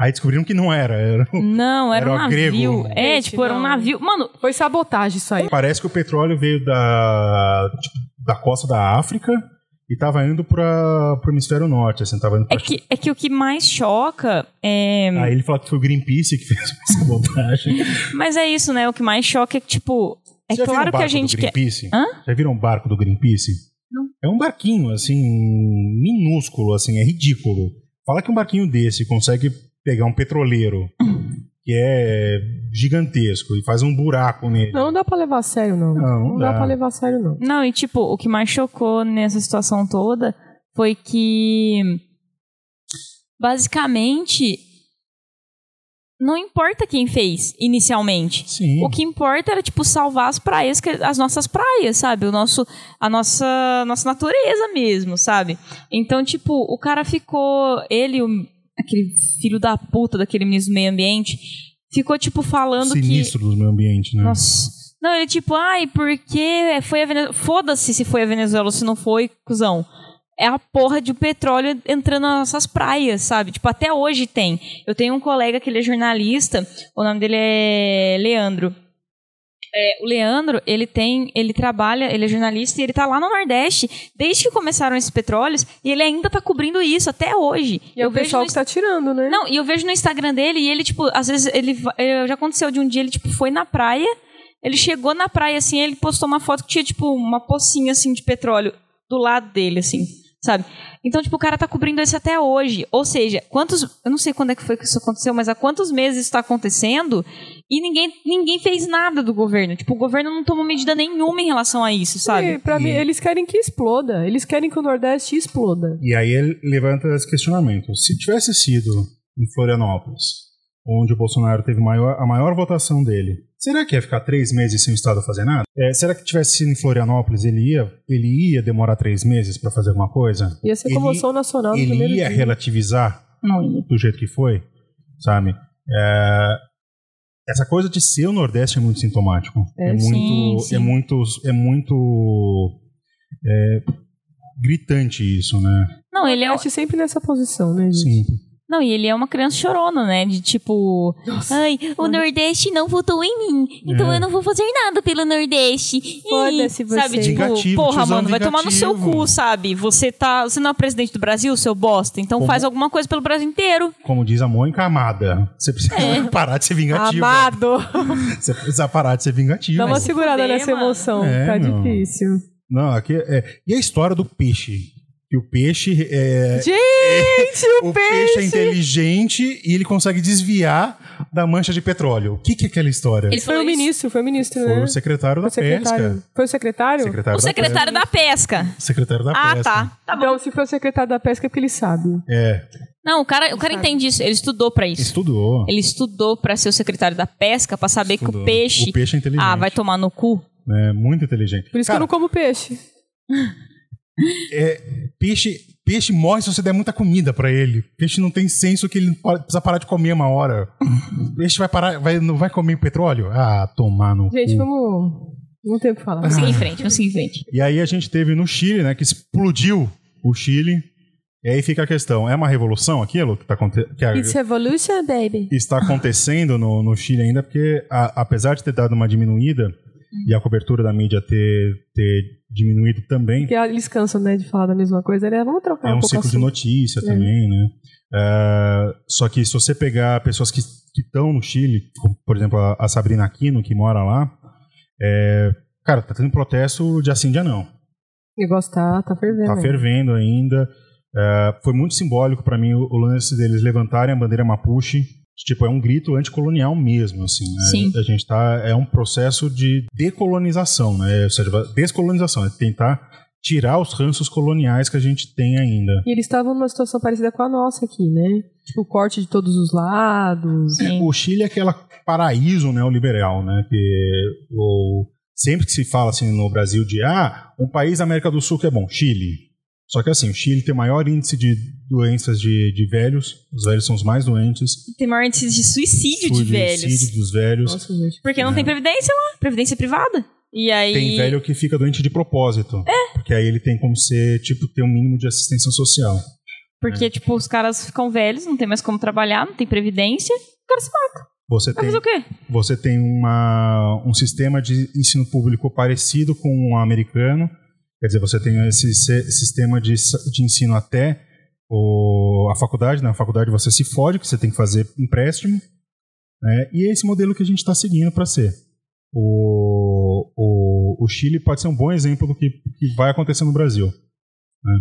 S1: Aí descobriram que não era. era-
S2: não, era,
S1: Era
S2: um
S1: o grego.
S2: navio. É,
S3: Gente,
S2: tipo, era um
S3: não.
S2: navio. Mano,
S3: Foi sabotagem isso aí.
S1: Parece que o petróleo veio da, tipo, da costa da África e tava indo para pro hemisfério norte. Assim, tava indo
S2: é
S1: pra...
S2: que, é que o que mais choca é.
S1: Aí ele falou que foi o Greenpeace que fez essa montagem.
S2: Mas é isso, né? O que mais choca é que, tipo. É
S1: Já viram o
S2: claro que a
S1: barco
S2: gente
S1: do
S2: quer.
S1: Greenpeace?
S2: Hã?
S1: Já viram um barco do Greenpeace?
S2: Não.
S1: É um barquinho, assim, minúsculo, assim, é ridículo. Fala que um barquinho desse consegue pegar um petroleiro que é gigantesco e faz um buraco nele.
S3: Não, não dá pra levar a sério, não.
S1: Não, não
S3: dá
S1: dá.
S3: pra levar a sério, não.
S2: Não, e tipo, o que mais chocou nessa situação toda foi que. Basicamente. Não importa quem fez inicialmente.
S1: Sim.
S2: O que importa era, tipo, salvar as praias, que- as nossas praias, sabe? O nosso, a nossa, nossa natureza mesmo, sabe? Então, tipo, o cara ficou, ele, o- aquele filho da puta daquele ministro do meio ambiente, ficou, tipo, falando que...
S1: Sinistro do meio ambiente, né?
S2: Nossa. Não, ele tipo, ai, porque foi a Venezuela. Foda-se se foi a Venezuela ou se não foi, cuzão. É a porra de petróleo entrando nas nossas praias, sabe? Tipo, até hoje tem. Eu tenho um colega que ele é jornalista, o nome dele é Leandro. É, o Leandro, ele tem, ele trabalha, ele é jornalista e ele tá lá no Nordeste desde que começaram esses petróleos e ele ainda tá cobrindo isso até hoje.
S3: E é o
S2: vejo
S3: pessoal
S2: no
S3: que tá tirando, né?
S2: não, e eu vejo no Instagram dele e ele, tipo, às vezes ele. va- eh, Já aconteceu de um dia, ele, tipo, foi na praia. Ele chegou na praia, assim, ele postou uma foto que tinha, tipo, uma pocinha, assim, de petróleo do lado dele, assim, sabe? Então, tipo, o cara tá cobrindo isso até hoje. Ou seja, quantos. Eu não sei quando é que foi que isso aconteceu, mas há quantos meses isso tá acontecendo e ninguém, ninguém fez nada do governo. Tipo, o governo não tomou medida nenhuma em relação a isso, sabe?
S3: E, pra mim, eles querem que exploda. Eles querem que o Nordeste exploda.
S1: E aí ele levanta esse questionamento. Se tivesse sido em Florianópolis, onde o Bolsonaro teve maior- a maior votação dele, será que ia ficar três meses sem o Estado fazer nada? É, será que tivesse sido em Florianópolis, ele ia, ele ia demorar três meses para fazer alguma coisa?
S3: Ia ser
S1: Ele-
S3: comoção nacional no
S1: ele
S3: primeiro
S1: ia
S3: dia.
S1: relativizar
S2: Não ia.
S1: do jeito que foi, sabe? É, essa coisa de ser o Nordeste é muito sintomático.
S3: É,
S1: muito,
S2: sim, sim.
S1: é muito, é muito é, gritante isso, né?
S2: Não, ele é,
S3: Mexe sempre nessa posição, né, gente?
S1: Sim.
S2: não, e ele é uma criança chorona, né? De tipo, ai, o Nordeste não votou em mim, então
S1: É.
S2: eu não vou fazer nada pelo Nordeste. Ih,
S3: Foda-se você.
S2: Sabe, tipo,
S1: Vingativo,
S2: porra,
S1: tiozão
S2: mano, vai tomar no seu
S1: vingativo.
S2: cu, sabe? Você tá, você não é presidente do Brasil, seu bosta, então
S1: Como-
S2: faz alguma coisa pelo Brasil inteiro.
S1: Como diz a Mônica, amada. Você precisa
S2: É.
S1: parar de ser vingativa.
S3: Amado!
S1: Você precisa parar de ser vingativa.
S3: Dá uma
S2: assim,
S3: segurada
S2: fuder,
S3: nessa
S2: mano.
S3: emoção.
S1: É,
S3: tá
S1: meu.
S3: difícil.
S1: Não, aqui é. E a história do peixe? Que o peixe é.
S3: Gente,
S1: o peixe. é inteligente e ele consegue desviar da mancha de petróleo. O que, que é aquela história?
S2: Ele
S3: foi
S2: falou
S3: o
S2: isso.
S3: ministro, foi o ministro,
S1: Foi
S3: né?
S1: o secretário da
S3: Foi o secretário.
S1: pesca.
S3: Foi o secretário?
S1: Tá,
S2: O secretário da pesca.
S1: pesca. Secretário da
S2: Ah,
S1: pesca.
S2: tá. Tá bom.
S3: Então, se foi o secretário da pesca, é porque ele sabe.
S1: É,
S2: Não, o cara, o cara entende isso, ele estudou pra isso.
S1: estudou.
S2: Ele estudou pra ser o secretário da pesca, pra saber que
S1: Estudou.
S2: o peixe,
S1: O peixe é inteligente.
S2: Ah, vai tomar no cu.
S1: É, muito inteligente.
S3: Por isso
S1: Cara,
S3: que eu não como peixe.
S1: peixe, peixe morre se você der muita comida pra ele. Peixe não tem senso que ele pode- precisa parar de comer uma hora. peixe vai parar, vai, não vai comer petróleo? Ah, tomar no
S3: Gente,
S1: cu.
S3: vamos. Não tem o que falar.
S1: Ah,
S2: Vamos seguir em frente, vamos seguir em frente.
S1: E aí a gente teve no Chile, né, que explodiu o Chile. E aí fica a questão, é uma revolução aquilo que, tá, aconte- que a-
S3: It's revolution, baby.
S1: está acontecendo no, no Chile ainda? Porque a- apesar de ter dado uma diminuída
S3: Uhum.
S1: e a cobertura da mídia ter, ter diminuído também,
S3: Porque eles cansam, né, de falar da mesma coisa, né? Vamos trocar
S1: É
S3: um
S1: um
S3: pouco
S1: ciclo de
S3: assim.
S1: notícia
S3: É.
S1: também, né? Ah, só que se você pegar pessoas que estão no Chile, como, por exemplo, a, a Sabrina Aquino, que mora lá, é, cara, tá tendo protesto de assim dia não.
S3: O negócio tá, tá fervendo.
S1: Tá
S3: né?
S1: fervendo ainda. Ah, foi muito simbólico pra mim o, o lance deles levantarem a bandeira mapuche. Tipo, é um grito anticolonial mesmo, assim. né?
S2: Sim.
S1: A gente tá... É um processo de decolonização, né? Ou seja, descolonização. É tentar tirar os ranços coloniais que a gente tem ainda.
S3: E eles estavam numa situação parecida com a nossa aqui, né? Tipo, corte de todos os lados.
S2: Sim.
S1: O Chile é aquele paraíso neoliberal, né? Que o, sempre que se fala assim no Brasil de ah, um país da América do Sul que é bom, Chile. Só que assim, o Chile tem o maior índice de doenças de, de velhos, os velhos são os mais doentes.
S2: Tem maior índice de suicídio de velhos.
S1: Suicídio dos velhos.
S3: Nossa, gente.
S2: Porque não tem previdência lá, previdência privada. E aí.
S1: Tem velho que fica doente de propósito. É. Porque aí ele tem como ser, tipo, ter um mínimo de assistência social.
S2: Porque,
S1: né?
S2: tipo, os caras ficam velhos, não tem mais como trabalhar, não tem previdência. O cara se mata.
S1: Você
S2: Vai
S1: tem
S2: fazer o quê?
S1: você tem uma, um sistema de ensino público parecido com o americano, quer dizer, você tem esse se- sistema de, s- de ensino até o, a faculdade, na faculdade você se fode, que você tem que fazer empréstimo, né? e é esse modelo que a gente está seguindo para ser. O, o, o Chile pode ser um bom exemplo do que, que vai acontecer no Brasil. né?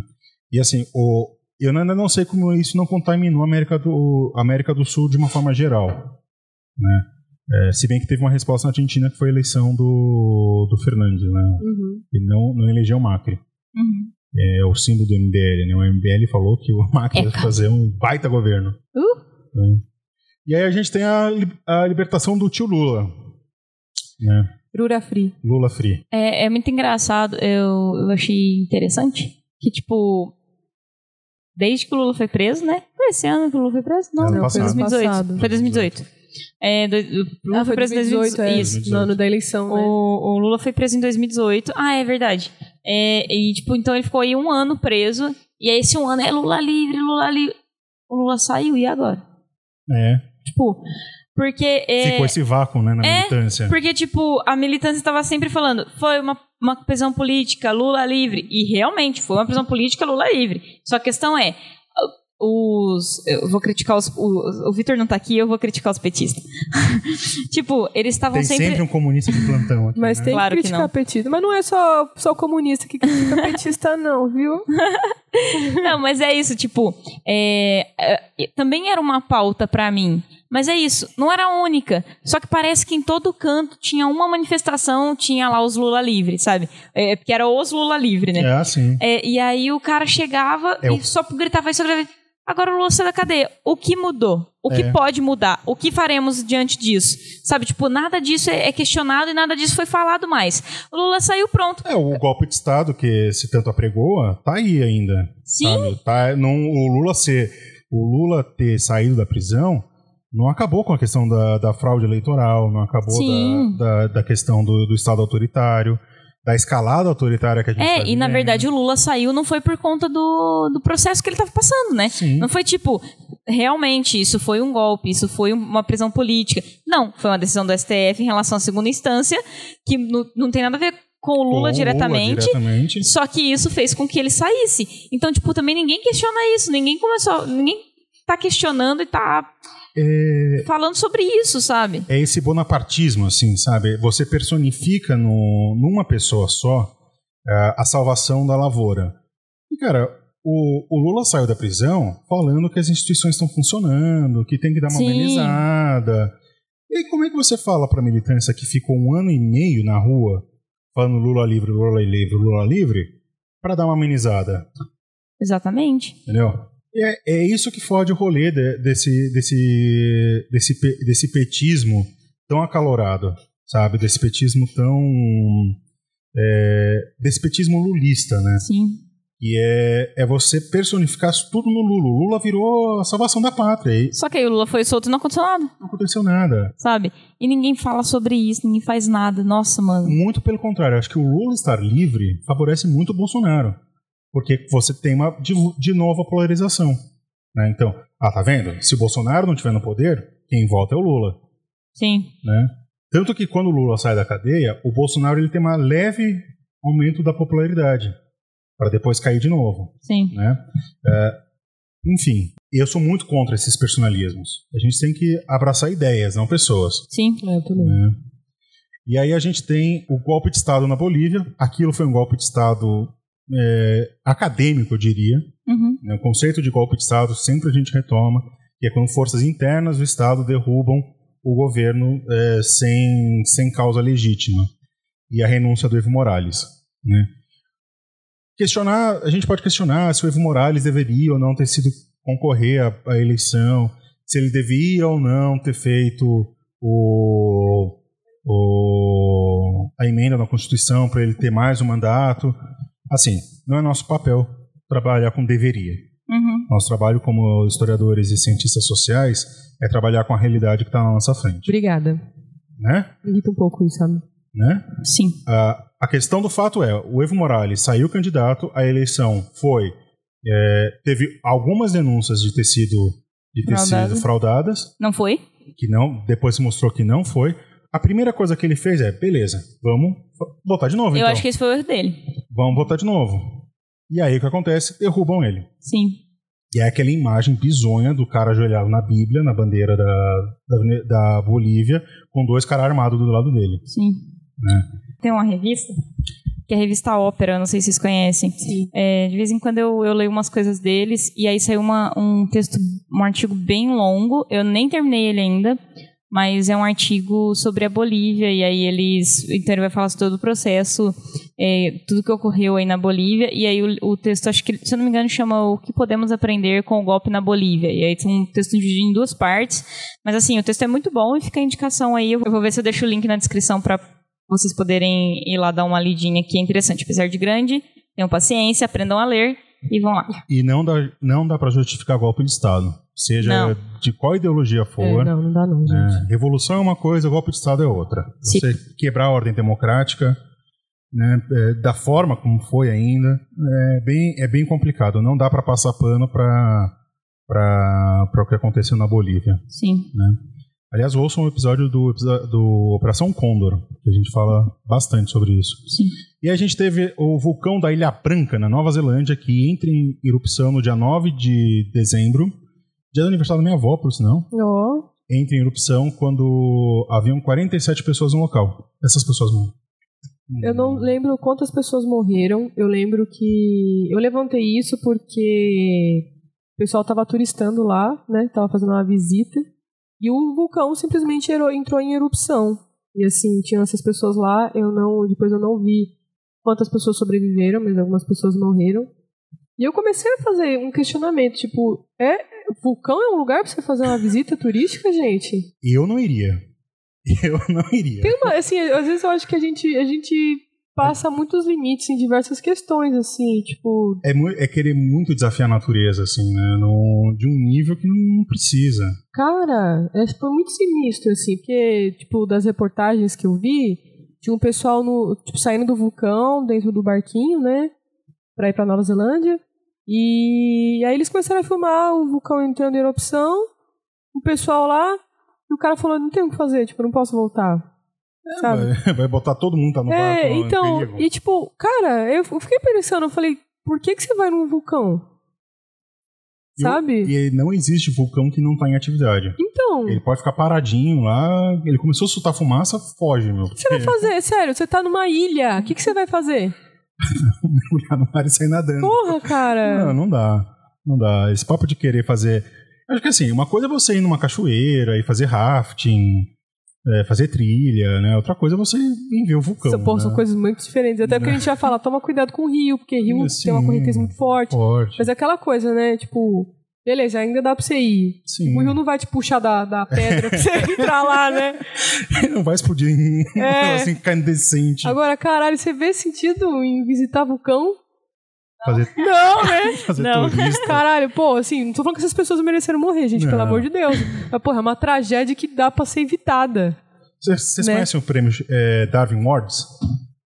S1: E assim, o, eu ainda não sei como isso não contaminou a América do, a América do Sul de uma forma geral. É, se bem que teve uma resposta na Argentina que foi a eleição do, do Fernandes, né?
S3: Uhum.
S1: Ele não, não elegeu o Macri.
S2: Uhum.
S1: É o símbolo do MBL, né? O MBL falou que o Macri ia fazer um baita governo.
S3: Uh!
S1: Né? E aí a gente tem a, li- a libertação do tio Lula. Né?
S3: Rura Free.
S2: Ah,
S1: Lula Free.
S2: É, é muito engraçado, eu, eu achei interessante que, tipo, desde que o Lula foi preso, né? Foi esse ano que o Lula foi preso? Não,
S1: Ano
S2: não, foi
S1: passado.
S2: 2018.
S3: Passado.
S2: Foi 2018. É, dois- o Lula foi
S3: Ah, foi
S2: preso em
S3: 2018, é.
S2: 2018. Isso.
S3: No ano da eleição, né?
S2: O, o Lula foi preso em 2018. Ah, é verdade. É, e, tipo, então ele ficou aí um ano preso. E aí esse um ano é Lula livre, Lula livre. O Lula saiu, e agora?
S1: É.
S2: Tipo, porque. é,
S1: Ficou esse vácuo, né? Na
S2: é,
S1: militância.
S2: porque, tipo, a militância estava sempre falando, foi uma, uma prisão política, Lula livre. E realmente, foi uma prisão política, Lula livre. Só a questão é, os. Eu vou criticar os. O, o Vitor não tá aqui, eu vou criticar os petistas. tipo, eles estavam
S1: Tem sempre...
S2: sempre.
S1: um comunista de plantão aqui,
S3: Mas
S1: né?
S3: tem
S2: Claro que
S3: que criticar
S2: não.
S3: petista. Mas não é só, só comunista que critica petista, não, viu?
S2: Não, mas é isso, tipo. é, é, também era uma pauta pra mim. Mas é isso, não era a única. Só que parece que em todo canto tinha uma manifestação, tinha lá os Lula livre, sabe? É, porque era os Lula livre, né?
S1: É assim.
S2: É, e aí o cara chegava
S1: É
S2: e
S1: o-
S2: só gritava isso. gritava, Agora o Lula saiu da cadeia. O que mudou? O que
S1: É.
S2: pode mudar? O que faremos diante disso? Sabe, tipo, nada disso é é questionado e nada disso foi falado mais. O Lula saiu pronto.
S1: É, o golpe de Estado que se tanto apregoa, tá aí ainda.
S2: Sim,
S1: sabe? Tá, não, o Lula ser, o Lula ter saído da prisão não acabou com a questão da, da fraude eleitoral, não acabou
S2: Sim.
S1: da, da, da questão do, do Estado autoritário. da escalada autoritária que a gente tá
S2: É, e na
S1: vivendo.
S2: verdade o Lula saiu não foi por conta do, do processo que ele tava passando, né?
S1: Sim.
S2: Não foi tipo, realmente isso foi um golpe, isso foi uma prisão política. Não, foi uma decisão do STF em relação à segunda instância, que nu- não tem nada a ver com o Lula
S1: Ou
S2: diretamente.
S1: diretamente.
S2: Só que isso fez com que ele saísse. Então, tipo, também ninguém questiona isso, ninguém começou, ninguém tá questionando e tá falando sobre isso, sabe?
S1: é esse bonapartismo, assim, sabe? Você personifica no, numa pessoa só ah, a salvação da lavoura. E, cara, o, o Lula saiu da prisão falando que as instituições estão funcionando, que tem que dar uma
S2: Sim.
S1: amenizada. E aí, como é que você fala pra militância que ficou um ano e meio na rua falando Lula livre, Lula livre, Lula livre, pra dar uma amenizada?
S2: Exatamente.
S1: Entendeu? E É, é isso que fode o rolê de- desse, desse, desse, pe- desse petismo tão acalorado, sabe? Desse petismo tão. é, desse petismo lulista, né?
S2: Sim.
S1: E é, é você personificar tudo no Lula. O Lula virou a salvação da pátria. E
S2: Só que aí o Lula foi solto e não aconteceu nada,
S1: não aconteceu nada.
S2: sabe? E ninguém fala sobre isso, ninguém faz nada. Nossa, mano.
S1: Muito pelo contrário. Acho que o Lula estar livre favorece muito o Bolsonaro. Porque você tem uma, de, de novo a polarização. né? Então, ah, tá vendo? Se o Bolsonaro não estiver no poder, quem volta é o Lula.
S2: Sim.
S1: né? Tanto que quando o Lula sai da cadeia, o Bolsonaro ele tem um leve aumento da popularidade, para depois cair de novo,
S2: Sim.
S1: né? É, enfim, eu sou muito contra esses personalismos. A gente tem que abraçar ideias, não pessoas.
S2: Sim.
S3: É, eu também.
S1: E aí a gente tem o golpe de Estado na Bolívia. Aquilo foi um golpe de Estado é, acadêmico, eu diria.
S2: Uhum.
S1: né? O conceito de golpe de Estado sempre a gente retoma, que é quando forças internas do Estado derrubam o governo eh, sem, sem causa legítima. E a renúncia do Evo Morales. Né? Questionar, a gente pode questionar se o Evo Morales deveria ou não ter sido concorrer à, à eleição, se ele devia ou não ter feito o, o, a emenda na Constituição para ele ter mais um mandato. Assim, não é nosso papel trabalhar com deveria.
S2: Uhum.
S1: Nosso trabalho como historiadores e cientistas sociais é trabalhar com a realidade que está na nossa frente,
S3: Obrigada.
S1: né?
S3: Me irrita um pouco isso, sabe?
S1: né?
S2: Sim.
S1: Ah, a questão do fato é, o Evo Morales saiu candidato, a eleição foi eh, teve algumas denúncias de ter sido de ter
S2: Fraudada.
S1: sido fraudadas,
S2: Não foi?
S1: que não, depois se mostrou que não foi. A primeira coisa que ele fez é, beleza, vamos botar de novo
S2: Eu
S1: então.
S2: acho que esse foi o erro dele.
S1: Vamos botar de novo. E aí o que acontece? Derrubam ele.
S2: Sim.
S1: E é aquela imagem bizonha do cara ajoelhado na Bíblia, na bandeira da, da, da Bolívia, com dois caras armados do lado dele.
S2: Sim. Tem uma revista, que é a revista Ópera, não sei se vocês conhecem.
S3: Sim.
S2: É, de vez em quando eu, eu leio umas coisas deles, e aí saiu uma, um texto, um artigo bem longo, eu nem terminei ele ainda, mas é um artigo sobre a Bolívia, e aí eles. Então ele vai falar sobre todo o processo, é, tudo que ocorreu aí na Bolívia, e aí o, o texto, acho que, se eu não me engano, chama O que Podemos Aprender com o Golpe na Bolívia. E aí tem um texto dividido em duas partes, mas assim, o texto é muito bom e fica a indicação aí. Eu vou ver se eu deixo o link na descrição para vocês poderem ir lá dar uma lidinha, que é interessante, apesar de grande. Tenham paciência, aprendam a ler e vão lá.
S1: E não dá, não dá para justificar golpe de Estado. Seja de qual ideologia for.
S3: É, não, não dá não, gente.
S1: né? Revolução é uma coisa, golpe de Estado é outra.
S2: Sim.
S1: Você quebrar a ordem democrática, né, é, da forma como foi ainda, é bem, é bem complicado. Não dá para passar pano para o que aconteceu na Bolívia.
S2: Sim.
S1: Aliás, ouçam o episódio do, episo- do Operação Condor, que a gente fala bastante sobre isso.
S2: Sim.
S1: E a gente teve o vulcão da Ilha Branca, na Nova Zelândia, que entra em erupção no dia 9 de dezembro, dia do aniversário da minha avó, por sinal.
S3: Ó,
S1: Entra em erupção quando haviam 47 pessoas no local. Essas pessoas morreram.
S3: eu não lembro quantas pessoas morreram. Eu lembro que. Eu levantei isso porque o pessoal tava turistando lá, né? Tava fazendo uma visita. E um vulcão simplesmente ero- entrou em erupção. E assim, tinham essas pessoas lá. Eu não. Depois eu não vi quantas pessoas sobreviveram, mas algumas pessoas morreram. E eu comecei a fazer um questionamento, tipo, é vulcão é um lugar pra você fazer uma visita turística, gente?
S1: Eu não iria. Eu não iria.
S3: Tem uma, assim, às vezes eu acho que a gente, a gente passa muitos limites em diversas questões, assim, tipo,
S1: É, mu- é querer muito desafiar a natureza, assim, né? No- de um nível que não precisa.
S3: cara, é, foi muito sinistro, assim, porque, tipo, das reportagens que eu vi, Tinha um pessoal no, tipo, saindo do vulcão, dentro do barquinho, né? Pra ir pra Nova Zelândia. E aí eles começaram a filmar o vulcão entrando em erupção. O pessoal lá. E o cara falou: não tem o que fazer, tipo, não posso voltar. Sabe?
S1: Vai, vai botar todo mundo tá no
S3: É,
S1: barco, em
S3: então,
S1: perigo.
S3: e tipo, cara, eu eu fiquei pensando, eu falei, por que que você vai num vulcão?
S1: Eu-
S3: Sabe?
S1: E não existe vulcão que não tá em atividade.
S3: Então, o
S1: Ele pode ficar paradinho lá. Ele começou a soltar fumaça, foge, meu.
S3: que você vai fazer? Sério, você tá numa ilha, o que que você vai fazer?
S1: Mergulhar no mar e sair nadando.
S3: Porra, cara.
S1: Não, não dá. Não dá. Esse papo de querer fazer. Acho que assim, uma coisa é você ir numa cachoeira e fazer rafting, é, fazer trilha, né? Outra coisa é você ir ver o vulcão.
S3: São, pô,
S1: né?
S3: são coisas muito diferentes. Até porque a gente já fala, toma cuidado com o rio, porque rio tem uma
S1: Sim.
S3: correnteza muito forte.
S1: Forte.
S3: Mas é aquela coisa, né? Tipo, beleza, ainda dá pra você ir.
S1: Sim.
S3: O rio não vai te puxar da, da pedra pra você entrar lá, né?
S1: Não vai explodir em um
S3: É.
S1: negócio incandescente.
S3: Agora, caralho, você vê sentido em visitar vulcão?
S1: Fazer,
S3: Não, né?
S1: fazer
S2: Não.
S1: turista.
S3: Caralho, pô, assim, não tô falando que essas pessoas mereceram morrer, gente, pelo
S1: Não.
S3: amor de Deus. Mas, porra, é uma tragédia que dá pra ser evitada.
S1: Vocês vocês
S3: Né?
S1: conhecem o prêmio é, Darwin Awards?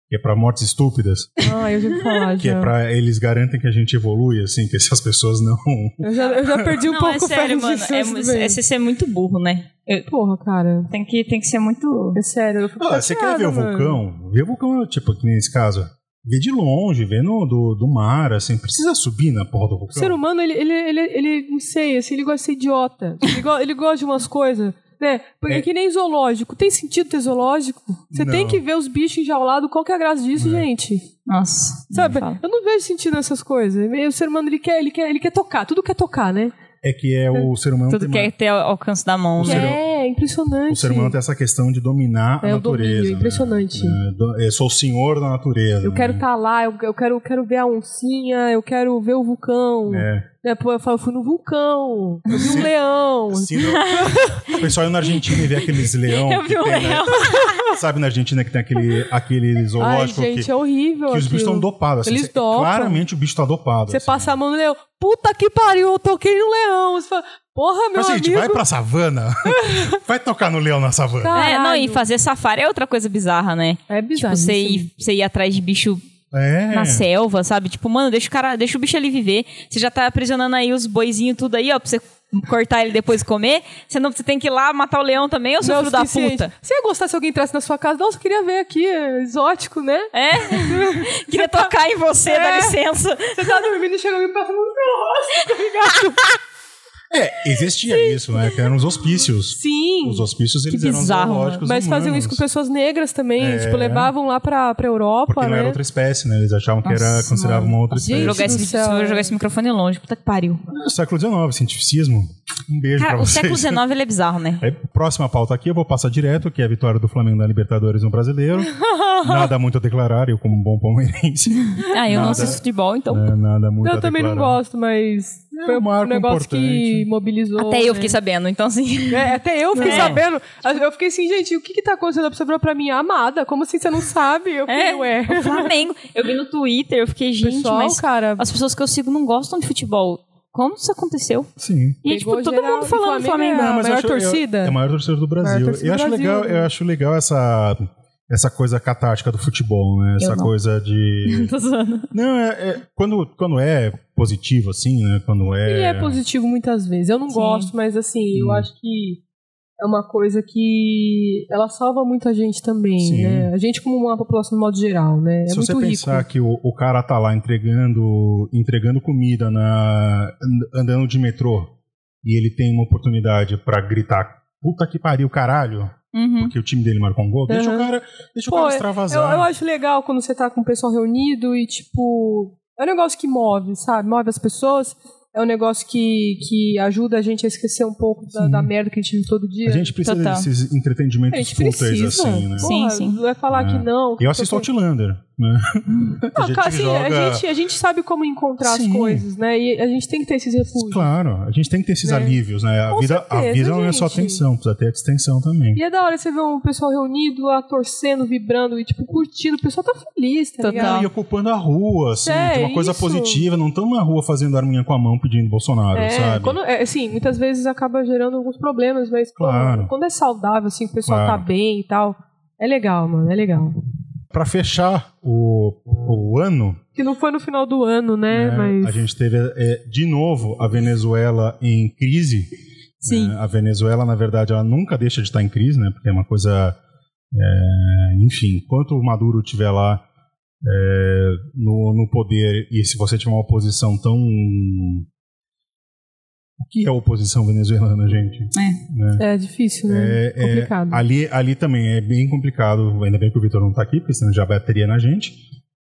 S1: Que é pra mortes estúpidas.
S3: Ah, eu já ouvi falar,
S1: Que é
S3: já.
S1: pra. Eles garantem que a gente evolui, assim, que se as pessoas não.
S3: Eu já, eu já perdi um
S2: Não,
S3: pouco
S2: é
S3: o
S2: sério,
S3: fé
S2: mano.
S3: nisso,
S2: É,
S3: mas
S2: mu-
S3: tudo bem.
S2: é você ser muito burro, né? Eu-
S3: Porra, cara,
S2: tem, que, tem que ser muito.
S3: é sério, eu fico
S1: Ah, você quer
S3: chateada,
S1: ver o
S3: mano.
S1: vulcão? Ver o vulcão, tipo, que nesse caso. Vê de longe, vê no, do, do mar, assim. Precisa subir na porra do
S3: O ser hum-,
S1: vulcão.
S3: humano, ele, ele, ele, ele, não sei, assim, ele gosta de ser idiota. Ele, go- ele gosta de umas coisas, né? Porque
S1: É.
S3: que nem zoológico. Tem sentido ter zoológico? Você tem
S1: Não.
S3: que ver os bichos enjaulados. Qual que é a graça disso, gente?
S2: Nossa.
S3: Sabe?
S2: Não fala.
S3: Eu não vejo sentido nessas coisas. O ser humano, ele quer, ele quer, ele quer tocar. Tudo quer tocar, né?
S1: É que é o ser humano.
S2: Tudo
S1: tem
S2: quer
S1: uma-
S2: ter ao- alcance da mão,
S1: O
S2: né?
S1: ser- hum,
S3: É, impressionante.
S1: O ser humano tem essa questão de dominar
S3: É
S1: a
S3: o domínio,
S1: natureza. né?
S3: impressionante.
S1: É, do- Eu sou o senhor da natureza.
S3: Eu quero
S1: né?
S3: estar lá, eu, eu quero, eu quero ver a oncinha, eu quero ver o vulcão.
S1: É.
S3: Né, pô, Eu falo, fui no vulcão, eu vi
S1: Sim.
S3: um leão.
S1: Síndrome- O pessoal indo na Argentina e vê aqueles leão.
S2: Eu
S1: que
S2: vi um
S1: tem, né?
S2: leão.
S1: Sabe na Argentina que tem aquele, aquele
S3: Ai,
S1: zoológico
S3: gente,
S1: que,
S3: é horrível.
S1: que os bichos
S3: aquilo.
S1: estão dopados. assim,
S3: Eles
S1: você-
S3: dopam.
S1: Claramente o bicho tá dopado.
S3: Você
S1: assim.
S3: passa a mão no leão, puta que pariu, eu toquei no leão. Você fala, porra, meu
S1: Mas, assim, gente,
S3: amigo. Tá.
S1: vai pra savana. vai tocar no leão na savana.
S2: É, não, e
S3: caralho."
S2: fazer safari é outra coisa bizarra, né?
S3: É
S2: Tipo,
S3: bizarro.
S2: você
S3: isso.
S2: ir, você ir atrás de bicho
S1: É.
S2: na selva, sabe? Tipo, mano, deixa o cara, deixa o bicho ali viver. Você já tá aprisionando aí os boizinhos tudo aí, ó, pra você cortar ele depois e comer. Você não, você tem que ir lá matar o leão também, ô seu
S3: Não é
S2: filho
S3: o
S2: da
S3: suficiente.
S2: puta.
S3: Você ia gostar se alguém entrasse na sua casa? Nossa, eu queria ver aqui, é exótico, né?
S2: É? Queria tocar em você, dá
S3: É.
S2: licença.
S3: Você tá dormindo e chega alguém passando no seu rosto, tá ligado?
S1: É, existia isso, né? Que eram os hospícios.
S3: Sim. né?
S1: Os hospícios, eles
S2: bizarro,
S1: eram
S2: mano.
S1: zoológicos
S3: Mas
S1: humanos,
S3: faziam isso com pessoas negras também.
S1: É.
S3: Tipo, levavam lá pra, pra Europa,
S1: Porque não
S3: né?
S1: era outra espécie, né? Eles achavam que era
S2: Nossa,
S1: considerava uma outra
S2: Se eu
S1: espécie.
S2: jogar esse,
S3: do
S2: se
S3: céu,
S2: eu jogar
S3: é.
S2: esse microfone longe, puta que pariu.
S1: É, Século XIX, cientificismo. Um beijo
S2: Cara,
S1: pra
S2: o
S1: vocês.
S2: século XIX ele é bizarro, né?
S1: Aí, próxima pauta aqui, eu vou passar direto, que é a vitória do Flamengo na Libertadores no Brasileiro. Nada muito a declarar, eu como um bom palmeirense.
S2: Ah, eu não
S1: Nada.
S2: assisto futebol, então.
S1: né, Nada muito a
S3: Eu também não
S1: declarar.
S3: gosto, mas
S1: É
S3: foi
S1: um
S3: um
S1: marco
S3: negócio que
S1: importante.
S3: mobilizou.
S2: Até eu
S3: né?
S2: fiquei sabendo, então assim.
S3: É, até eu fiquei
S2: É.
S3: sabendo. Eu fiquei assim, gente, o que que tá acontecendo? A pessoa falou pra mim, amada, como assim você não sabe? Eu fiquei,
S2: É,
S3: ué.
S2: o Flamengo. Eu vi no Twitter, eu fiquei, gente,
S3: Pessoal,
S2: mas
S3: cara,
S2: as pessoas que eu sigo não gostam de futebol. Como isso aconteceu?
S1: Sim.
S2: E,
S3: Pegou
S2: tipo, todo
S3: geral,
S2: mundo
S3: e
S2: falando do
S3: Flamengo é
S2: Flamengo.
S3: a
S1: Não, mas eu
S3: maior
S1: acho- eu-
S3: torcida?
S1: É a maior torcida do Brasil.
S3: torcida
S1: eu,
S3: do
S1: acho
S3: Brasil,
S1: legal,
S3: né?
S1: eu acho legal essa, essa coisa catártica do futebol, né? Essa
S2: não.
S1: coisa de.
S2: Tô zoando.
S1: Não, é, é- quando, quando é positivo, assim, né? Quando é. Hum.
S3: Ele é positivo muitas vezes. Eu não
S2: Sim.
S3: gosto, mas assim, eu acho que é uma coisa que ela salva muita gente também,
S1: Sim.
S3: né? A gente como uma população no modo geral, né? É
S1: Se
S3: muito
S1: você pensar
S3: rico.
S1: que o, o cara tá lá entregando, entregando comida, na, and- andando de metrô, e ele tem uma oportunidade pra gritar puta que pariu, caralho,
S2: Uhum.
S1: porque o time dele marcou um gol, deixa o
S3: Hum. Aham.
S1: cara, deixa
S3: Pô,
S1: o cara
S3: Eu,
S1: extravasar.
S3: eu acho legal quando você tá com o pessoal reunido e, tipo, é um negócio que move, sabe? Move as pessoas. É um negócio que, que ajuda a gente a esquecer um pouco da,
S1: Sim.
S3: da merda que a gente vive todo dia.
S1: a gente precisa
S2: Total.
S1: desses
S3: A
S1: entretenimentos
S3: gente
S1: fúteis,
S3: precisa.
S1: assim, né?
S2: Sim,
S3: Porra,
S2: sim.
S3: Não é falar
S1: É.
S3: que não.
S1: Eu assisto Outlander, né?
S3: Não, cara, assim, a, gente, a gente sabe como encontrar
S1: Sim.
S3: as coisas, né? E a gente tem que ter esses refúgios.
S1: Claro, a gente tem que ter esses
S3: Né?
S1: alívios, né? A
S3: Com
S1: vida, a
S3: certeza,
S1: vida não é só
S3: gente.
S1: tensão, precisa ter a distensão também.
S3: E é da hora você ver um pessoal reunido lá, torcendo, vibrando e, tipo, curtindo. O pessoal tá feliz, tá
S2: Total.
S3: ligado?
S1: E ocupando a rua, assim,
S3: É,
S1: de uma coisa
S3: isso.
S1: positiva, não estamos na rua fazendo arminha com a mão pedindo Bolsonaro,
S3: É,
S1: sabe?
S3: quando, é, assim, muitas vezes acaba gerando alguns problemas, mas pô,
S1: Claro.
S3: quando é saudável, assim, que o pessoal
S1: Claro.
S3: tá bem e tal, É legal, mano, é legal.
S1: Pra fechar o, o ano,
S3: Que não foi no final do ano, né?
S1: né,
S3: Mas.
S1: a gente teve é, de novo a Venezuela em crise.
S2: Sim.
S1: né? A Venezuela, na verdade, ela nunca deixa de estar em crise, né? Porque é uma coisa. é, enfim, enquanto o Maduro estiver lá é, no, no poder e se você tiver uma oposição tão. O que é a oposição venezuelana, gente?
S3: É difícil, né?
S1: É, é,
S3: Complicado.
S1: ali, ali também é bem complicado. Ainda bem que o Vitor não tá aqui, porque senão já bateria na gente.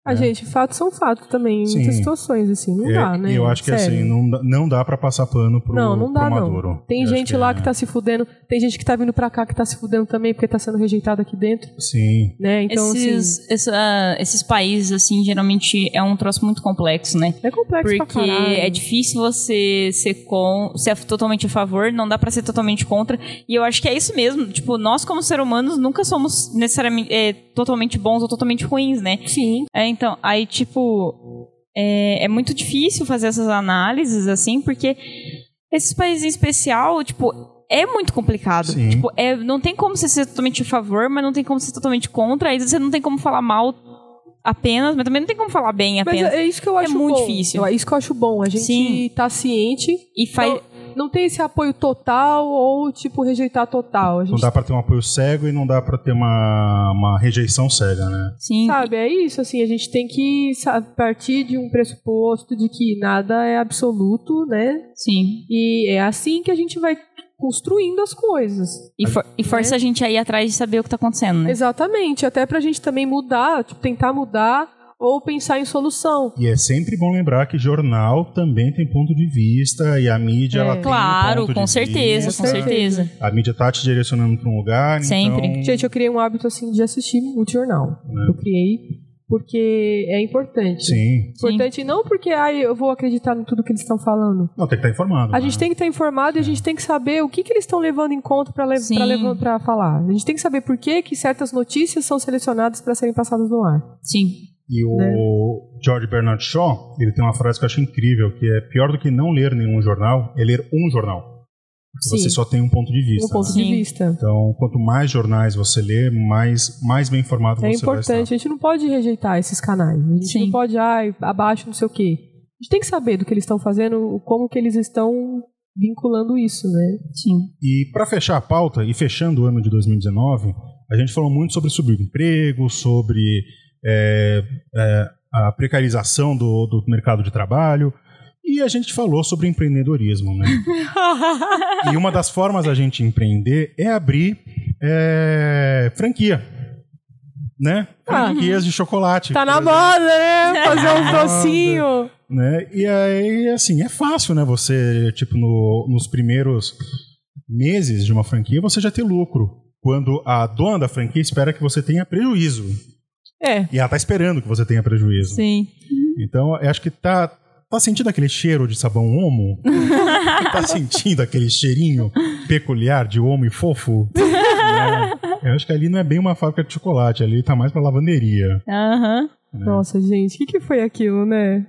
S3: Ah, gente, fatos são fatos também.
S1: é. Sim.
S3: Muitas situações, assim, não
S1: É,
S3: dá, né?
S1: Eu acho que
S3: Sério.
S1: assim, não, dá- não dá pra passar pano pro,
S3: Não, não dá,
S1: pro
S3: não.
S1: Maduro.
S3: Tem
S1: Eu acho
S3: gente lá
S1: é-
S3: que tá se fudendo, tem gente que tá vindo pra cá que tá se fudendo também, porque tá sendo rejeitado aqui dentro,
S1: Sim,
S3: né? Então,
S2: esses, essa- esses países, assim, geralmente é um troço muito complexo, né?
S3: assim, é complexo pra
S2: Porque
S3: caralho.
S2: é difícil você ser com, ser totalmente a favor, não dá pra ser totalmente contra. E eu acho que é isso mesmo. Tipo, nós como seres humanos nunca somos necessariamente é, totalmente bons ou totalmente ruins, né?
S3: Sim.
S2: É, então, aí, tipo, é, é muito difícil fazer essas análises, assim, porque esses países em especial, tipo, é muito complicado.
S1: Sim.
S2: Tipo, é, não tem como você ser totalmente a favor, mas não tem como ser totalmente contra, aí você não tem como falar mal apenas, mas também não tem como falar bem
S3: Mas
S2: apenas.
S3: é isso que eu acho
S2: muito
S3: bom.
S2: difícil.
S3: É isso que eu acho bom. A gente
S2: Sim.
S3: tá ciente.
S2: e faz.
S3: Não, não tem esse apoio total ou, tipo, rejeitar total. A
S1: não
S3: gente
S1: dá pra ter um apoio cego e não dá pra ter uma, uma rejeição cega, né?
S2: sim.
S3: Sabe, é isso, assim, a gente tem que sabe, partir de um pressuposto de que nada é absoluto, né?
S2: Sim.
S3: E é assim que a gente vai construindo as coisas.
S2: E, for- e
S3: É.
S2: força a gente a ir atrás de saber o que tá acontecendo, né?
S3: Exatamente, até pra gente também mudar, tipo, tentar mudar ou pensar em solução.
S1: E é sempre bom lembrar que jornal também tem ponto de vista e a mídia
S3: É.
S1: ela tem um
S2: Claro,
S1: ponto
S2: com
S1: de
S2: certeza, É.
S1: vista.
S2: com certeza.
S1: A mídia tá te direcionando pra um lugar,
S2: Sempre.
S1: então...
S3: Gente, eu criei um hábito, assim, de assistir muito jornal. Eu criei porque é importante.
S1: Sim,
S3: Importante não porque, ai, eu vou acreditar em tudo que eles estão falando.
S1: não, tem que estar informado.
S3: A
S1: né?
S3: gente tem que estar informado e a gente tem que saber o que, que eles estão levando em conta para
S2: Sim.
S3: falar. A gente tem que saber por que, que certas notícias são selecionadas para serem passadas no ar.
S2: Sim.
S1: E o
S3: né?
S1: George Bernard Shaw, ele tem uma frase que eu acho incrível, que é pior do que não ler nenhum jornal, é ler um jornal. Porque
S3: Sim.
S1: Você só tem um ponto de
S3: Do
S1: vista.
S3: ponto
S1: né?
S2: Sim.
S3: de vista.
S1: Então, quanto mais jornais você lê, mais, mais bem informado
S3: É
S1: você vai estar.
S3: importante. A gente não pode rejeitar esses canais. A gente
S2: Sim.
S3: não pode, ai, abaixo, não sei o quê. A gente tem que saber do que eles estão fazendo, como que eles estão vinculando isso, né?
S2: Sim.
S1: E para fechar a pauta e fechando o ano de 2019, a gente falou muito sobre subemprego, sobre é, é, a precarização do, do mercado de trabalho e a gente falou sobre empreendedorismo, né? e uma das formas da gente empreender é abrir é, franquia, né?
S3: Ah.
S1: Franquias de chocolate.
S3: Tá na
S1: por exemplo,
S3: moda, né? Fazer um docinho.
S1: né? E aí, assim, é fácil, né? Você, tipo, no- nos primeiros meses de uma franquia, você já ter lucro. Quando a dona da franquia espera que você tenha prejuízo.
S3: É.
S1: E ela tá esperando que você tenha prejuízo.
S2: Sim.
S1: Então, eu acho que tá. Tá sentindo aquele cheiro de sabão homo? tá sentindo aquele cheirinho peculiar de homo e fofo? Não. Eu acho que ali não é bem uma fábrica de chocolate, ali tá mais pra lavanderia.
S2: Aham.
S3: Nossa, gente, o que, que foi aquilo, né?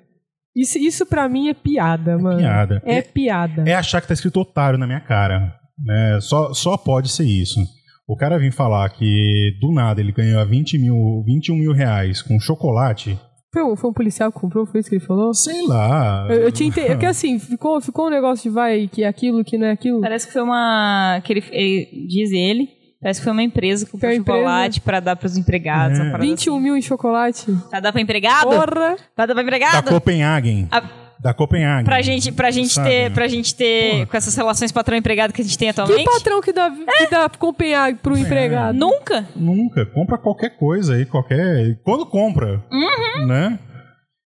S3: Isso, isso para mim é piada, mano.
S1: Piada.
S3: É piada.
S1: é achar que tá escrito otário na minha cara. né? só, só pode ser isso. O cara vir falar que do nada ele ganhou 20 mil, 21 mil reais com chocolate,
S3: Foi um, foi um policial que comprou, foi isso que ele falou?
S1: sei lá.
S3: Eu, eu tinha entendido. Porque assim, ficou, ficou um negócio de vai, que é aquilo, que não é aquilo.
S2: Parece que foi uma. Que ele, ele- diz ele. Parece que foi uma empresa que comprou
S3: Foi uma empresa.
S2: chocolate pra dar pros empregados.
S1: É.
S2: uma parada
S3: 21 mil em chocolate.
S2: assim. Pra dar pra empregado?
S3: Porra!
S2: Pra dar pra
S1: Da
S2: empregado?
S1: Copenhagen.
S2: A-
S1: Da Copenhagen.
S2: Pra gente, pra gente
S1: Tá Sabe? né?
S2: ter. Pra gente ter.
S1: Porra.
S2: Com essas relações patrão e empregado que a gente tem
S3: Que
S2: atualmente?
S3: patrão que dá, que dá Copenhague
S1: É.
S3: pro empregado?
S2: Nunca?
S1: Nunca. Compra qualquer coisa aí, qualquer. Quando compra.
S2: Uhum.
S1: Né?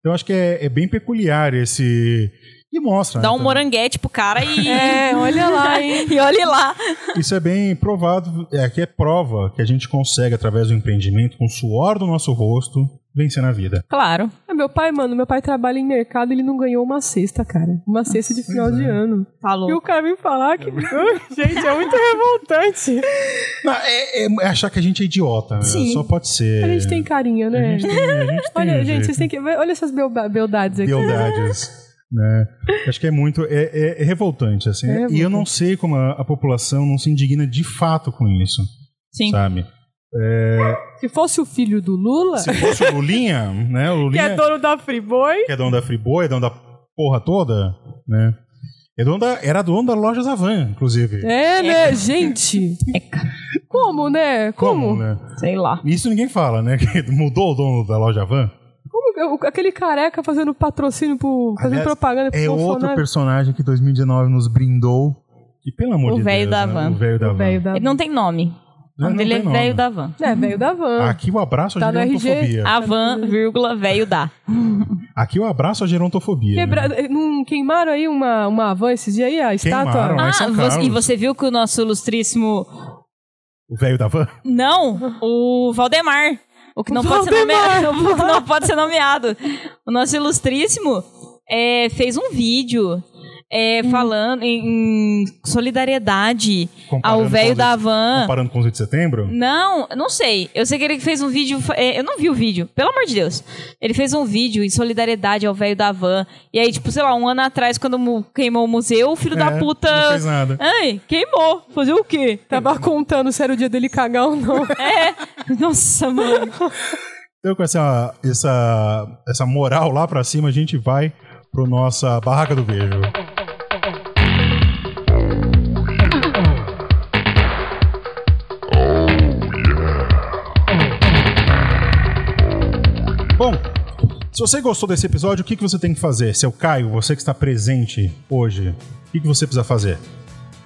S1: Eu acho que é, é bem peculiar esse. E mostra. né,
S2: Dá um
S1: também.
S2: moranguete pro cara e.
S3: É, olha lá, hein?
S2: E olha lá.
S1: Isso é bem provado, é, aqui é prova que a gente consegue, através do empreendimento, com o suor do nosso rosto, vencer na vida.
S2: Claro.
S3: Ah, Meu pai, mano, meu pai trabalha em mercado, ele não ganhou uma cesta, cara. Uma cesta de final
S1: é.
S3: de ano. E
S2: Falou.
S3: o cara me falar que. Gente, é muito revoltante.
S1: Não, é, é achar que a gente é idiota, né?
S2: Sim.
S1: Só pode ser.
S3: A gente tem carinha, né?
S1: A gente tem, a gente tem
S3: Olha,
S1: um
S3: gente,
S1: jeito.
S3: vocês têm que. Olha essas belda- beldades aqui.
S1: Beldades, né? Acho que é muito. É, é- é revoltante, assim.
S3: É
S1: E eu
S3: revoltante.
S1: não sei como a, a população não se indigna de fato com isso,
S2: Sim.
S1: sabe?
S3: Se fosse o filho do Lula,
S1: Se fosse o Lulinha, né? O
S3: que
S1: Lulinha
S3: é dono da Friboi,
S1: que é dono da Friboi, é dono da porra toda, né? É dono da- era dono da loja Zavan, inclusive.
S3: é, né? Gente, como, né? Como?
S1: né?
S2: Sei lá.
S1: Isso ninguém fala, né? Que mudou o dono da loja Van.
S3: Como que o- aquele careca fazendo patrocínio pro. fazendo
S1: Aliás,
S3: propaganda pro
S1: É outro
S3: Bolsonaro.
S1: personagem que 2019 nos brindou. Que pelo amor
S2: O
S1: de Deus.
S2: velho da
S1: né?
S2: van.
S1: O velho da
S3: O
S1: van.
S3: velho da
S2: Ele não tem nome. O
S1: Não,
S2: nome
S1: não
S2: dele é
S1: tem nome.
S2: velho É da van.
S3: É, veio da van.
S1: Aqui o abraço à
S3: Tá no RG.
S1: gerontofobia.
S2: A van, vírgula, velho da.
S1: Aqui o abraço à gerontofobia. né?
S3: Quebra... Não queimaram aí uma, uma van esses dias aí, a estátua?
S1: Queimaram. Mas
S2: Ah,
S1: são
S2: você-
S1: caros.
S2: e você viu que o nosso ilustríssimo.
S1: O velho da van.
S2: Não! O Valdemar. O que não,
S3: O
S2: pode ser,
S3: Valdemar!
S2: nomeado, o que não pode ser nomeado. O nosso ilustríssimo é, fez um vídeo é, falando em, em solidariedade
S1: Comparando
S2: ao velho
S1: com os
S2: da
S1: outros-
S2: van.
S1: Comparando Tá com os 8 de setembro.
S2: Não, eu não sei. Eu sei que ele fez um vídeo. é, Eu não vi o vídeo, pelo amor de Deus. Ele fez um vídeo em solidariedade ao velho da van. E aí, tipo, sei lá, um ano atrás, quando mu- queimou o museu, o filho da
S1: É,
S2: puta.
S1: Não fez nada.
S2: Ai, queimou. Fazer o quê?
S3: Tava contando se era o dia dele cagar ou não.
S2: É. Nossa, mano.
S1: Então, com essa, essa, essa moral lá pra cima, a gente vai pro nossa Barraca do Beijo. Bom, se você gostou desse episódio, o que, que você tem que fazer? Seu Caio, você que está presente hoje, o que, que você precisa fazer?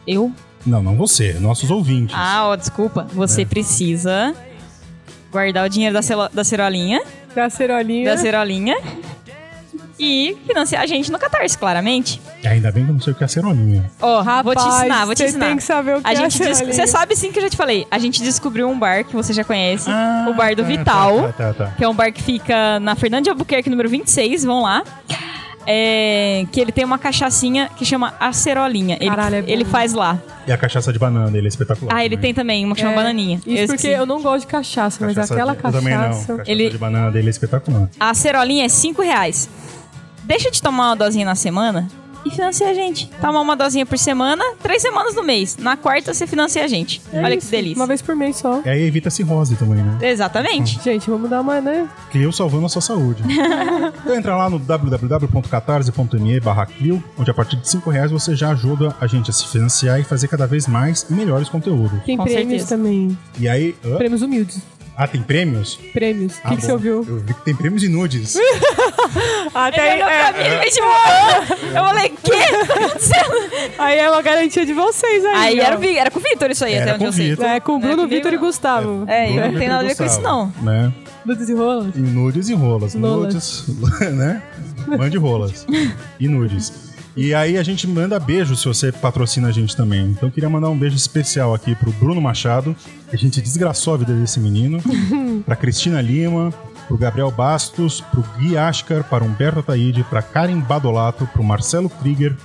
S2: Eu?
S1: Não, não você, nossos ouvintes.
S2: Ah, ó, desculpa. Você
S1: É.
S2: precisa guardar o dinheiro da, celo- da cerolinha.
S3: Da cerolinha.
S2: Da cerolinha. E financiar a gente no Catarse, claramente.
S1: Ainda bem que eu não sei o que é cerolinha.
S2: Ó, vou te
S3: Rapaz,
S2: ensinar, vou te
S3: cê
S2: ensinar.
S3: tem que saber o que
S2: a
S3: é
S2: gente
S3: a
S2: des-
S3: cerolinha.
S2: Você sabe sim que eu já te falei. A gente descobriu um bar que você já conhece,
S1: Ah,
S2: o Bar do
S1: tá, tá,
S2: Vital,
S1: tá, tá.
S2: que é um bar que fica na Fernanda de Albuquerque, número 26, vão lá. É, que ele tem uma cachaçinha que chama Acerolinha. Ele,
S3: Caralho, é bom.
S2: ele faz lá.
S1: E a cachaça de banana, ele é espetacular.
S2: Ah, ele
S1: também.
S2: tem também uma que chama Bananinha.
S3: É. Isso
S2: Eu
S3: porque
S2: esqueci.
S3: eu não gosto de cachaça, mas
S1: Cachaça
S3: aquela
S1: de- eu
S3: cachaça.
S1: também não. Cachaça
S2: Ele-
S1: de banana dele é espetacular.
S2: A Acerolinha é 5 reais. Deixa de tomar uma dosinha na semana e financia a gente. Toma uma dosinha por semana, três semanas no mês. Na quarta você financia a gente.
S3: É
S2: Olha
S3: isso,
S2: que delícia.
S3: Uma vez por mês só.
S1: E aí evita a cirrose também, né?
S2: Exatamente.
S3: Gente, vamos dar uma, né?
S1: Clio salvando a sua saúde. então entra lá no www.catarse.me barra Clio, onde a partir de 5 reais você já ajuda a gente a se financiar e fazer cada vez mais e melhores conteúdos.
S3: Tem
S2: Com
S3: prêmios
S2: certeza.
S3: também.
S1: E aí... hã?
S3: Prêmios humildes.
S1: Ah, tem prêmios?
S3: Prêmios. O
S1: Ah,
S3: que, que
S1: bom.
S3: você ouviu?
S1: Eu vi que tem prêmios e nudes.
S3: Até
S2: Ele
S3: aí,
S2: olhou pra
S3: é,
S2: mim e fez tipo, "Ah!" Eu falei, quê?
S3: aí é uma garantia de vocês aí.
S2: Aí
S3: ó.
S2: era, o Vi- era com o Vitor isso aí,
S1: Era
S2: até onde
S1: com
S2: eu
S1: o
S2: sei.
S1: Vitor.
S3: É, com o
S2: Não é
S3: Bruno,
S2: comigo,
S3: Vitor e
S2: não.
S3: Gustavo.
S2: É, eu não
S1: tem
S2: tenho nada a ver com isso, não.
S1: Né?
S3: Do desenrolo.
S1: E nudes e rolas.
S3: Lolas.
S1: Nudes, né? Mande rolas. E nudes. E aí a gente manda beijo se você patrocina a gente também. Então eu queria mandar um beijo especial aqui pro Bruno Machado. A gente desgraçou a vida desse menino. pra Cristina Lima, pro Gabriel Bastos, pro Gui Ashkar, para Humberto Ataíde, pra Karen Badolato, pro Marcelo Krieger,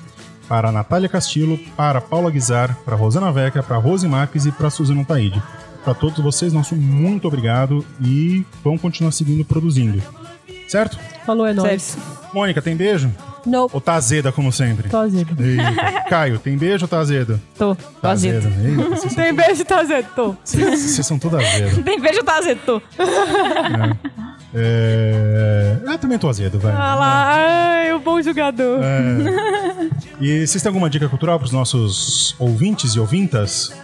S1: para Natália Castillo, para Paula Guizar, para Rosana Vecca, para Rose Marques e para Suzana Taide. Para todos vocês, nosso muito obrigado e vão continuar seguindo produzindo. Certo?
S3: Falou, é nóis.
S1: Mônica, tem beijo?
S3: Não.
S1: Ou tá azeda, como sempre?
S3: Tô azedo.
S1: Eita. Caio, tem beijo ou tá azedo?
S2: Tô, tô azedo.
S1: Eita, vocês são-
S3: Tem beijo, tá azedo. Tô.
S1: vocês- Vocês são todos azedo.
S2: Tem beijo, tá azedo, tô.
S1: É... Ah, também tô azedo, vai.
S3: Ah lá, ai, o bom jogador.
S1: É. E vocês têm alguma dica cultural para os nossos ouvintes e ouvintas?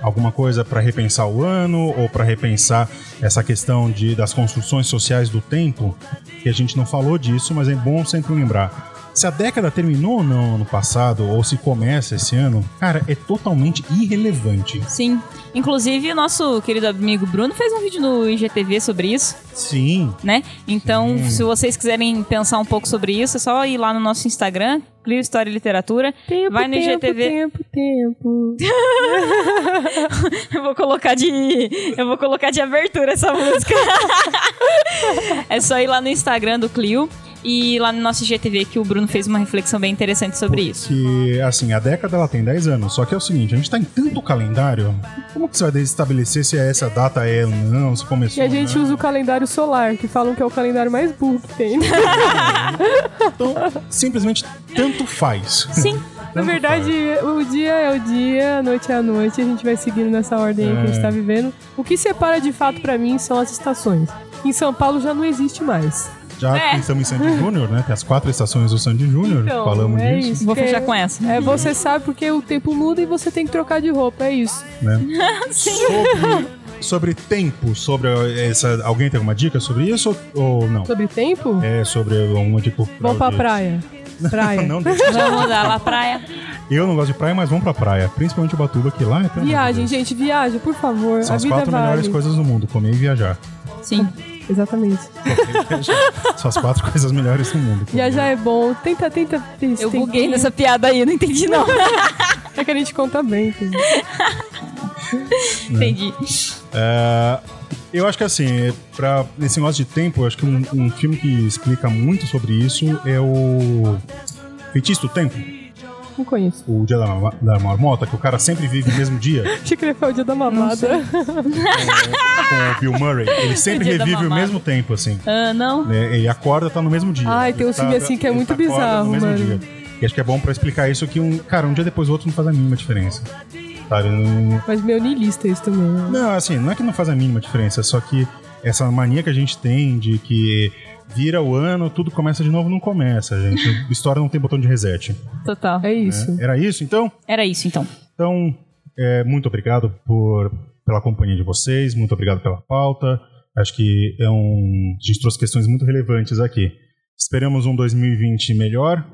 S1: Alguma coisa para repensar o ano ou para repensar essa questão de, das construções sociais do tempo? Que a gente não falou disso, mas é bom sempre lembrar. Se a década terminou ou não ano passado, ou se começa esse ano, cara, é totalmente irrelevante.
S2: Sim. Inclusive, o nosso querido amigo Bruno fez um vídeo no IGTV sobre isso,
S1: Sim,
S2: né? Então,
S1: Sim.
S2: se vocês quiserem pensar um pouco sobre isso, é só ir lá no nosso Instagram, Clio História e Literatura.
S3: Tempo,
S2: Vai no
S3: tempo,
S2: IGTV.
S3: Tempo, tempo.
S2: Eu vou colocar de. Eu vou colocar de abertura essa música. é só ir lá no Instagram do Clio e lá no nosso GTV que o Bruno fez uma reflexão bem interessante sobre isso.
S1: que assim, a década ela tem 10 anos, só que é o seguinte, a gente tá em tanto calendário, como que você vai estabelecer se essa data é ou não, se
S3: E
S1: começou
S3: a
S1: ou
S3: gente
S1: não?
S3: usa o calendário solar, que falam que é o calendário mais burro que tem.
S1: Então, simplesmente tanto faz.
S2: Sim,
S3: Na
S1: Tanto
S3: verdade,
S1: faz.
S3: o dia é o dia, a noite é a noite, a gente vai seguindo nessa ordem aí que a
S1: É.
S3: gente tá vivendo. O que separa de fato pra mim são as estações. Em São Paulo já não existe mais.
S1: Já
S2: É.
S1: pensamos em Sandy Júnior, né? Tem as quatro estações do Sandy Júnior,
S3: Então,
S1: falamos
S3: é
S1: disso.
S2: Vou
S3: Porque-
S2: fechar com essa.
S3: É, você sabe porque o tempo muda e você tem que trocar de roupa, é isso.
S1: Né? sobre, sobre tempo, sobre essa. Alguém tem alguma dica sobre isso ou ou não?
S3: Sobre tempo?
S1: É sobre alguma tipo.
S3: Vão pra praia. Praia.
S1: Não,
S2: Vamos mudar lá praia.
S1: eu não gosto de praia, mas vamos pra praia. Principalmente o Batuba, que lá é pelo amor de
S3: Viagem,
S1: Deus.
S3: gente, viagem, por favor.
S1: São
S3: a
S1: as
S3: vida
S1: quatro
S3: vale.
S1: melhores coisas do mundo, comer e viajar.
S2: Sim.
S3: Exatamente.
S1: São as quatro coisas melhores do mundo. comer.
S3: Viajar é bom. Tenta, tenta. tenta
S2: Eu
S3: tenta-
S2: buguei nessa piada aí, não entendi não.
S3: É que a gente conta bem. entendeu?
S2: entendi.
S1: É, eu acho que assim, pra esse negócio de tempo, eu acho que um, um filme que explica muito sobre isso é o Feitiço do Tempo,
S3: Não conheço.
S1: o Dia da, Ma- da Marmota, que o cara sempre vive no mesmo dia,
S3: Achei que ele foi o dia da mamada.
S1: com o Bill Murray. Ele sempre
S2: O Dia da
S1: revive o
S2: Mamada.
S1: mesmo tempo, assim.
S2: Ah, não?
S1: né? Ele acorda tá no mesmo dia.
S3: Ai,
S1: Ele
S3: tem um
S1: tá-
S3: filme assim que é
S1: ele
S3: muito
S1: acorda
S3: bizarro,
S1: no mesmo
S3: mano.
S1: dia. E acho que é bom pra explicar isso que um, cara, um dia depois do outro não faz a mínima diferença. Sabe? Não-
S3: Mas meio niilista isso também. né?
S1: Não, assim, não é que não faz a mínima diferença, só que essa mania que a gente tem de que vira o ano, tudo começa de novo, não começa, gente. História não tem botão de reset.
S2: Total.
S1: Né?
S3: É isso.
S1: Era isso, então?
S2: Era isso então.
S1: Então, é, muito obrigado por, pela companhia de vocês, muito obrigado pela pauta. Acho que é um, a gente trouxe questões muito relevantes aqui. Esperamos um 2020 melhor,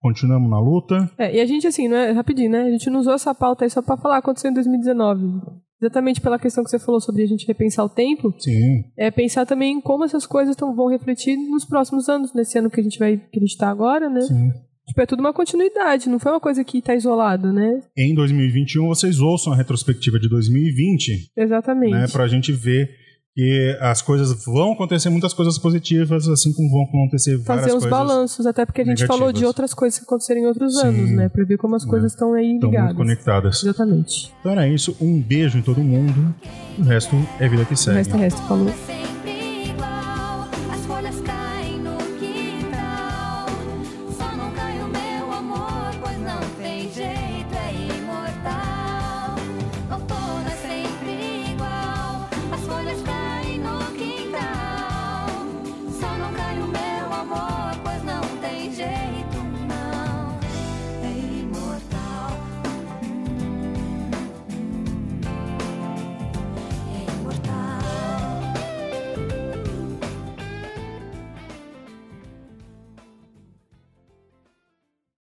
S1: continuamos na luta.
S3: É, e a gente, assim, não é rapidinho, né? A gente não usou essa pauta aí só pra falar, aconteceu em 2019. Exatamente pela questão que você falou sobre a gente repensar o tempo,
S1: Sim,
S3: é pensar também em como essas coisas tão, vão refletir nos próximos anos, nesse ano que a gente vai que a gente tá agora, né?
S1: sim.
S3: Tipo, é tudo uma continuidade, não foi uma coisa que tá isolado, né?
S1: Em 2021, vocês ouçam a retrospectiva de 2020,
S3: Exatamente.
S1: né, para a gente ver que as coisas vão acontecer muitas coisas positivas, assim como vão acontecer várias
S3: Fazer uns
S1: coisas
S3: balanços, até porque a gente
S1: negativas.
S3: falou de outras coisas que aconteceram em outros
S1: Sim.
S3: anos, né? Pra ver como as coisas estão aí
S1: que estão muito
S3: ligadas.
S1: conectadas.
S3: Exatamente.
S1: Então era isso, um beijo em todo mundo. O resto é vida que
S3: O
S1: segue.
S3: resto é resto, falou.
S5: Sem